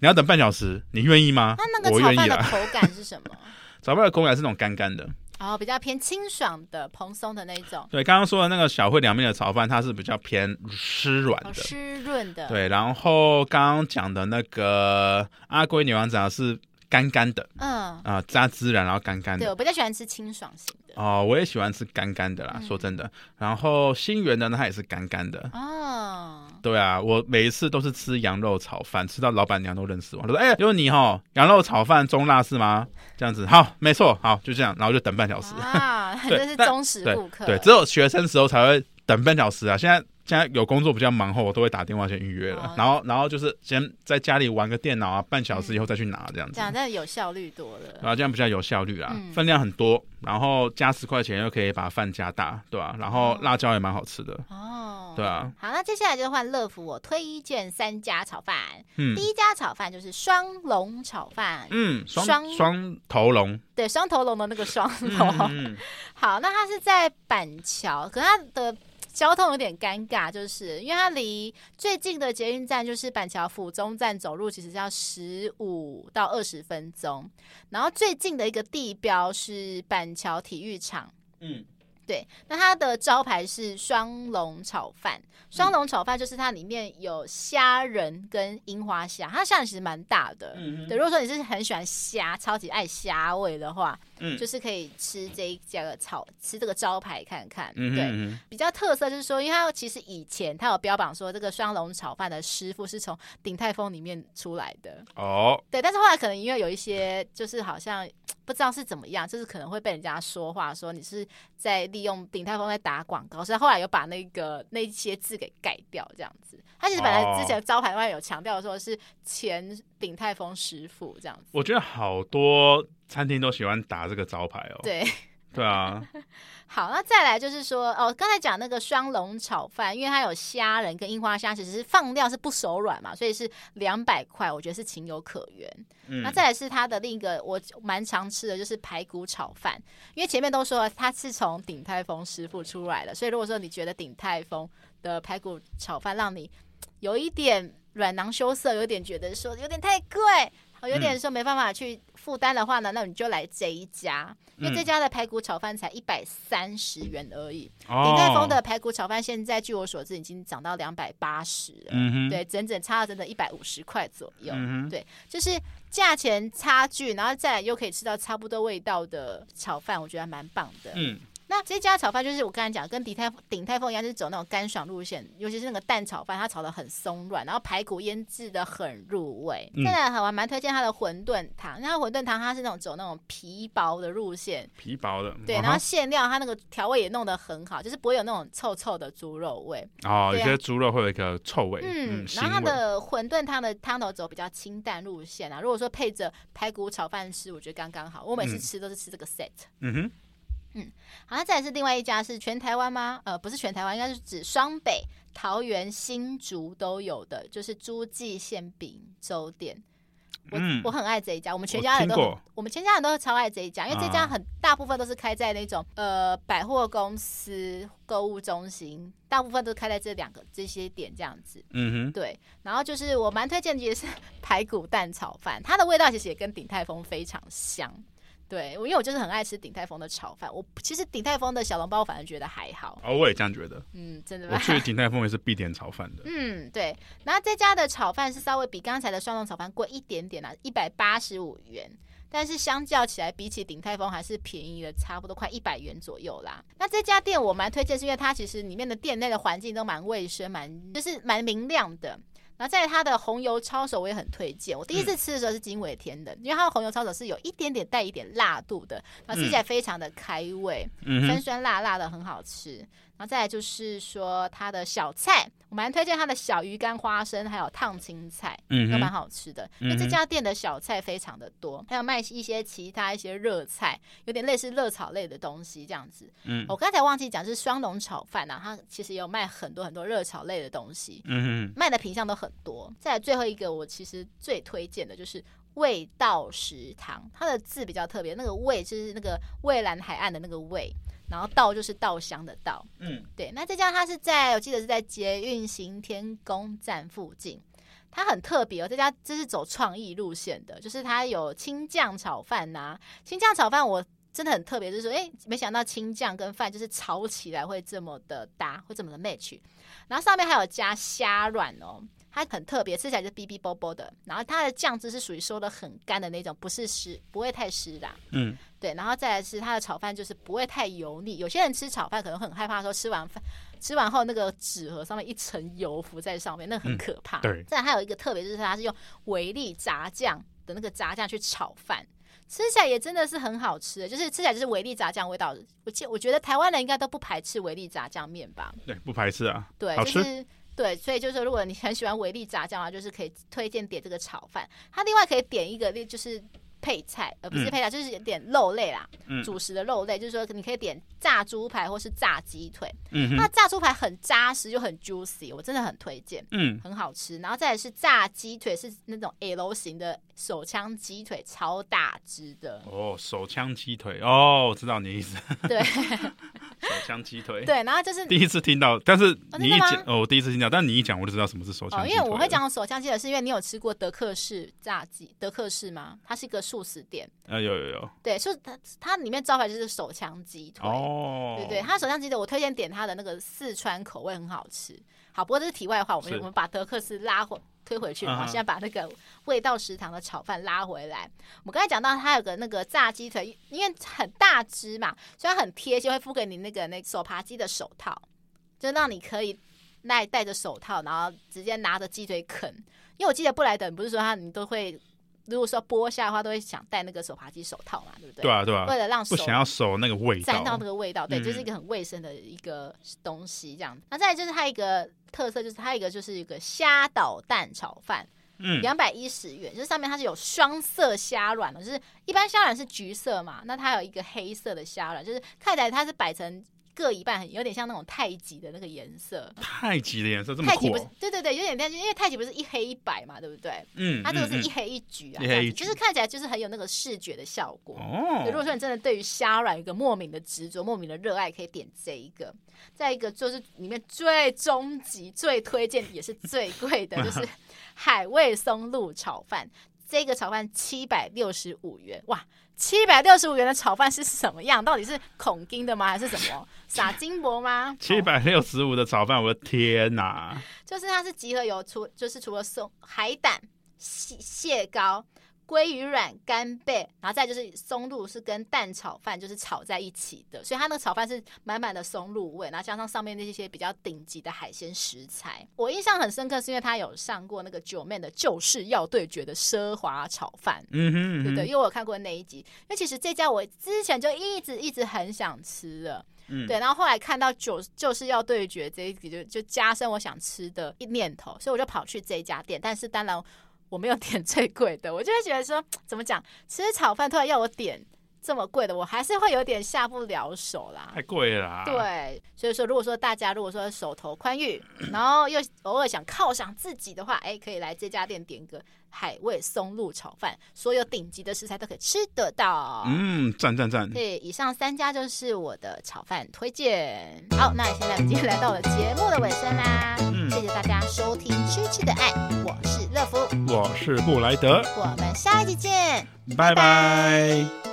[SPEAKER 1] 你要等半小时，你愿意吗？
[SPEAKER 2] 那那个
[SPEAKER 1] 我
[SPEAKER 2] 炒
[SPEAKER 1] 愿
[SPEAKER 2] 饭
[SPEAKER 1] 意啊
[SPEAKER 2] 的
[SPEAKER 1] 啦。
[SPEAKER 2] 口感是什么？
[SPEAKER 1] 炒饭的口感是那种干干的，
[SPEAKER 2] 哦，比较偏清爽的、蓬松的那种，
[SPEAKER 1] 对，刚刚说的那个小烩凉面的炒饭，它是比较偏湿软
[SPEAKER 2] 哦，
[SPEAKER 1] 的。
[SPEAKER 2] 湿润的。，
[SPEAKER 1] 对，然后刚刚讲的那个阿龟牛羊杂是干干的
[SPEAKER 2] 嗯，
[SPEAKER 1] 啊、加孜然然后干干
[SPEAKER 2] 对
[SPEAKER 1] 的
[SPEAKER 2] 我比较喜欢吃清爽型的。
[SPEAKER 1] 哦，我也喜欢吃干干的啦，
[SPEAKER 2] 嗯
[SPEAKER 1] 说真的。然后新源的呢，它也是干干的，
[SPEAKER 2] 哦，
[SPEAKER 1] 对啊，我每一次都是吃羊肉炒饭，吃到老板娘都认识我，她说：“哎、就是你哈，羊肉炒饭中辣是吗？”这样子，好，没错，好，就这样，然后就等半小时。
[SPEAKER 2] 啊，
[SPEAKER 1] 对
[SPEAKER 2] 真是
[SPEAKER 1] 但
[SPEAKER 2] 忠实
[SPEAKER 1] 对
[SPEAKER 2] 顾客。
[SPEAKER 1] 对，只有学生时候才会等半小时啊。现在现在有工作比较忙后，我都会打电话先预约了，
[SPEAKER 2] 哦
[SPEAKER 1] 然后然后就是先在家里玩个电脑啊，半小时以后再去拿这样子啊
[SPEAKER 2] 这。样真的有效率多了。
[SPEAKER 1] 然后这样比较有效率啦，
[SPEAKER 2] 嗯
[SPEAKER 1] 分量很多，然后加十块钱又可以把饭加大，对吧、然后辣椒也蛮好吃的，
[SPEAKER 2] 哦，
[SPEAKER 1] 对啊，
[SPEAKER 2] 好，那接下来就换乐福，我推荐三家炒饭。
[SPEAKER 1] 嗯
[SPEAKER 2] 第一家炒饭就是双龙炒饭，
[SPEAKER 1] 嗯，双
[SPEAKER 2] 双哦
[SPEAKER 1] 双头 龙，
[SPEAKER 2] 对，双头龙的那个双
[SPEAKER 1] 嗯
[SPEAKER 2] 龙。
[SPEAKER 1] 嗯，嗯
[SPEAKER 2] 好，那它是在板桥，可它的交通有点尴尬，就是因为它离最近的捷运站就是板桥府中站，走路其实要十五到二十分钟。然后最近的一个地标是板桥体育场，
[SPEAKER 1] 嗯
[SPEAKER 2] 对，那它的招牌是双龙炒饭。双龙炒饭就是它里面有虾仁跟樱花虾，它虾仁其实蛮大的。
[SPEAKER 6] 嗯
[SPEAKER 2] 对，如果说你是很喜欢虾，超级爱虾味的话，
[SPEAKER 6] 嗯
[SPEAKER 2] 就是可以吃这一家的炒，吃这个招牌看看。
[SPEAKER 6] 嗯
[SPEAKER 2] 对，
[SPEAKER 6] 哼
[SPEAKER 2] 比较特色就是说，因为它其实以前它有标榜说，这个双龙炒饭的师傅是从鼎泰丰里面出来的。
[SPEAKER 1] 哦，
[SPEAKER 2] 对，但是后来可能因为有一些就是好像不知道是怎么样，就是可能会被人家说话说你是在利用鼎泰丰在打广告，所以后来有把那个那些字给改掉这样子。他其实本来之前招牌外有强调说是前鼎泰丰师傅这样子。
[SPEAKER 6] 我觉得好多餐厅都喜欢打这个招牌哦。
[SPEAKER 2] 对，
[SPEAKER 6] 对 啊，
[SPEAKER 2] 好，那再来就是说，哦，刚才讲那个双龙炒饭，因为它有虾仁跟樱花虾，其实是放料是不手软嘛，所以是两百块，我觉得是情有可原。
[SPEAKER 6] 嗯
[SPEAKER 2] 那再来是它的另一个我蛮常吃的就是排骨炒饭，因为前面都说了它是从鼎泰丰师傅出来的，所以如果说你觉得鼎泰丰的排骨炒饭让你有一点软囊羞涩，有点觉得说有点太贵，哦有点说没办法去负担的话呢，那你就来这一家，因
[SPEAKER 6] 嗯
[SPEAKER 2] 为这家的排骨炒饭才一百三十元而已。
[SPEAKER 6] 哦
[SPEAKER 2] 鼎泰
[SPEAKER 1] 哦
[SPEAKER 2] 丰的排骨炒饭现在据我所知已经涨到两百八十了。
[SPEAKER 6] 嗯哼，
[SPEAKER 2] 对，整整差了整整一百五十块左右。
[SPEAKER 6] 嗯哼
[SPEAKER 2] 对，就是价钱差距，然后再来又可以吃到差不多味道的炒饭，我觉得还蛮棒的。
[SPEAKER 6] 嗯
[SPEAKER 2] 那这家炒饭就是我刚才讲，跟鼎泰鼎泰丰一样，就是走那种干爽路线，尤其是那个蛋炒饭，它炒的很松软，然后排骨腌制的很入味。
[SPEAKER 6] 嗯
[SPEAKER 2] 再来，我还蛮推荐它的馄饨汤，因为它馄饨汤它是那种走那种皮薄的路线，
[SPEAKER 6] 皮薄的，
[SPEAKER 2] 对，
[SPEAKER 6] 嗯
[SPEAKER 2] 然后
[SPEAKER 6] 哼
[SPEAKER 2] 馅料它那个调味也弄得很好，就是不会有那种臭臭的猪肉味。
[SPEAKER 6] 哦，有
[SPEAKER 2] 对啊
[SPEAKER 6] 些猪肉会有一个臭味，
[SPEAKER 2] 嗯，
[SPEAKER 6] 腥
[SPEAKER 2] 然后它
[SPEAKER 6] 味，
[SPEAKER 2] 的馄饨汤的汤头走比较清淡路线啊。如果说配着排骨炒饭吃，我觉得刚刚好。我每次
[SPEAKER 6] 嗯
[SPEAKER 2] 吃都是吃这个 set。
[SPEAKER 6] 嗯哼，
[SPEAKER 2] 好，那再来是另外一家是全台湾吗？呃，不是全台湾，应该是指双北、桃园、新竹都有的，就是诸暨馅饼粥店。我、
[SPEAKER 6] 嗯
[SPEAKER 2] 我很爱这一家，我们全
[SPEAKER 6] 我
[SPEAKER 2] 家人都
[SPEAKER 6] 听过
[SPEAKER 2] 很我们全家人都超爱这一家，因为这家
[SPEAKER 6] 啊
[SPEAKER 2] 很、大部分都是开在那种呃百货公司、购物中心，大部分都开在这两个这些点这样子。
[SPEAKER 6] 嗯哼，
[SPEAKER 2] 对，然后就是我蛮推荐的也是 排骨蛋炒饭，它的味道其实也跟鼎泰丰非常像。对，因为我就是很爱吃鼎泰丰的炒饭，我其实鼎泰丰的小笼包我反而觉得还好，
[SPEAKER 6] 哦，我也这样觉得。
[SPEAKER 2] 嗯，真的
[SPEAKER 6] 我
[SPEAKER 2] 吗？
[SPEAKER 6] 去鼎泰丰也是必点炒饭的，
[SPEAKER 2] 嗯，对。然后这家的炒饭是稍微比刚才的双龙炒饭贵一点点啦、1一百八十五元。但是相较起来，比起鼎泰丰还是便宜了差不多快一百元左右啦。那这家店我蛮推荐，是因为它其实里面的店内的环境都蛮卫生，蛮就是蛮明亮的。然后在它的红油抄手我也很推荐，我第一次吃的时候是惊为天人，因为它的红油抄手是有一点点带一点辣度的，然后吃起来非常的开胃。
[SPEAKER 6] 嗯
[SPEAKER 2] 酸
[SPEAKER 6] 哼，
[SPEAKER 2] 酸辣辣的，很好吃。然后再来就是说它的小菜，我蛮推荐它的小鱼干、花生，还有烫青菜，
[SPEAKER 6] 嗯
[SPEAKER 2] 都蛮
[SPEAKER 6] 哼，
[SPEAKER 2] 好吃的。因为这
[SPEAKER 6] 嗯哼
[SPEAKER 2] 家店的小菜非常的多，还有卖一些其他一些热菜，有点类似热炒类的东西这样子。
[SPEAKER 6] 嗯
[SPEAKER 2] 我刚才忘记讲，就是双龙炒饭啊，它其实有卖很多很多热炒类的东西。
[SPEAKER 6] 嗯哼，
[SPEAKER 2] 卖的品相都很多。再来最后一个，我其实最推荐的就是味道食堂，它的字比较特别，那个味就是那个蔚蓝海岸的那个味，然后稻就是稻香的稻。
[SPEAKER 6] 嗯
[SPEAKER 2] 对，那这家它是在我记得是在捷运行天宫站附近。它很特别哦，这家这是走创意路线的，就是它有青酱炒饭呐、青酱炒饭我真的很特别，就是说，哎，没想到青酱跟饭就是炒起来会这么的搭，会这么的 match。然后上面还有加虾软哦，它很特别，吃起来就哔哔啵啵的。然后它的酱汁是属于收的很干的那种，不是湿，不会太湿啦。
[SPEAKER 6] 嗯，
[SPEAKER 2] 对，然后再来吃它的炒饭，就是不会太油腻。有些人吃炒饭可能很害怕，说吃完饭吃完后那个纸盒上面一层油浮在上面，那很可怕。
[SPEAKER 6] 嗯对
[SPEAKER 2] 再来还有一个特别就是它是用维力炸酱的那个炸酱去炒饭。吃起来也真的是很好吃，就是吃起来就是维力炸酱味道。我记我觉得台湾人应该都不排斥维力炸酱面吧？
[SPEAKER 6] 对，不排斥啊，
[SPEAKER 2] 对，
[SPEAKER 6] 好
[SPEAKER 2] 就
[SPEAKER 6] 吃
[SPEAKER 2] 是对，所以就是如果你很喜欢维力炸酱啊，就是可以推荐点这个炒饭。它另外可以点一个例就是配菜，呃，不是
[SPEAKER 6] 嗯
[SPEAKER 2] 配菜，就是点肉类啦，
[SPEAKER 6] 嗯
[SPEAKER 2] 主食的肉类，就是说你可以点炸猪排或是炸鸡腿。
[SPEAKER 6] 嗯
[SPEAKER 2] 那
[SPEAKER 6] 哼，
[SPEAKER 2] 炸猪排很扎实又很 juicy，我真的很推荐。
[SPEAKER 6] 嗯
[SPEAKER 2] 很好吃，然后再来是炸鸡腿，是那种 L 型的手枪鸡腿，超大只的。
[SPEAKER 6] 哦，手枪鸡腿，哦，我知道你的意思，
[SPEAKER 2] 对，
[SPEAKER 6] 手枪鸡腿。
[SPEAKER 2] 对，然后就是
[SPEAKER 6] 第一次听到，但是
[SPEAKER 2] 哦
[SPEAKER 6] 你
[SPEAKER 2] 真的
[SPEAKER 6] 一
[SPEAKER 2] 吗
[SPEAKER 6] 讲，哦，我第一次听到，但你一讲我就知道什么是手枪
[SPEAKER 2] 哦，
[SPEAKER 6] 鸡
[SPEAKER 2] 因
[SPEAKER 6] 腿
[SPEAKER 2] 为
[SPEAKER 6] 了。
[SPEAKER 2] 我会讲手枪鸡腿，是因为你有吃过德克士炸鸡？德克士吗？它是一个素食店，
[SPEAKER 6] 啊，有有有，
[SPEAKER 2] 对，所以它它里面招牌就是手枪鸡腿。
[SPEAKER 6] 哦，
[SPEAKER 2] 对对，它手枪鸡腿我推荐点它的那个四川口味很好吃。好，不过这是题外话，我们
[SPEAKER 6] 是
[SPEAKER 2] 我们把德克士拉回推回去，然后
[SPEAKER 6] 嗯哼
[SPEAKER 2] 现在把那个味道食堂的炒饭拉回来。我们刚才讲到它有个那个炸鸡腿，因为很大只嘛，所以它很贴心，会附给你那个那手扒鸡的手套，就让你可以戴戴着手套，然后直接拿着鸡腿啃。因为我记得布莱德，你不是说他你都会，如果说剥虾的话，都会想戴那个手扒鸡手套嘛，对不对？
[SPEAKER 6] 对啊对啊，
[SPEAKER 2] 为了让手
[SPEAKER 6] 不想要手那个味道，
[SPEAKER 2] 沾到那个味道，对，就是一
[SPEAKER 6] 嗯
[SPEAKER 2] 个很卫生的一个东西这样。那再来就是它一个特色，就是它一个就是一个虾导蛋炒饭，
[SPEAKER 6] 嗯，
[SPEAKER 2] 两百一十元，就是上面它是有双色虾卵的，就是一般虾卵是橘色嘛，那它有一个黑色的虾卵，就是看起来它是摆成各一半，有点像那种太极的那个颜色。
[SPEAKER 6] 太极的颜色这么
[SPEAKER 2] 太极
[SPEAKER 6] 酷哦、
[SPEAKER 2] 不是，对对对，有点像，因为太极不是一黑一白嘛，对不对？
[SPEAKER 6] 嗯，
[SPEAKER 2] 它这个是一
[SPEAKER 6] 嗯
[SPEAKER 2] 黑一橘啊，
[SPEAKER 6] 一
[SPEAKER 2] 这样
[SPEAKER 6] 黑一
[SPEAKER 2] 子
[SPEAKER 6] 橘
[SPEAKER 2] 就是看起来就是很有那个视觉的效果。
[SPEAKER 6] 嗯
[SPEAKER 2] 对如果
[SPEAKER 6] 哦，
[SPEAKER 2] 说你真的对于虾软有一个莫名的执着、莫名的热爱，可以点这一个。再一个就是里面最终极、最推荐也是最贵的，就是 海味松露炒饭。这个炒饭七百六十五元，哇！七百六十五元的炒饭是什么样？到底是孔丁的吗？还是什么撒金箔吗？
[SPEAKER 6] 七
[SPEAKER 2] 哦
[SPEAKER 6] 百六十五的炒饭，我的天哪、
[SPEAKER 2] 就是它是集合有除就是除了松海胆、蟹蟹膏、鲑鱼卵、干贝，然后再就是松露是跟蛋炒饭就是炒在一起的，所以它那个炒饭是满满的松露味，然后加上上面那些比较顶级的海鲜食材。我印象很深刻，是因为它有上过那个九妹的《就是要对决》的奢华炒饭。
[SPEAKER 6] 嗯哼嗯
[SPEAKER 2] 对
[SPEAKER 6] 哼，
[SPEAKER 2] 对，因为我有看过那一集，因为其实这家我之前就一直一直很想吃的，
[SPEAKER 6] 嗯
[SPEAKER 2] 对，然后后来看到九就是要对决这一集就，就加深我想吃的一念头，所以我就跑去这一家店，但是当然我没有点最贵的，我就会觉得说怎么讲，吃炒饭突然要我点这么贵的，我还是会有点下不了手啦。
[SPEAKER 6] 太贵了、啊，，
[SPEAKER 2] 对，所以说，如果说大家如果说手头 宽裕，然后又偶尔想犒赏自己的话，哎，可以来这家店点个海味松露炒饭，所有顶级的食材都可以吃得到。
[SPEAKER 6] 嗯，赞赞赞，
[SPEAKER 2] 对，以上三家就是我的炒饭推荐。好，那现在已经来到了节目的尾声啦，
[SPEAKER 6] 嗯
[SPEAKER 2] 谢谢大家收听《吃吃的爱》，我是乐福，
[SPEAKER 6] 我是布莱德，
[SPEAKER 2] 我们下一集见。
[SPEAKER 6] 拜拜